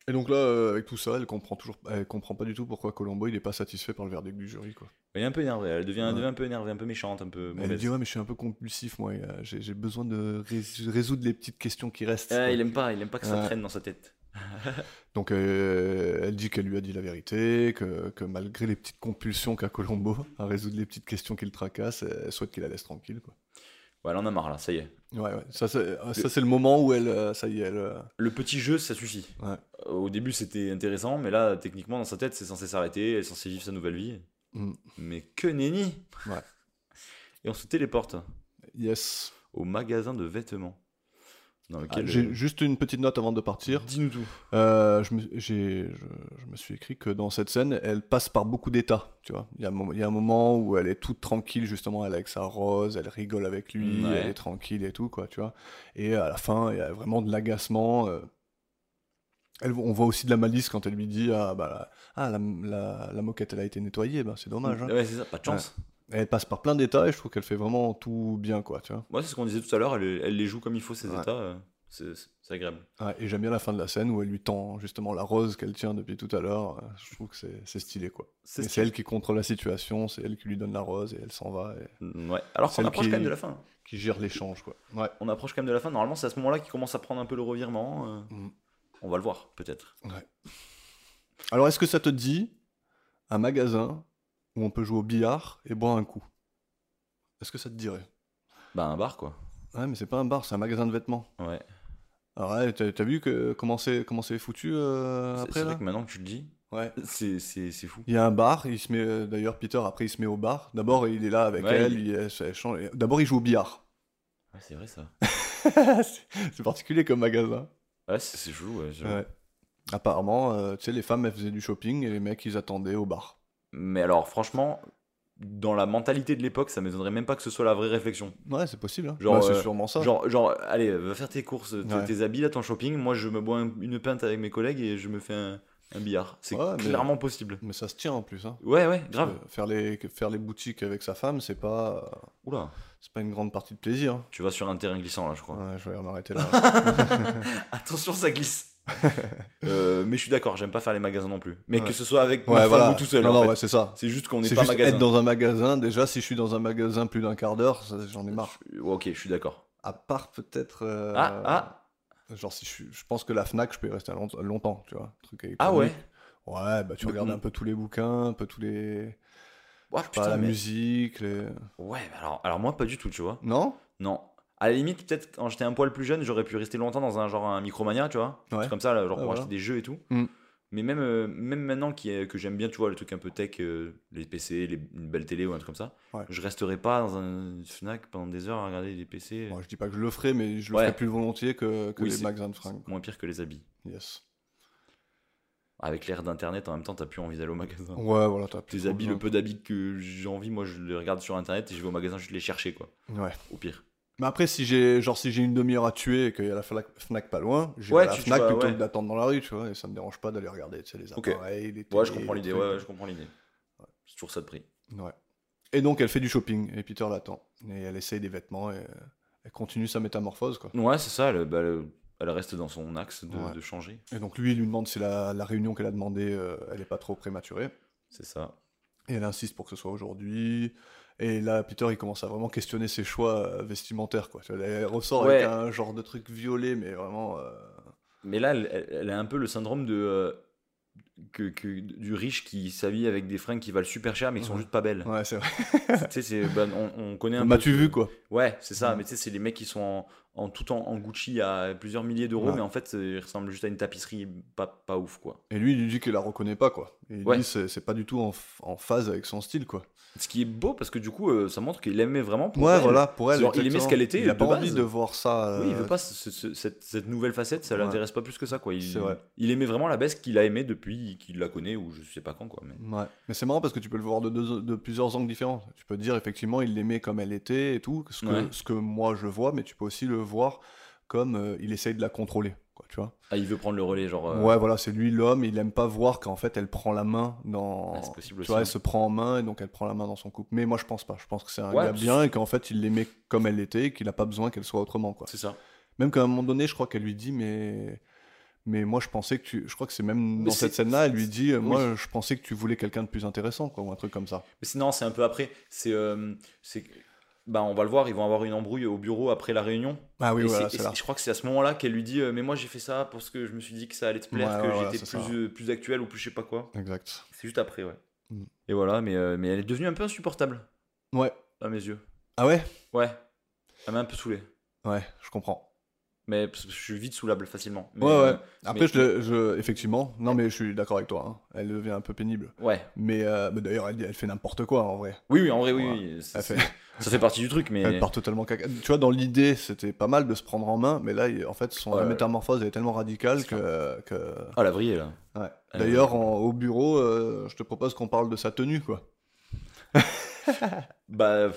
Et donc là euh, avec tout ça elle comprend toujours elle comprend pas du tout pourquoi Colombo il est pas satisfait par le verdict du jury quoi.
Elle est un peu énervée. Elle devient, elle
Ouais.
devient un peu énervée, un peu méchante, un peu
elle
mauvaise.
dit ouais mais je suis un peu compulsif moi et, euh, j'ai j'ai besoin de rés- résoudre les petites questions qui restent.
Ah,
quoi.
il aime pas, il aime pas que ça
Ouais.
traîne dans sa tête.
Donc euh, elle dit qu'elle lui a dit la vérité, que, que malgré les petites compulsions qu'a Colombo à résoudre les petites questions qui le tracassent, elle souhaite qu'il la laisse tranquille. Quoi.
Ouais, elle en a marre là, ça y est.
Ouais, ouais. Ça, c'est, euh, ça, c'est le moment où elle, euh, ça y est, elle, euh,
Le petit jeu, ça suffit.
Ouais.
Euh, Au début, c'était intéressant, mais là, techniquement, dans sa tête, c'est censé s'arrêter. Elle est censée vivre sa nouvelle vie.
Mm.
Mais que nenni
Ouais.
Et on se téléporte
yes.
au magasin de vêtements. Dans
Ah,
lequel.
j'ai
euh,
juste une petite note avant de partir.
Dis-nous tout.
Euh, je, me, j'ai- je- je me suis écrit que dans cette scène, elle passe par beaucoup d'états. Tu vois, il y, a un moment- il y a un moment où elle est toute tranquille justement, elle est avec sa rose, elle rigole avec lui,
Ouais.
elle est tranquille et tout quoi, tu vois. Et à la fin, il y a vraiment de l'agacement. euh. Elle, on voit aussi de la malice quand elle lui dit ah bah la, ah, la, la- la moquette elle a été nettoyée, bah, c'est dommage. hein.
Ouais, c'est ça, pas de chance.
Elle passe par plein d'états et je trouve qu'elle fait vraiment tout bien quoi, tu vois.
Moi, c'est ce qu'on disait tout à l'heure, elle, elle les joue comme il faut, ces
Ouais.
états. euh, c'est c'est- c'est agréable.
Ouais, Ah, et j'aime bien la fin de la scène où elle lui tend justement la rose qu'elle tient depuis tout à l'heure. Euh, Je trouve que c'est c'est stylé quoi.
C'est
Mais
ce
c'est elle qui contrôle la situation, c'est elle qui lui donne la rose et elle s'en va et
Mm, Ouais. Alors qu'on
Celle
approche
qui-
quand même de la fin.
qui gère l'échange quoi. Ouais.
On approche quand même de la fin. Normalement, c'est à ce moment-là qu'il commence à prendre un peu le revirement. euh.
Mm.
On va le voir, peut-être.
Alors est-ce que ça te dit un magasin où on peut jouer au billard et boire un coup Est-ce que ça te dirait
Bah, un bar, quoi.
Ouais, mais c'est pas un bar, c'est un magasin de vêtements.
Ouais.
Alors ouais, t'as t'as vu que comment c'est comment c'est foutu euh,
C'est-
après
c'est
là
vrai que maintenant que tu le dis,
Ouais.
c'est c'est- c'est fou.
Il y a un bar, il se met euh, d'ailleurs Peter après il se met au bar. D'abord il est là avec
Ouais,
elle,
il-
il est- elle change- D'abord il joue au billard.
Ouais, c'est vrai, ça.
c'est c'est particulier comme magasin.
Ouais, c'est c'est chelou, ouais, j'avoue.
Ouais. Apparemment, euh, tu sais, les femmes, elles faisaient du shopping et les mecs, ils attendaient au bar.
Mais alors, franchement, dans la mentalité de l'époque, ça m'étonnerait même pas que ce soit la vraie réflexion.
Ouais, c'est possible. hein.
Genre,
Bah,
euh,
c'est sûrement ça.
Genre, genre, allez, va faire tes courses, tes,
Ouais.
tes habits, là, ton shopping. Moi, je me bois un- une pinte avec mes collègues et je me fais un, un billard. C'est
Ouais, mais-
clairement possible.
Mais ça se tient en plus. hein.
Ouais, ouais, grave.
Euh, Faire les, faire les boutiques avec sa femme, c'est pas, euh,
Oula,
c'est pas une grande partie de plaisir. hein.
tu vas sur un terrain glissant là, je crois.
Ouais, je vais m'arrêter là.
Attention, ça glisse. Euh, mais je suis d'accord, j'aime pas faire les magasins non plus. Mais
Ouais.
que ce soit avec ma
ouais,
femme
voilà.
ou tout seul.
Non,
en
non,
fait.
ouais, c'est ça.
C'est juste qu'on n'est
C'est
pas
juste
magasin.
être dans un magasin. Déjà, si je suis dans un magasin plus d'un quart d'heure, ça, j'en ai marre.
Je- ouais, ok, je suis d'accord.
À part peut-être. euh,
Ah, ah,
Genre, si je, suis- je pense que la Fnac, je peux y rester long- longtemps, tu vois. Truc
ah ouais. Mm,
électronique. Ouais, bah tu
Mais-
regardes un peu tous les bouquins, un peu tous les.
Ouais,
Pas
Ah, putain,
la
mais-
musique, les...
Ouais, mais alors, alors moi, pas du tout, tu vois.
Non
Non. À la limite, peut-être quand j'étais un poil plus jeune, j'aurais pu rester longtemps dans un genre un Micromania, tu vois. Un
Ouais.
truc comme ça, là, genre
Ah,
pour
voilà.
acheter des jeux et tout.
Mm.
Mais même, euh, même maintenant qui est- que j'aime bien, tu vois, le truc un peu tech, euh, les PC, les, une belle télé ou un truc comme ça,
Ouais.
je resterai pas dans un Fnac pendant des heures à regarder des euh, PC.
Bon, je dis pas que je le ferai, mais je le
Ouais.
ferai plus volontiers que, que
Oui,
les
c'est-
magasins de fringues.
Moins pire que les habits.
Yes.
Avec l'ère d'internet, en même temps, t'as plus envie d'aller au magasin.
Ouais, voilà, t'as plus
Tes
trop
habits, le
besoin.
peu d'habits que j'ai envie, moi je les regarde sur internet et je vais au magasin juste les chercher, quoi.
Ouais.
Au pire.
Mais après, si j'ai genre si j'ai une demi-heure à tuer et qu'il y a la Fnac, Fnac pas loin, j'ai
Ouais,
la
tu- tu
Fnac
vois,
plutôt
ouais.
que d'attendre dans la rue, tu vois, et ça me dérange pas d'aller regarder, tu sais, les
Ok.
appareils, les
Ouais, je
télés,
comprends
les
l'idée,
trucs.
ouais, ouais, je comprends l'idée. C'est toujours ça de prix.
Ouais. Et donc, elle fait du shopping, et Peter l'attend. Et elle essaye des vêtements, et euh, elle continue sa métamorphose, quoi.
Ouais, c'est ça, elle, bah, elle- elle reste dans son axe de,
Ouais.
de changer.
Et donc, lui, il lui demande si la, la réunion qu'elle a demandée, euh, elle est pas trop prématurée.
C'est ça.
Et elle insiste pour que ce soit aujourd'hui. Et là, Peter, il commence à vraiment questionner ses choix euh, vestimentaires, quoi. Tu vois, Elle ressort
Ouais.
avec un genre de truc violet, mais vraiment... euh,
Mais là, elle, elle- elle a un peu le syndrome de, euh, que, que- du riche qui s'habille avec des fringues qui valent super cher mais qui sont
Ouais.
juste pas belles.
Ouais, c'est vrai.
tu sais, c'est- bah, on, on connaît un peu.
M'as-tu
ce-
vu, quoi
Ouais, c'est ça,
Mm.
mais tu sais, c'est les mecs qui sont en, en tout temps en Gucci à plusieurs milliers d'euros,
Ouais.
mais en fait, euh, ils ressemblent juste à une tapisserie pas, pas ouf, quoi.
Et lui, il lui dit qu'il la reconnaît pas, quoi. Et il
Ouais.
dit c'est c'est pas du tout en, f- en phase avec son style, quoi.
Ce qui est beau parce que du coup, euh, ça montre qu'il aimait vraiment. Pour
ouais,
elle.
voilà, pour elle.
Genre, il aimait ce
exactement.
qu'elle était,
Il a
de
pas envie
base.
de voir ça.
Oui, il veut
euh,
pas ce- ce- cette, cette nouvelle facette, ça
Ouais.
l'intéresse pas plus que ça, quoi. Il,
C'est vrai.
il aimait vraiment la baisse qu'il a aimée depuis qu'il la connaît ou je sais pas quand, quoi. Mais...
Ouais. Mais c'est marrant parce que tu peux le voir de, deux- de plusieurs angles différents. Tu peux te dire effectivement, il l'aimait comme elle était et tout, ce que,
Ouais.
ce que moi je vois, mais tu peux aussi le voir comme euh, il essaye de la contrôler, quoi, tu vois.
Ah, il veut prendre le relais, genre. euh,
Ouais, voilà, c'est lui l'homme, il aime pas voir qu'en fait elle prend la main dans.
ah, c'est possible
tu
aussi.
vois,
hein.
elle se prend en main et donc elle prend la main dans son couple. Mais moi je pense pas, je pense que c'est un
Ouais,
gars
c'est-
bien et qu'en fait il l'aimait comme elle l'était et qu'il a pas besoin qu'elle soit autrement, quoi.
C'est ça.
Même qu'à un moment donné, je crois qu'elle lui dit, mais. Mais moi, je pensais que tu. Je crois que c'est même
Mais
dans cette
c'est-
scène-là, elle lui dit euh,
Oui.
Moi, je pensais que tu voulais quelqu'un de plus intéressant, quoi, ou un truc comme ça.
Mais sinon, c'est un peu après. C'est. euh, c'est- bah, on va le voir, ils vont avoir une embrouille au bureau après la réunion.
Ah oui,
Et
voilà,
c'est- et
c'est là.
c'est- je crois que c'est à ce moment-là qu'elle lui dit euh, Mais moi, j'ai fait ça parce que je me suis dit que ça allait te plaire,
Ouais,
que
ouais, voilà,
j'étais
c'est
plus,
ça.
euh, plus actuel ou plus je sais pas quoi.
Exact.
C'est juste après, ouais.
Mm.
Et voilà, mais, euh, mais elle est devenue un peu insupportable
Ouais.
à mes yeux.
Ah ouais
Ouais. Elle m'a un peu saoulé.
Ouais, je comprends.
Mais parce que je suis vite soulable facilement. Mais,
Ouais, ouais.
euh,
Après,
mais-
je, le- je- Effectivement. Non, mais je suis d'accord avec toi. hein. Elle devient un peu pénible.
ouais.
Mais, euh, mais d'ailleurs, elle, elle fait n'importe quoi, en vrai.
Oui, oui, en vrai, oui.
Voilà.
oui, c'est-
Elle fait-
c'est- Ça fait partie du truc, mais.
Elle part totalement caca. Tu vois, dans l'idée, c'était pas mal de se prendre en main, mais là, il- en fait, son
Ouais.
métamorphose elle est tellement radicale
C'est
que. que-
Ah, la vrille, là. Euh,
ouais.
Elle-
D'ailleurs, en- au bureau, euh, je te propose qu'on parle de sa tenue, quoi.
Bah,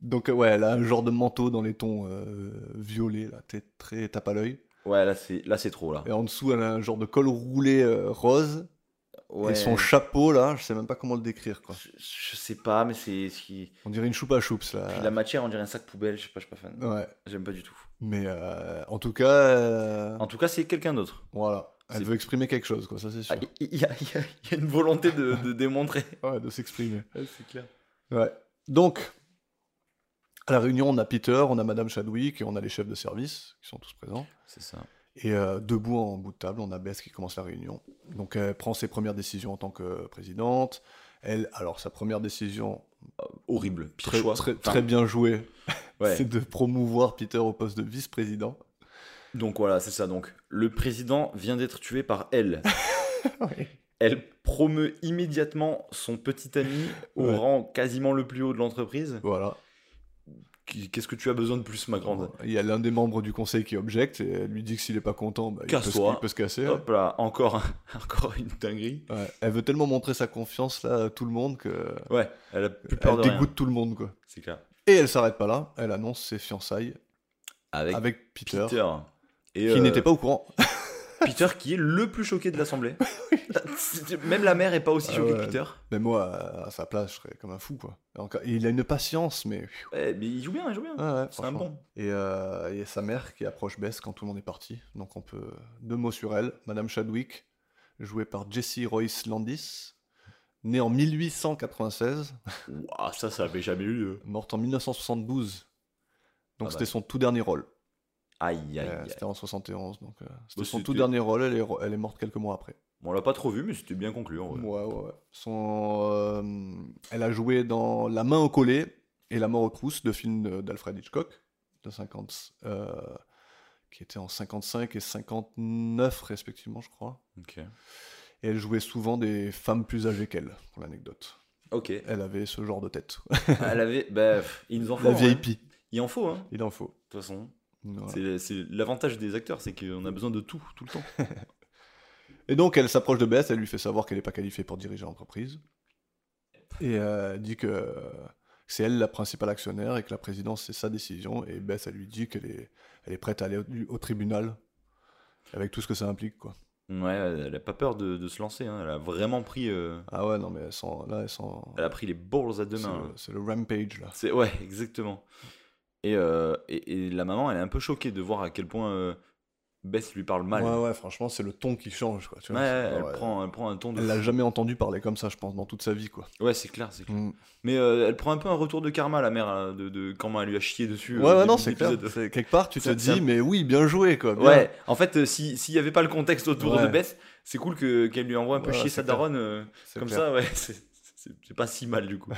Donc euh, ouais, elle a un genre de manteau dans les tons euh, violets, là, t'es très tape à l'œil.
ouais, là, c'est là, c'est trop, là.
Et en dessous, elle a un genre de col roulé euh, rose.
Ouais.
Et son chapeau, là, je sais même pas comment le décrire, quoi.
Je, je sais pas, mais c'est. ce qui-
On dirait une choupa choups,
Puis
là.
la matière, on dirait un sac poubelle, je sais pas, je suis pas fan.
Ouais.
J'aime pas du tout.
Mais euh, en tout cas, euh,
En tout cas, c'est quelqu'un d'autre.
voilà. Elle
c'est-
veut exprimer quelque chose, quoi, ça c'est sûr.
Ah, Il il y, a- il y a il y a une volonté de, de démontrer.
Ouais, de s'exprimer.
c'est clair.
Ouais. Donc, à la réunion, on a Peter, on a Madame Chadwick et on a les chefs de service qui sont tous présents.
C'est ça.
Et euh, debout en bout de table, on a Bess qui commence la réunion. Donc elle prend ses premières décisions en tant que présidente. Elle, alors sa première décision,
Horrible. Pire
très,
choix.
très,
Enfin,
très bien jouée,
ouais.
c'est de promouvoir Peter au poste de vice-président.
Donc voilà, c'est ça. Donc le président vient d'être tué par elle. Elle promeut immédiatement son petit ami au
Ouais.
rang quasiment le plus haut de l'entreprise.
Voilà.
Qui- Qu'est-ce que tu as besoin de plus, ma grande
Il y a l'un des membres du conseil qui objecte et elle lui dit que s'il n'est pas content, bah, il, peut, se-
Casse-toi.
il peut se casser.
Hop là, encore, un- encore une dinguerie.
Ouais. Elle veut tellement montrer sa confiance là à tout le monde que
Ouais, elle a plus peur
elle
de rien.
dégoûte tout le monde quoi.
C'est clair.
Et elle s'arrête pas là, elle annonce ses fiançailles
Avec,
avec
Peter.
Peter,
Et,
qui
euh,
n'était pas au courant.
Peter qui est le plus choqué de l'assemblée. C'est- Même la mère est pas aussi
Ah
choquée
ouais.
que Peter.
Mais moi, à- à sa place, je serais comme un fou, quoi. Et encore- il a une patience, mais...
Ouais, Eh, mais il joue bien, il joue bien.
Ouais, ouais,
C'est un
Ah, franchement.
bon.
Et euh, il y a sa mère qui approche Bess quand tout le monde est parti. Donc on peut... Deux mots sur elle. Madame Chadwick, jouée par Jessie Royce Landis, née en 1896,
Ouah, ça, ça avait jamais eu lieu.
morte en 1972. Donc
Ah
c'était
bah.
son tout dernier rôle.
Aïe, aïe,
Euh,
aïe.
c'était en 71, donc euh, c'était
Bah,
son tout
c'était-
dernier rôle. Elle est, ro- elle est morte quelques mois après.
Bon, on l'a pas trop vu, mais c'était bien conclu en vrai.
Ouais, ouais, ouais. Son, euh, elle a joué dans La main au collet et La mort au Crous, deux films de- d'Alfred Hitchcock. de 50, euh, qui étaient en 55 et 59 respectivement, je crois.
Ok.
Et elle jouait souvent des femmes plus âgées qu'elle, pour l'anecdote.
Ok.
Elle avait ce genre de tête.
Ah, Elle avait. Bah, pff, il nous en faut.
La
hein.
vieille pie.
Il en faut, hein.
Il en faut.
De toute façon.
Voilà.
C'est- C'est l'avantage des acteurs, c'est qu'on a besoin de tout, tout le temps.
Et donc, elle s'approche de Beth, elle lui fait savoir qu'elle n'est pas qualifiée pour diriger l'entreprise. Et euh, elle dit que euh, c'est elle la principale actionnaire et que la présidence, c'est sa décision. Et Beth, elle lui dit qu'elle est, elle est prête à aller au, au tribunal avec tout ce que ça implique, quoi.
Ouais, elle a pas peur de, de se lancer, hein. elle a vraiment pris. euh,
Ah ouais, non, mais elle s'en- là, elle s'en-
Elle a pris les balls à deux
c'est
mains.
le-
là.
C'est le rampage, là.
C'est ouais, exactement. Et, euh, et, et la maman, elle est un peu choquée de voir à quel point euh, Beth lui parle mal.
Ouais, ouais, franchement, c'est le ton qui change, quoi. Tu vois,
Ouais,
c'est-
elle,
ouais.
Prend, elle prend un ton de.
Elle l'a jamais entendu parler comme ça, je pense, dans toute sa vie, quoi.
Ouais, c'est clair, c'est clair.
Mm.
Mais euh, elle prend un peu un retour de karma, la mère, là, de, de comment elle lui a chié dessus. euh,
Ouais,
au
ouais, non,
début de
c'est clair.
l'épisode.
C'est- Quelque part, tu te
C'est- c'est
dis,
un-
mais oui, bien joué, quoi. bien.
Ouais, en fait, euh, si- s'il n'y avait pas le contexte autour
Ouais.
de Beth, c'est cool que- qu'elle lui envoie un peu
Ouais,
chier
c'est
sa
clair.
daronne. euh,
C'est
comme
clair.
ça, ouais, c'est c'est- c'est pas si mal du coup.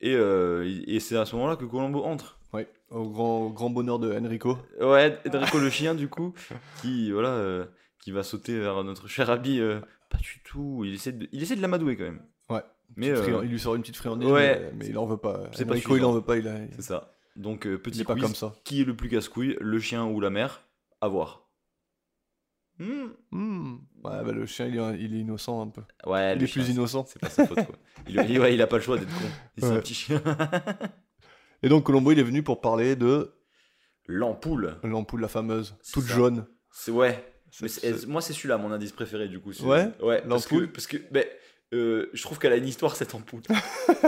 et euh, et c'est à ce moment-là que Colombo entre.
Ouais, au grand, au grand bonheur de Enrico.
Ouais, Enrico le chien, du coup, qui, voilà, euh, qui va sauter vers notre cher Abby. euh, pas du tout. Il essaie de, il essaie de l'amadouer quand même.
Ouais.
Mais
Petite
euh,
friand- il lui sort une petite friandise,
ouais,
mais, mais
c'est-
il en veut pas.
c'est pas
Enrico, il
suffisant.
en veut pas, il a.
c'est ça. Donc, euh,
Il
petit
est pas
quiz,
comme ça.
Qui est le plus casse-couille, le chien ou la mère À voir. Hmm.
Hmm. Ouais, bah, le chien, il est, il est innocent un peu.
Ouais,
il
Ah, le
est
chien,
plus innocent.
C'est pas sa faute quoi. Il, il- ouais, il a pas le choix d'être con. Il c'est un
Ouais.
petit chien.
Et donc, Colombo, il est venu pour parler de
L'ampoule.
l'ampoule, la fameuse,
C'est
toute
ça.
jaune.
C'est ouais. Mais
C'est-
c'est- elle- moi, c'est celui-là, mon indice préféré, du coup. c'est-
Ouais
Ouais, parce que,
L'ampoule
parce que ben, euh, je trouve qu'elle a une histoire, cette ampoule.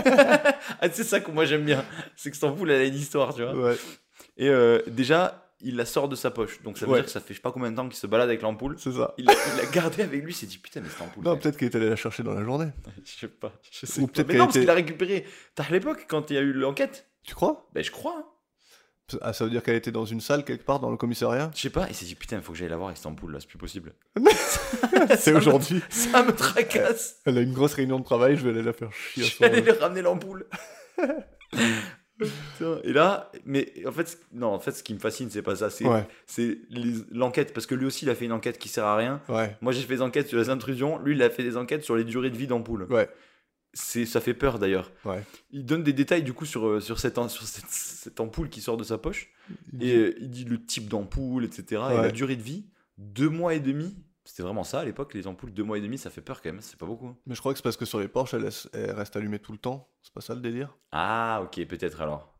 ah, c'est ça que moi j'aime bien. C'est que cette ampoule, elle a une histoire, tu vois.
Ouais.
Et euh, déjà, il la sort de sa poche. Donc ça veut
Ouais.
dire que ça fait je sais pas combien de temps qu'il se balade avec l'ampoule.
C'est ça.
Il l'a il l'a gardée avec lui, il s'est dit putain, mais cette ampoule.
Non,
quand même.
peut-être qu'il est allé la chercher dans la journée.
je sais pas. Je sais
Ou
pas.
peut-être
Mais
qu'elle
non, parce
était-
qu'il l'a récupérée. T'as à l'époque, quand il y a eu l'enquête,
Tu crois
ben je crois. hein.
Ah, ça veut dire qu'elle était dans une salle quelque part dans le commissariat
Je sais pas, il s'est dit putain, faut que j'aille la voir avec cette ampoule là, c'est plus possible.
C'est aujourd'hui.
Ça me tracasse.
Elle a une grosse réunion de travail, je vais aller la faire chier. à
Je
son-
vais aller lui ramener l'ampoule. Putain, Et là, mais en fait, ce- non, en fait, ce qui me fascine, c'est pas ça, c'est
Ouais,
c'est les- l'enquête, parce que lui aussi, il a fait une enquête qui sert à rien.
ouais,
Moi, j'ai fait des enquêtes sur les intrusions, lui, il a fait des enquêtes sur les durées de vie d'ampoule.
ouais.
C'est, ça fait peur d'ailleurs.
Ouais.
Il donne des détails du coup sur, euh, sur, cette, en- sur cette, cette ampoule qui sort de sa poche.
Il
Et euh, il dit le type d'ampoule, etc. Et
Ouais.
la durée de vie, deux mois et demi. C'était vraiment ça à l'époque, les ampoules, deux mois et demi, ça fait peur quand même, c'est pas beaucoup. hein.
Mais je crois que c'est parce que sur les Porsche, elle, laisse- elle reste allumée tout le temps. C'est pas ça le délire
Ah, ok, peut-être alors.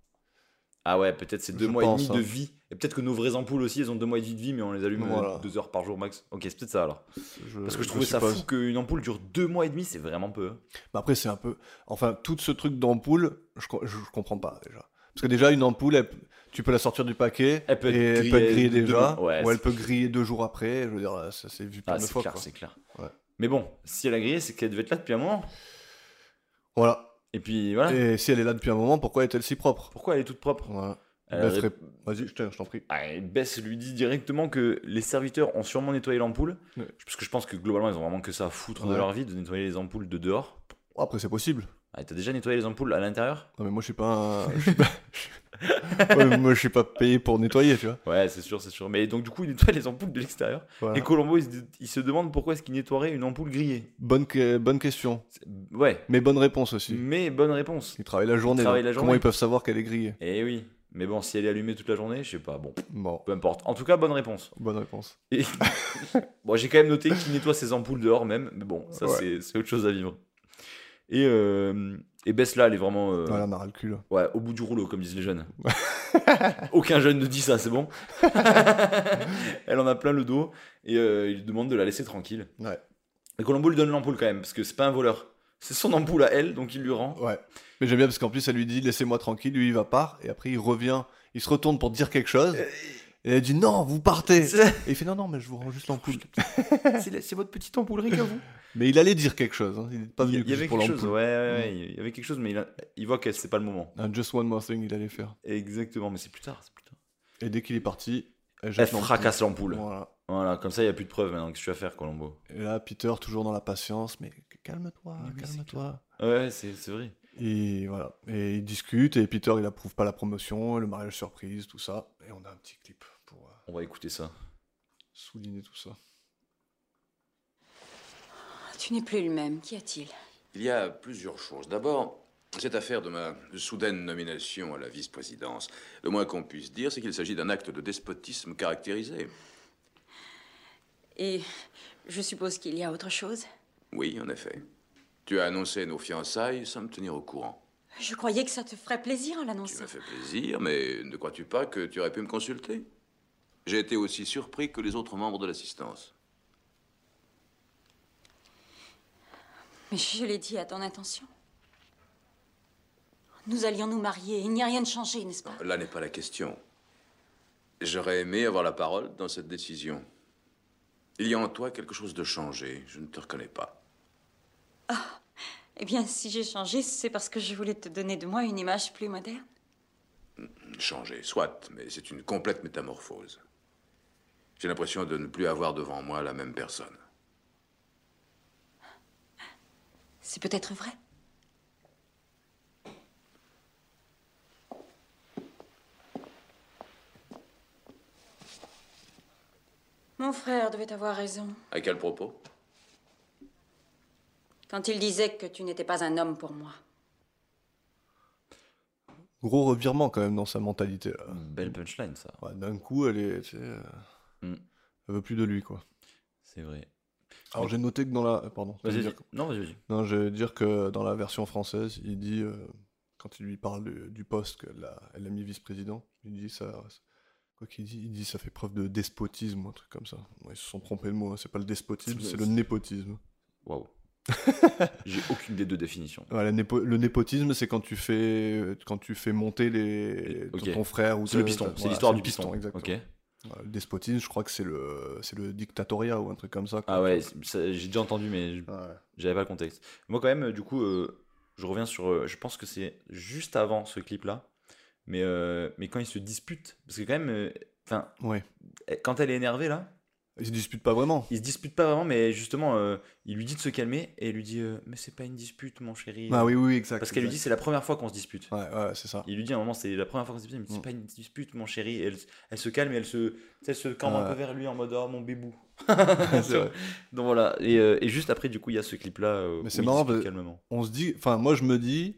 Ah ouais, peut-être c'est deux
Je
mois
pense,
et demi
hein.
de vie. Et peut-être que nos vraies ampoules aussi, elles ont deux mois et demi de vie, mais on les allume euh,
Voilà.
deux heures par jour max. Ok, c'est peut-être ça alors.
Je-
Parce que je
je
trouvais ça
suppose.
fou qu'une ampoule dure deux mois et demi, c'est vraiment peu. hein.
Mais après, c'est un peu. Enfin, tout ce truc d'ampoule, je, co- je, je comprends pas déjà. Parce que déjà, une ampoule, elle p- tu peux la sortir du paquet,
Elle peut être
et elle peut
grillée
être grillée
deux
déjà,
mois. Ouais,
ou elle
c'est
peut griller deux jours après. Je veux dire, là, ça s'est vu plein
Ah,
de
c'est
fois.
clair,
quoi.
c'est clair.
Ouais.
Mais bon, si elle a grillé, c'est qu'elle devait être là depuis un moment.
Voilà.
Et puis voilà.
Et si elle est là depuis un moment, pourquoi est-elle si propre
Pourquoi elle est toute propre
Voilà.
Elle
Beth
ré-
rép- Vas-y, je t'en- je t'en prie.
Ah, et Bess lui dit directement que les serviteurs ont sûrement nettoyé l'ampoule.
Ouais.
Parce que je pense que globalement, ils ont vraiment que ça à foutre de
Ouais.
leur vie de nettoyer les ampoules de dehors.
Oh, Après, c'est possible.
Ah, t'as déjà nettoyé les ampoules à l'intérieur
Non, mais moi, je suis pas. un- je suis pas- Ouais, moi, je suis pas payé pour nettoyer, tu vois.
Ouais, c'est sûr, c'est sûr. Mais donc, du coup, il nettoie les ampoules de l'extérieur.
Voilà.
Et Colombo, il se, il se demande pourquoi est-ce qu'il nettoierait une ampoule grillée.
Bonne, que- bonne question,
C'est- Ouais,
mais bonne réponse aussi.
mais bonne réponse.
Ils travaillent la journée.
travaillent
donc
Mm. la journée.
Comment ils peuvent savoir qu'elle est grillée
Eh oui. Mais bon, si elle est allumée toute la journée, je sais pas. Bon,
Bon,
peu importe. En tout cas, bonne réponse.
bonne réponse.
Et... bon, j'ai quand même noté qu'il nettoie ses ampoules dehors même. Mais bon, ça,
Ouais.
c'est- c'est autre chose à vivre. Et, euh... et Bess, là, elle est vraiment. euh,
Voilà, on a ras le cul. là.
Ouais, au bout du rouleau, comme disent les jeunes. Aucun jeune ne dit ça, c'est bon. Elle en a plein le dos et euh, il lui demande de la laisser tranquille.
Ouais.
Et Colombo lui donne l'ampoule quand même, parce que c'est pas un voleur. C'est son ampoule à elle, donc il lui rend.
Ouais. Mais j'aime bien parce qu'en plus, elle lui dit laissez-moi tranquille. Lui, il va part. Et après, il revient. Il se retourne pour dire quelque chose. Et elle dit non, vous partez. Et
Euh, C'est
il fait non, non, mais je vous rends juste l'ampoule.
c'est la- c'est votre petite ampoulerie qu'à vous.
Mais il allait dire quelque chose. hein. Il n'est pas
Il y,
venu
il y
juste
avait
pour
quelque chose, ouais,
l'ampoule.
ouais, ouais, il y avait quelque chose, mais il, a- il voit que c'est pas le moment.
Un just one more thing, il allait faire.
Exactement, mais c'est plus tard. c'est plus tard.
Et dès qu'il est parti, elle,
Elle
jette l'ampoule.
fracasse l'ampoule.
Voilà.
Voilà, comme ça, il y a plus de preuves maintenant. Qu'est-ce que tu vas faire, Colombo
Et là, Peter, toujours dans la patience, mais calme-toi,
Mais oui, c'est
calme-toi.
Ouais, ouais, c'est c'est vrai.
Et voilà. Et ils discutent, et Peter, il approuve pas la promotion, le mariage surprise, tout ça. Et on a un petit clip pour euh,
On va écouter ça.
souligner tout ça.
Tu n'es plus le même. Qu'y a-t-il
Il y a plusieurs choses. D'abord, cette affaire de ma soudaine nomination à la vice-présidence. Le moins qu'on puisse dire, c'est qu'il s'agit d'un acte de despotisme caractérisé.
Et je suppose qu'il y a autre chose
Oui, en effet. Tu as annoncé nos fiançailles sans me tenir au courant.
Je croyais que ça te ferait plaisir hein, en
Tu
l'annonçant.
me fais plaisir, mais ne crois-tu pas que tu aurais pu me consulter J'ai été aussi surpris que les autres membres de l'assistance.
Mais je l'ai dit à ton intention. Nous allions nous marier. Il n'y a rien de changé, n'est-ce pas
Là n'est pas la question. J'aurais aimé avoir la parole dans cette décision. Il y a en toi quelque chose de changé. Je ne te reconnais pas.
Eh bien, si j'ai changé, c'est parce que je voulais te donner de moi une image plus moderne.
Changé, soit, mais c'est une complète métamorphose. J'ai l'impression de ne plus avoir devant moi la même personne.
C'est peut-être vrai. Mon frère devait avoir raison
À quel propos
quand il disait que tu n'étais pas un homme pour moi.
Gros revirement quand même dans sa mentalité. là.
Belle punchline, ça.
Ouais, D'un coup, elle est. tu sais, euh,
Mm.
Elle veut plus de lui, quoi.
C'est vrai.
Alors j'ai noté que dans la. euh, Pardon. je vais
Mm. Vas-y,
dire-
vas-y. Non, vas-y, vas-y.
Non, je vais dire que dans la version française, il dit, euh, quand il lui parle du, du poste qu'elle a, elle a mis vice-président, il dit ça. Quoi qu'il dit, il dit ça fait preuve de despotisme ou un truc comme ça. Bon, ils se sont trompés de mot, hein, c'est pas le despotisme,
C'est-
c'est le népotisme.
Waouh. J'ai aucune des deux définitions.
Voilà, népo- le népotisme, c'est quand tu fais quand tu fais monter les,
Ok.
ton- ton frère ou
C'est le
ta-
piston,
ta-
c'est
voilà,
l'histoire
le
du piston.
exactement.
Ok.
Voilà, le despotisme, je crois que c'est le c'est le dictatoria ou un truc comme ça. quoi.
Ah ouais, c'est- ça, j'ai déjà entendu, mais je-
Ouais.
j'avais pas le contexte. Moi, quand même, euh, du coup, euh, je reviens sur. euh, je pense que c'est juste avant ce clip-là, mais, euh, mais quand ils se disputent, parce que quand même, euh, enfin,
Ouais.
elle- quand elle est énervée là,
Ils se disputent pas vraiment.
ils se disputent pas vraiment, mais justement, euh, il lui dit de se calmer et elle lui dit, euh, mais c'est pas une dispute, mon chéri.
Ah oui, oui, exact.
Parce qu'elle lui dit,
exact.
c'est la première fois qu'on se dispute.
Ouais, ouais, c'est ça.
Il lui dit à un moment, c'est la première fois qu'on se dispute, mais c'est
Mm.
pas une dispute, mon chéri. Et elle, elle se calme et elle se, tu sais, elle se cambre un
Ouais.
peu vers lui en mode oh mon bébou.
vrai.
Donc voilà. Et, euh, et juste après, du coup, il y a ce clip là.
Mais c'est marrant, parce-
calmement.
on se dit, enfin moi je me dis,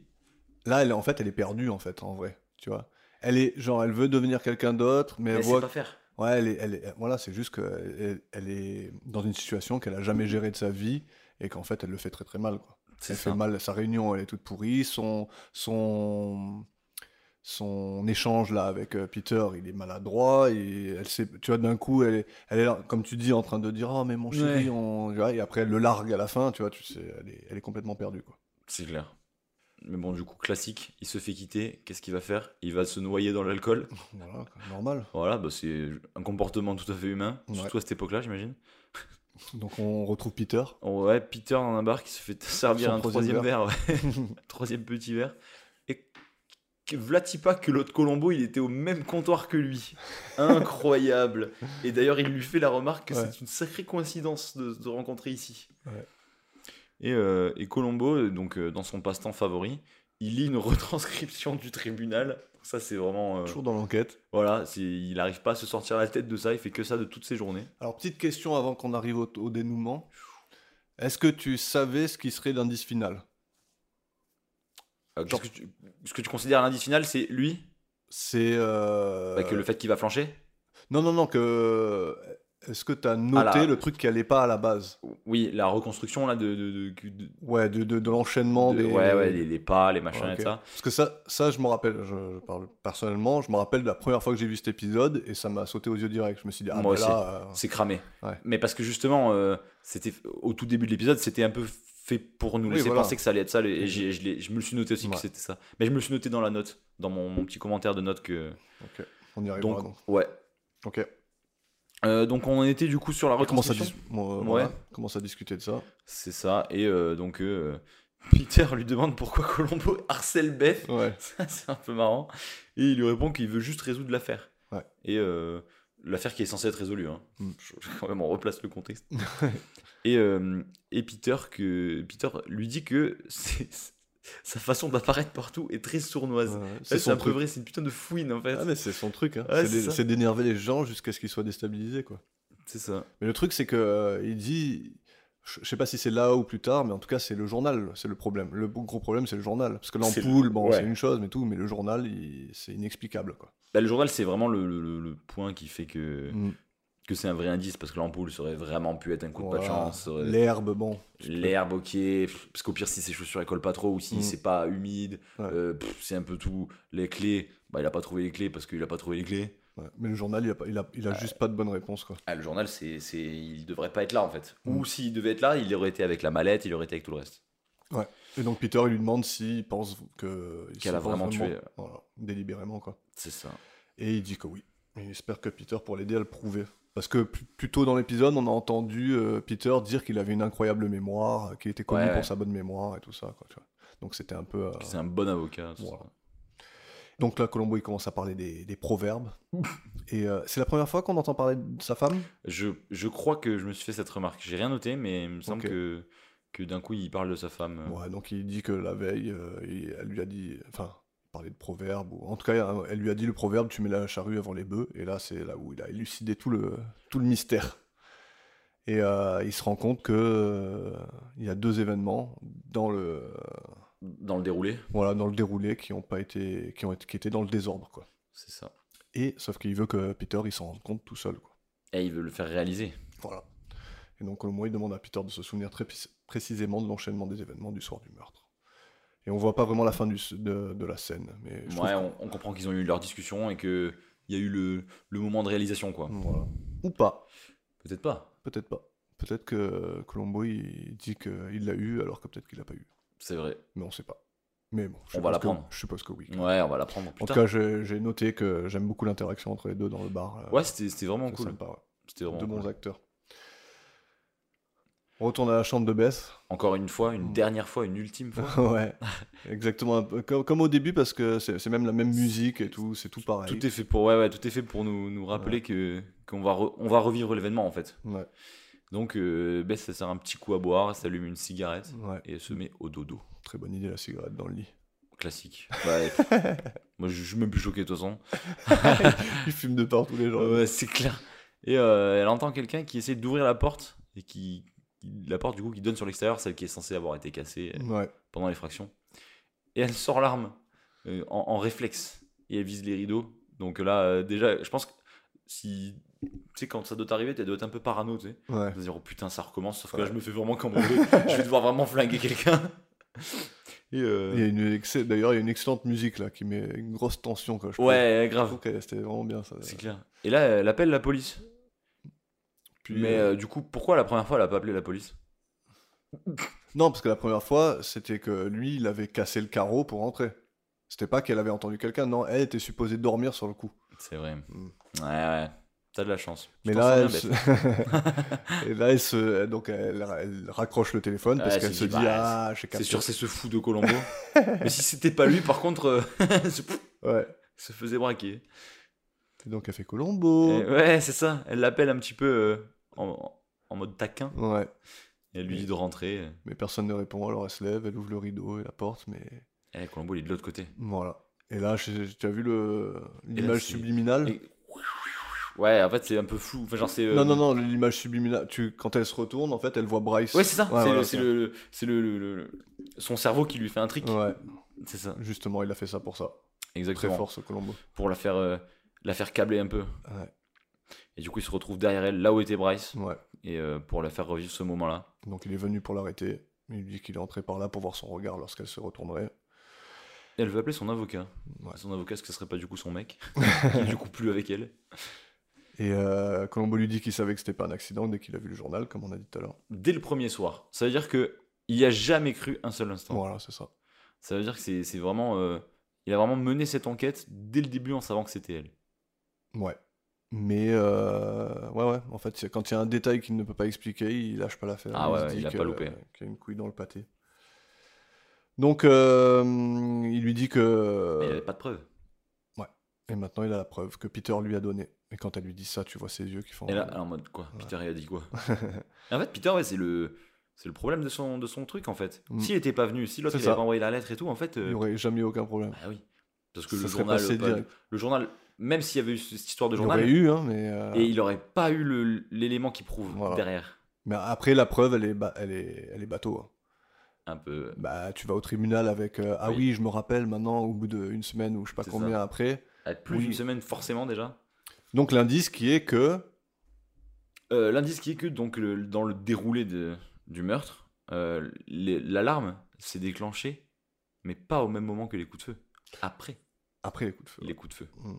là elle en fait elle est perdue en fait en vrai, tu vois. Elle est genre elle veut devenir quelqu'un d'autre, mais
Mais
elle
elle sait
voit,
pas faire.
que- ouais elle est, elle est- voilà c'est juste qu'elle elle est dans une situation qu'elle a jamais gérée de sa vie et qu'en fait elle le fait très très mal quoi.
C'est
Elle fait
ça.
mal sa réunion, elle est toute pourrie, son son son échange là avec euh, Peter, il est maladroit et elle sait, tu vois d'un coup elle est, elle est là, comme tu dis en train de dire oh mais mon chéri
Ouais.
on... tu vois, et après elle le largue à la fin, tu vois tu sais elle est, elle est complètement perdue quoi.
C'est clair. Mais bon, du coup, classique. Il se fait quitter. Qu'est-ce qu'il va faire Il va se noyer dans l'alcool.
Voilà quoi, normal.
Voilà, bah, c'est un comportement tout à fait humain,
Ouais.
surtout à cette époque-là, j'imagine.
Donc on retrouve Peter.
Oh, ouais, Peter dans un bar qui se fait servir
Son
un
troisième
troisième verre, ouais. troisième petit verre. Et que- Vlatipa que l'autre Colombo, il était au même comptoir que lui. Incroyable. Et d'ailleurs, il lui fait la remarque que
Ouais.
c'est une sacrée coïncidence de se rencontrer ici.
Ouais.
Et, euh, et Colombo, euh, donc euh, dans son passe-temps favori, il lit une retranscription du tribunal. Ça, c'est vraiment. euh,
Toujours dans l'enquête.
voilà, c'est- il n'arrive pas à se sortir la tête de ça. Il fait que ça de toutes ses journées.
Alors petite question avant qu'on arrive au, au dénouement. Est-ce que tu savais ce qui serait l'indice final
Euh, qu'est-ce que tu- ce que tu considères l'indice final, c'est lui
C'est euh,
Bah, que le fait qu'il va flancher
non non non que euh, est-ce que tu as noté
Ah là.
le truc qui allait pas à la base
Oui, la reconstruction là de. de, de- de-
Ouais de, de, de l'enchaînement
de-
des
ouais, ouais, les, les pas, les machins
Oh, Ouais, ok.
et ça.
parce que ça ça je me rappelle je, je parle personnellement je me rappelle de la première fois que j'ai vu cet épisode et ça m'a sauté aux yeux direct je me suis dit ah
Moi
bah là euh,
C'est cramé.
Ouais.
Mais parce que justement, euh, c'était au tout début de l'épisode, c'était un peu fait pour nous
Oui,
laisser
voilà.
penser que ça allait être ça. Et j'ai- je, l'ai- je me le suis noté aussi
Ouais.
que c'était ça. Mais je me le suis noté dans la note, dans mon, mon petit commentaire de note que.
euh, on y arrivera
Donc,
donc.
ouais.
Ok.
Euh, donc on était du coup sur la
On commence à,
reconstruction.
dis- bon, euh, voilà,
Ouais.
commence à discuter de ça.
C'est ça. Et euh, donc euh, Peter lui demande pourquoi Colombo harcèle Beth.
Ouais.
Ça, c'est un peu marrant. Et il lui répond qu'il veut juste résoudre l'affaire.
Ouais.
Et euh, l'affaire qui est censée être résolue. Hein.
Mm.
Je- je- quand même, on replace le contexte. et, euh, et Peter, que, Peter lui dit que c'est- Sa façon d'apparaître partout est très sournoise.
Ouais,
c'est
c'est son
un peu
truc.
vrai, c'est une putain de fouine en fait.
Ah, mais c'est son truc, hein.
Ouais,
C'est d'é-
ça.
c'est d'énerver les gens jusqu'à ce qu'ils soient déstabilisés, quoi.
C'est ça.
Mais le truc, c'est que euh, il dit, je je sais pas si c'est là ou plus tard, mais en tout cas, c'est le journal, c'est le problème. Le gros problème, c'est le journal, parce que
C'est le-
l'ampoule, bon,
ouais.
c'est une chose, mais tout, mais le journal, il- c'est inexplicable, quoi.
Bah, le journal, c'est vraiment le, le- le- le point qui fait que,
Mm.
que c'est un vrai indice, parce que l'ampoule aurait vraiment pu être un coup de pas de
Voilà.
chance. ça aurait-
euh, L'herbe, bon.
L'herbe, ok. pff, Parce qu'au pire, si ses chaussures elles collent pas trop, ou si
Mm.
c'est pas humide,
Ouais.
euh, pff, c'est un peu tout. Les clés, bah, il a pas trouvé les clés parce qu'il a pas trouvé les clés.
Ouais. Mais le journal, il a, pas- il a- il a juste pas de bonne réponse, quoi.
Ah, le journal, c'est, c'est... il devrait pas être là en fait.
Mm.
Ou s'il devait être là, il aurait été avec la mallette, il aurait été avec tout le reste.
Ouais. Et donc Peter, il lui demande s'il pense que il
Qu'elle
se
a
pense
vraiment tué. euh.
Voilà, délibérément quoi.
C'est ça.
Et il dit que oui. Et il espère que Peter pourra l'aider à le prouver. Parce que plus, plus tôt dans l'épisode, on a entendu euh, Peter dire qu'il avait une incroyable mémoire, euh, qu'il était connu
Ouais, ouais.
pour sa bonne mémoire et tout ça. Quoi, tu vois. Donc c'était un peu. euh,
C'est un bon avocat. tout
Voilà.
ça.
Donc là, Colombo, il commence à parler des, des proverbes. et euh, c'est la première fois qu'on entend parler de sa femme
Je, je crois que je me suis fait cette remarque. J'ai rien noté, mais il me semble
Ok.
que, que d'un coup, il parle de sa femme.
Ouais, donc il dit que la veille, euh, il- elle lui a dit, enfin, parler de proverbe, ou en tout cas, hein, elle lui a dit le proverbe, tu mets la charrue avant les bœufs, et là, c'est là où il a élucidé tout le, tout le mystère. Et euh, il se rend compte que euh, il y a deux événements dans le,
Dans le déroulé,
voilà, dans le déroulé qui ont pas été, qui ont été, qui étaient dans le désordre, quoi.
c'est ça.
Et sauf qu'il veut que Peter, il s'en rende compte tout seul, quoi.
Et il veut le faire réaliser.
Voilà. Et donc, au moins, il demande à Peter de se souvenir très pis- précisément de l'enchaînement des événements du soir du meurtre. Et on voit pas vraiment la fin du s- de, de la scène. Mais je trouve
Ouais, on, on comprend qu'ils ont eu leur discussion et que il y a eu le, le moment de réalisation, quoi.
que- voilà. Ou pas.
Peut-être pas.
Peut-être pas. Peut-être que Colombo, il dit qu'il l'a eu, alors que peut-être qu'il l'a pas eu.
C'est vrai.
Mais on sait pas. Mais bon, je
On va
suppose que-
l'apprendre. Mm.
Je suppose que oui.
Ouais, on va la prendre.
En
plus
tout
tard.
cas, j'ai j'ai noté que j'aime beaucoup l'interaction entre les deux dans le bar. euh,
ouais, c'était c'était vraiment
c'est
cool.
sympa, ouais.
C'était vraiment
Deux bons
cool.
acteurs. On retourne à la chambre de Bess.
Encore une fois, une
Mm.
dernière fois, une ultime fois.
ouais, exactement. un peu Comme, comme au début, parce que c'est c'est même la même musique et tout, c'est tout pareil.
Tout est fait pour, ouais, ouais, tout est fait pour nous, nous rappeler que qu'on va re- on va revivre l'événement en fait.
Ouais,
Donc euh, Bess, ça sert un petit coup à boire, s'allume une cigarette
ouais.
et elle se met au dodo.
Très bonne idée, la cigarette dans le lit.
Classique. Bah, et- moi, je je suis même plus choqué de toute façon.
Il fume de partout, les gens.
Ouais, c'est clair. Et euh, elle entend quelqu'un qui essaie d'ouvrir la porte et qui, qui- la porte du coup qui donne sur l'extérieur, celle qui est censée avoir été cassée euh,
Ouais,
pendant l'effraction. Et elle sort l'arme euh, en, en réflexe et elle vise les rideaux. Donc là, euh, déjà, je pense que si tu sais quand ça doit t'arriver, tu dois être un peu parano, tu sais.
ouais.
Tu vas dire oh putain, ça recommence. Sauf que là, je me fais vraiment cambrioler. je vais devoir vraiment flinguer quelqu'un. Et euh,
Il y a une ex- D'ailleurs, il y a une excellente musique là qui met une grosse tension. Quoi, je trouve.
ouais,
Je
grave.
trouve que c'était vraiment bien ça.
C'est clair. Et là, elle appelle la police.
Puis,
mais
euh,
euh, du coup, pourquoi la première fois elle a pas appelé la police
Non, parce que la première fois, c'était que lui, il avait cassé le carreau pour rentrer. C'était pas qu'elle avait entendu quelqu'un, non, elle était supposée dormir sur le coup.
C'est vrai.
Mm.
Ouais, ouais. T'as de la chance. Je
Mais
t'en
là,
sens
elle
bien,
se-
bête.
et là, elle se, donc elle, elle raccroche le téléphone parce
Ouais,
qu'elle
c'est
se
dit,
dit
bah,
ah, j'ai
c'est
capté.
sûr, c'est ce fou de Colombo. Mais si c'était pas lui, par contre, euh, se-
Ouais.
se faisait braquer.
Et donc elle fait Colombo.
Et euh, ouais, c'est ça. Elle l'appelle un petit peu euh, en, en mode taquin.
Ouais.
Et elle lui dit de rentrer.
Mais personne ne répond, alors elle se lève, elle ouvre le rideau et la porte, mais
Et Colombo, il est de l'autre côté.
voilà. Et là, je- je- tu as vu le l'image
c'est-
subliminale
Et- Ouais, en fait, c'est un peu flou. Enfin, genre, c'est. euh,
Mm. Non, non, non, l'image subliminale. Tu... Quand elle se retourne, en fait, elle voit Bryce.
Ouais, c'est ça.
Ouais,
c'est le,
voilà,
c'est
ok.
le- c'est le- le- le- son cerveau qui lui fait un trick.
Ouais,
C'est ça.
justement, il a fait ça pour ça. Très
Exactement.
fort ce Colombo.
Pour la faire, euh, la faire câbler un peu.
Ouais.
Et du coup, il se retrouve derrière elle, là où était Bryce,
ouais.
et euh, pour la faire revivre ce moment-là.
Donc il est venu pour l'arrêter. mais Il dit qu'il est entré par là pour voir son regard lorsqu'elle se retournerait.
Elle veut appeler son avocat.
Ouais.
Son avocat, ce que ce serait pas du coup son mec, qui est du coup plus avec elle.
Et euh, Colombo lui dit qu'il savait que c'était pas un accident dès qu'il a vu le journal, comme on a dit tout à l'heure.
Dès le premier soir. Ça veut dire que il y a jamais cru un seul instant.
Voilà, c'est ça.
Ça veut dire que c'est c'est vraiment, euh, il a vraiment mené cette enquête dès le début en savant que c'était elle.
Ouais. Mais euh, ouais, ouais, en fait, c'est- quand il y a un détail qu'il ne peut pas expliquer, il lâche pas l'affaire.
Ah
se
ouais,
dit
il a
que-
pas loupé.
Qu'il y a une couille dans le pâté. Donc, euh, il lui dit
Mais euh, il n'y avait
que.
pas de preuve.
Et maintenant, il a la preuve que Peter lui a donnée. Et quand elle lui dit ça, tu vois ses yeux qui font.
Et là, elle est en mode quoi
Ouais.
Peter, il a dit quoi En fait, Peter, ouais, c'est le, c'est C'est le problème de son, de son truc en fait.
Mm.
S'il était pas venu, si l'autre
C'est
il avait
ça.
pas envoyé la lettre et tout, en fait. euh,
Il n'y aurait jamais eu aucun problème.
bah oui. Parce que
Ça
le
serait
journal,
passé
pas-
direct.
le journal, même s'il y avait eu cette histoire de
Il y
journal,
aurait eu, hein, mais. euh,
et il aurait pas eu le- l'élément qui prouve
Voilà.
derrière.
Mais après, la preuve, elle est, ba- elle est, elle est bateau. hein.
Un peu.
Bah, tu vas au tribunal avec euh, Ah
Oui.
oui. je me rappelle maintenant, au bout d'une semaine ou je sais pas
C'est
combien
ça.
après.
à plus
Oui.
d'une semaine forcément déjà.
Donc, l'indice qui est que.
Euh, L'indice qui est que donc le- dans le déroulé de- du meurtre, euh, les- l'alarme s'est déclenchée, mais pas au même moment que les coups de feu. Après
Après les coups de feu.
les coups de feu.
Mm.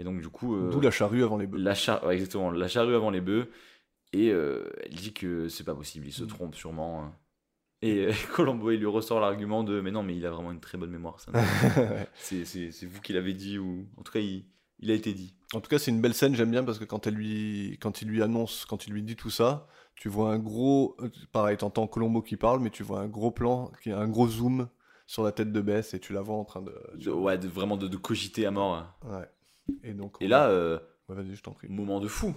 Et donc du coup, euh,
D'où la charrue avant les bœufs.
la char- ouais, exactement, la charrue avant les bœufs. Et euh, elle dit que c'est pas possible, il se trompe sûrement. hein. Et euh, Colombo, il lui ressort l'argument de mais non, mais il a vraiment une très bonne mémoire. ça. c'est c'est- c'est vous qui l'avez dit ou en tout cas il- il a été dit.
En tout cas, c'est une belle scène, j'aime bien parce que quand, elle lui, quand il lui annonce, quand il lui dit tout ça, tu vois un gros. euh, Pareil, t'entends Colombo qui parle, mais tu vois un gros plan, qui un gros zoom sur la tête de Bess et tu la vois en train de.
De- ouais, de- vraiment de, de cogiter à mort. hein.
Ouais. Et donc.
Et là, euh,
Ouais, vas-y, je t'en prie.
moment de fou.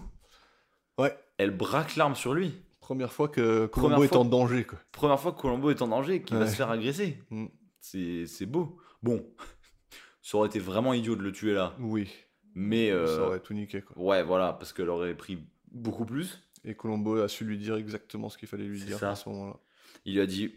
Ouais.
Elle braque l'arme sur lui.
Première fois que Colombo
Première
est
fois-
en danger, quoi.
Première fois que Colombo est en danger et qu'il va
Ouais.
se faire agresser.
Mm.
C'est c'est beau. Bon, ça aurait été vraiment idiot de le tuer là.
Oui.
Mais euh,
Ça aurait tout niqué, quoi.
ouais, voilà, parce qu'elle aurait pris beaucoup plus.
Et Colombo a su lui dire exactement ce qu'il fallait lui
C'est
dire
ça.
à ce moment-là.
Il lui a dit,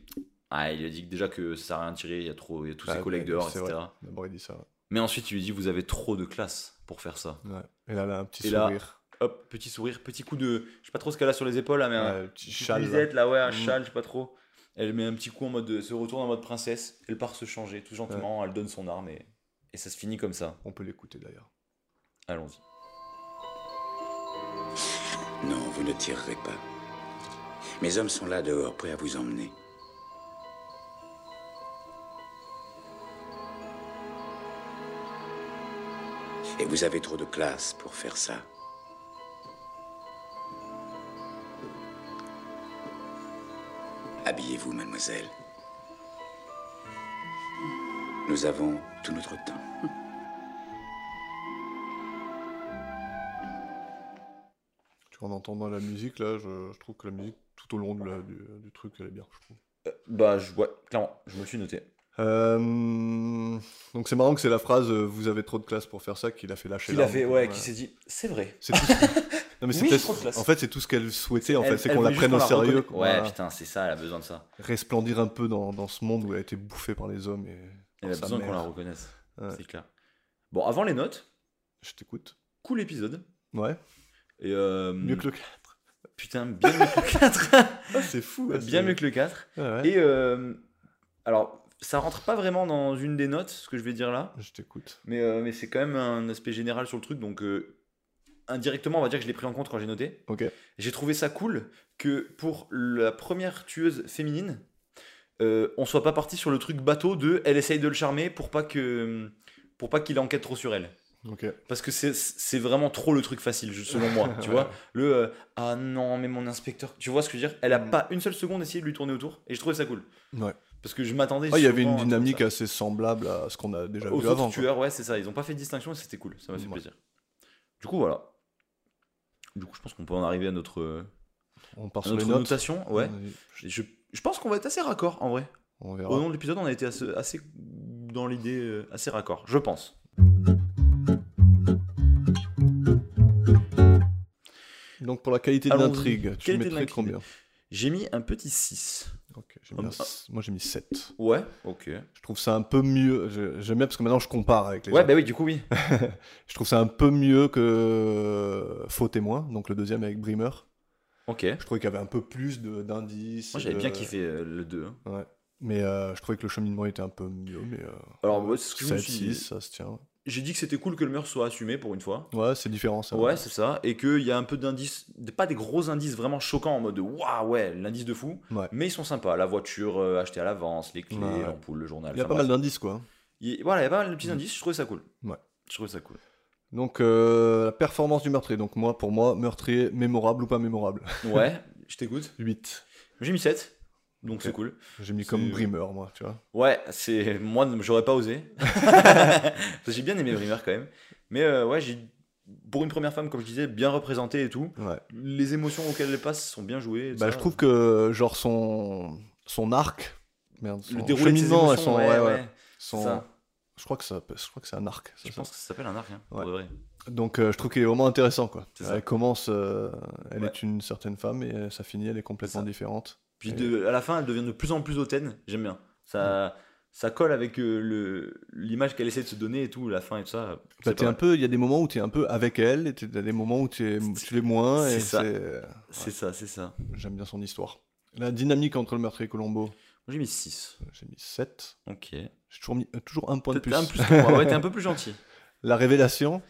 ah, il lui a dit que déjà que ça sert à rien de tirer, il y a trop, il y a tous
Ah,
ses collègues
ouais,
dehors,
c'est
etc.
vrai. D'abord, il dit ça.
Mais ensuite, il lui dit, vous avez trop de classe pour faire ça.
Ouais. Et là, elle a un petit
Et là,
sourire.
Hop, petit sourire, petit coup de, je sais pas trop ce qu'elle a sur les épaules là, mais un-
Ouais, le petit châle. là.
Lisette, là, ouais, un
Mm.
châle, je sais pas trop. Elle met un petit coup en mode. euh, se retourne en mode princesse. Elle part se changer, tout gentiment. Elle donne son arme et, et ça se finit comme ça.
On peut l'écouter d'ailleurs.
Allons-y.
Non, vous ne tirerez pas. Mes hommes sont là dehors, prêts à vous emmener. Et vous avez trop de classe pour faire ça. Habillez-vous, mademoiselle. Nous avons tout notre temps.
Tu vois, en entendant la musique, là, je, je trouve que la musique, tout au long de la- du, du truc, elle est bien, je trouve.
bah, je vois. Clairement, je me suis noté.
Euh, donc c'est marrant que c'est la phrase euh, Vous avez trop de classe pour faire ça qu'il a fait lâcher
Qui l'a
l'arme,
fait,
quoi.
ouais, qui s'est dit, c'est vrai.
C'est tout ce- Non, mais
Oui,
c'était-
j'ai trop de classe.
En fait, c'est tout ce qu'elle souhaitait, en
Elle-
fait, c'est
elle
qu'on la
veut juste
prenne au
qu'on la
sérieux,
reconna-
qu'on
Ouais,
la-
putain, c'est ça, elle a besoin de ça.
resplendir un peu dans, dans ce monde où elle a été bouffée par les hommes. Et par
Elle a
sa
besoin qu'on
mère.
la reconnaisse.
Ouais.
C'est clair. Bon, avant les notes,
Je t'écoute.
cool épisode.
Ouais,
Et euh,
mieux que le 4.
Putain, bien mieux que le 4.
c'est fou. ouais,
bien
c'est-
mieux que le 4.
Ouais, ouais.
Et euh, alors, ça rentre pas vraiment dans une des notes, ce que je vais dire là.
Je t'écoute.
Mais, euh, mais c'est quand même un aspect général sur le truc, donc euh, indirectement, on va dire que je l'ai pris en compte quand j'ai noté.
Ok.
J'ai trouvé ça cool que pour la première tueuse féminine, euh, on soit pas parti sur le truc bateau de elle essaye de le charmer pour pas que pour pas qu'il enquête trop sur elle.
Ok.
Parce que c'est- c'est vraiment trop le truc facile, je- selon moi. Tu vois, le euh, ah non, mais mon inspecteur, tu vois ce que je veux dire Elle a pas une seule seconde essayé de lui tourner autour et je trouvais ça cool.
Mm. Ouais.
Parce que je m'attendais.
Ah, il y avait
souvent
une
à tout
dynamique
ça.
assez semblable à ce qu'on a déjà
Aux
vu
autres
avant. quoi.
tueurs, ouais, c'est ça. Ils ont pas fait de distinction et c'était cool. Ça m'a fait
Ouais.
plaisir. Du coup, voilà. Du coup, je pense qu'on peut en arriver à notre, euh,
On part
à
sur les
notre
notes.
notation. Ouais.
Vas-y,
Et Je, je pense qu'on va être assez raccord en vrai.
On
Au
verra.
long de l'épisode, on a été assez, assez dans l'idée euh, assez raccord, je pense.
Donc pour la qualité de
Allons-y.
l'intrigue, tu
Qualité de
mettrais
l'intrigue.
combien
J'ai mis un petit 6.
Ok, j'ai mis un
Ah.
s- Moi j'ai mis 7.
Ouais, ok.
Je trouve ça un peu mieux. je- J'aime bien parce que maintenant je compare avec les
Ouais,
autres.
bah oui, du coup, oui.
Je trouve ça un peu mieux que Faux témoin, donc le deuxième avec Bremer.
Ok.
Je trouvais qu'il y avait un peu plus de- d'indices.
Moi, j'avais
de-
bien kiffé euh, le 2. hein.
Mais euh, je trouvais que le cheminement était un peu mieux. Mais euh,
Alors, moi, c'est ce que je me
7,
suis
6,
dit.
ça se tient.
J'ai dit que c'était cool que le meurtre soit assumé pour une fois.
Ouais, c'est différent ça.
Ouais, c'est ça. Et qu'il y a un peu d'indices, de- pas des gros indices vraiment choquants en mode waouh, ouais, l'indice de fou.
Ouais.
Mais ils sont sympas. La voiture euh, achetée à l'avance, les clés,
Ouais, ouais.
l'ampoule, le journal.
Il y a
enfin,
pas mal
bref.
d'indices quoi.
Il- Voilà, il y a pas mal de petits indices. Je trouvais ça cool.
Ouais.
Je trouvais ça cool.
Donc euh, la performance du meurtrier. Donc moi, pour moi, meurtrier mémorable ou pas mémorable.
Ouais, je t'écoute.
8.
J'ai mis 7. Donc
Ok.
c'est cool.
J'ai mis comme
C'est-
Bremer moi, tu vois.
Ouais, c'est moi j'aurais pas osé. Parce que j'ai bien aimé Bremer quand même. Mais euh, ouais, j'ai pour une première femme, comme je disais, bien représentée et tout, les émotions auxquelles elle passe sont bien jouées. et
Bah,
ça.
je trouve que genre son son arc, merde, son
le déroulé de ses
cheminement,
émotions,
elles sont-
ouais,
ouais, ouais.
ouais,
Son-
c'est ça.
je crois que ça, je crois que c'est un arc.
Je pense que ça s'appelle un arc, hein, pour de vrai.
Donc euh, je trouve qu'il est vraiment intéressant quoi.
C'est ça.
Elle commence, euh, elle
Ouais.
est une certaine femme et euh, ça finit, elle est complètement différente.
Puis
Et-
de- à la fin, elle devient de plus en plus hautaine. J'aime bien. Ça, ça colle avec euh, le- l'image qu'elle essaie de se donner et tout, la fin et tout ça.
Bah,
c'est
t'es un
pas mal.
peu, il y a des moments où tu es un peu avec elle, et t'es- t'as des moments où t'es- tu l'es moins.
c'est
et
ça.
C'est euh,
C'est ça, c'est ça.
J'aime bien son histoire. La dynamique entre le meurtrier et Colombo. euh,
J'ai mis 6.
J'ai mis 7.
Ok.
J'ai toujours mis euh, toujours un point de
T'es-
plus.
t'es un plus que moi. Ouais, t'es un peu plus gentil.
La révélation.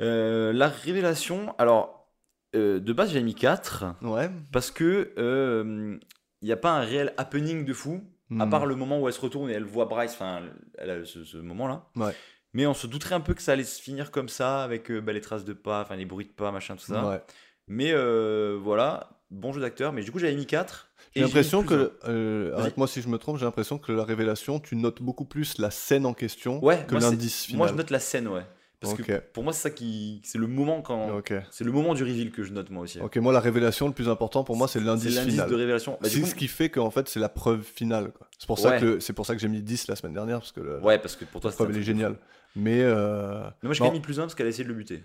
Euh, la révélation, alors, euh, de base, j'ai mis 4.
Ouais.
Parce que euh, il n'y a pas un réel happening de fou, à
Hmm.
part le moment où elle se retourne et elle voit Bryce, enfin, elle a ce, ce moment-là.
Ouais.
Mais on se douterait un peu que ça allait se finir comme ça, avec euh, bah, les traces de pas, enfin les bruits de pas, machin, tout ça.
Ouais.
Mais euh, voilà, bon jeu d'acteur. Mais du coup, j'avais mis 4.
J'ai l'impression que, euh, arrête-moi si je me trompe, j'ai l'impression que la révélation, tu notes beaucoup plus la scène en question
Ouais,
que
moi, c'est-
l'indice final.
Moi, je note la scène, ouais. Parce que
Ok.
pour moi, c'est ça qui. C'est le moment quand. C'est le moment du reveal que je note, moi aussi.
Ok, moi la révélation, le plus important pour moi, c'est l'indice
l'indice
final.
de révélation. Bah, du
c'est
coup-
ce qui fait qu'en fait, c'est la preuve finale. quoi. C'est pour, ça
Ouais.
que c'est pour ça que j'ai mis 10 la semaine dernière, parce que le-
Ouais, parce que pour toi,
la
c'est
preuve,
un
elle est
truc de
géniale. Mais. euh,
Mais moi, je
non.
l'ai mis plus 1 parce qu'elle a essayé de le buter.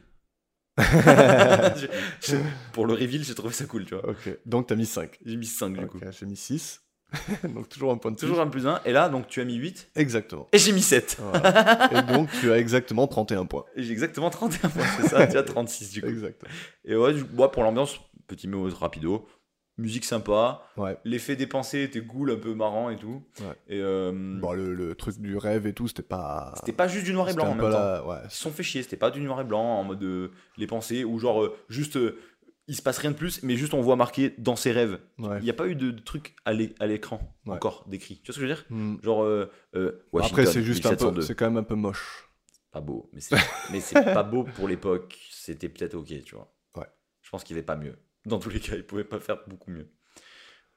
Je- je- pour le reveal, j'ai trouvé ça cool, tu vois.
Ok, donc t'as mis 5.
J'ai mis 5 du coup.
J'ai mis 6. donc toujours un point de plus.
Toujours un plus 1. Et là, donc tu as mis 8.
Exactement.
Et j'ai mis 7.
Voilà. Et donc tu as exactement 31 points.
Et j'ai exactement 31 points, c'est ça, tu as 36 du coup.
Exact.
Et ouais, du coup, ouais, pour l'ambiance, petit mot rapido, musique sympa,
Ouais.
l'effet dépensé était cool, un peu marrant et tout. Et euh,
Bon, Bah, le, le truc du rêve et tout, c'était pas.
C'était pas juste du noir et
C'était
blanc en
un
même
peu
temps.
la- ouais.
Ils se sont fait chier, c'était pas du noir et blanc en mode euh, les pensées ou genre euh, juste euh, il se passe rien de plus, mais juste on voit marqué dans ses rêves.
Ouais.
Il n'y a pas eu de, de truc à l'é- à l'écran
Ouais.
encore décrit. Tu vois ce que je veux dire
Hmm.
Genre euh, euh, Washington,
Après, c'est juste un peu.
1702.
C'est quand même un peu moche.
pas beau, mais c'est, mais c'est pas beau pour l'époque. C'était peut-être ok, tu vois.
Ouais.
Je pense qu'il n'est pas mieux. Dans tous les cas, il pouvait pas faire beaucoup mieux.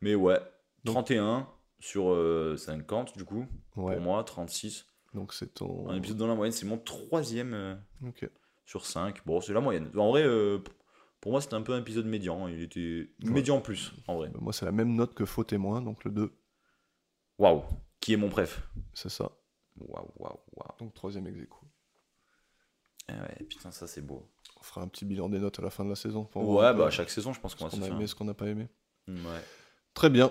Mais ouais, 31 sur euh, 50 du coup.
Ouais.
Pour moi, 36.
Donc c'est ton.
Un épisode dans la moyenne, c'est mon troisième euh,
Ok.
sur 5. Bon, c'est la moyenne. En vrai, euh, p- pour moi, c'était un peu un épisode médian. Il était
Ouais.
médian plus, en vrai.
Bah, Moi, c'est la même note que Faux témoin, donc le 2.
Waouh, qui est mon préf
C'est ça.
Waouh, waouh, waouh.
Donc troisième ex aequo.
Eh ouais, putain, ça c'est beau.
On fera un petit bilan des notes à la fin de la saison. pour voir un
Ouais,
peu
bah, à chaque saison, je pense
ce
qu'on va
qu'on
se
a
faire.
aimé, ce qu'on n'a pas aimé.
Ouais.
Très bien.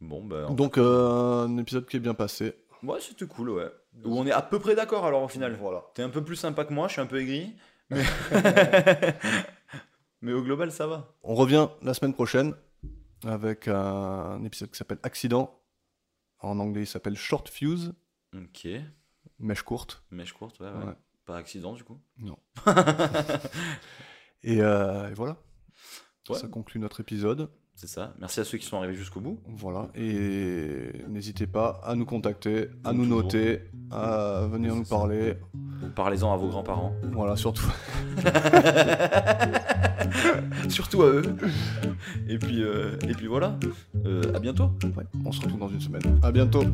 Bon, bah. en-
Donc euh, un épisode qui est bien passé.
Ouais, c'était cool, ouais. Où on est à peu près d'accord, alors, au final. Voilà. T'es un peu plus sympa que moi, je suis un peu aigri. Mais, mais au global, ça va.
On revient la semaine prochaine avec un épisode qui s'appelle Accident. En anglais, il s'appelle Short Fuse,
Ok.
mèche courte.
Mèche courte, ouais, ouais.
Ouais.
Pas accident, du coup
Non. et, euh, et voilà.
Ouais.
Ça conclut notre épisode.
C'est ça. Merci à ceux qui sont arrivés jusqu'au bout.
Voilà. Et n'hésitez pas à nous contacter, à
Comme
nous
toujours.
noter, à venir nous parler.
Ou Parlez-en à vos grands-parents.
Voilà, surtout.
Surtout à eux. Et puis, euh, et puis voilà. Euh, à bientôt.
Ouais, on se retrouve dans une semaine. À bientôt.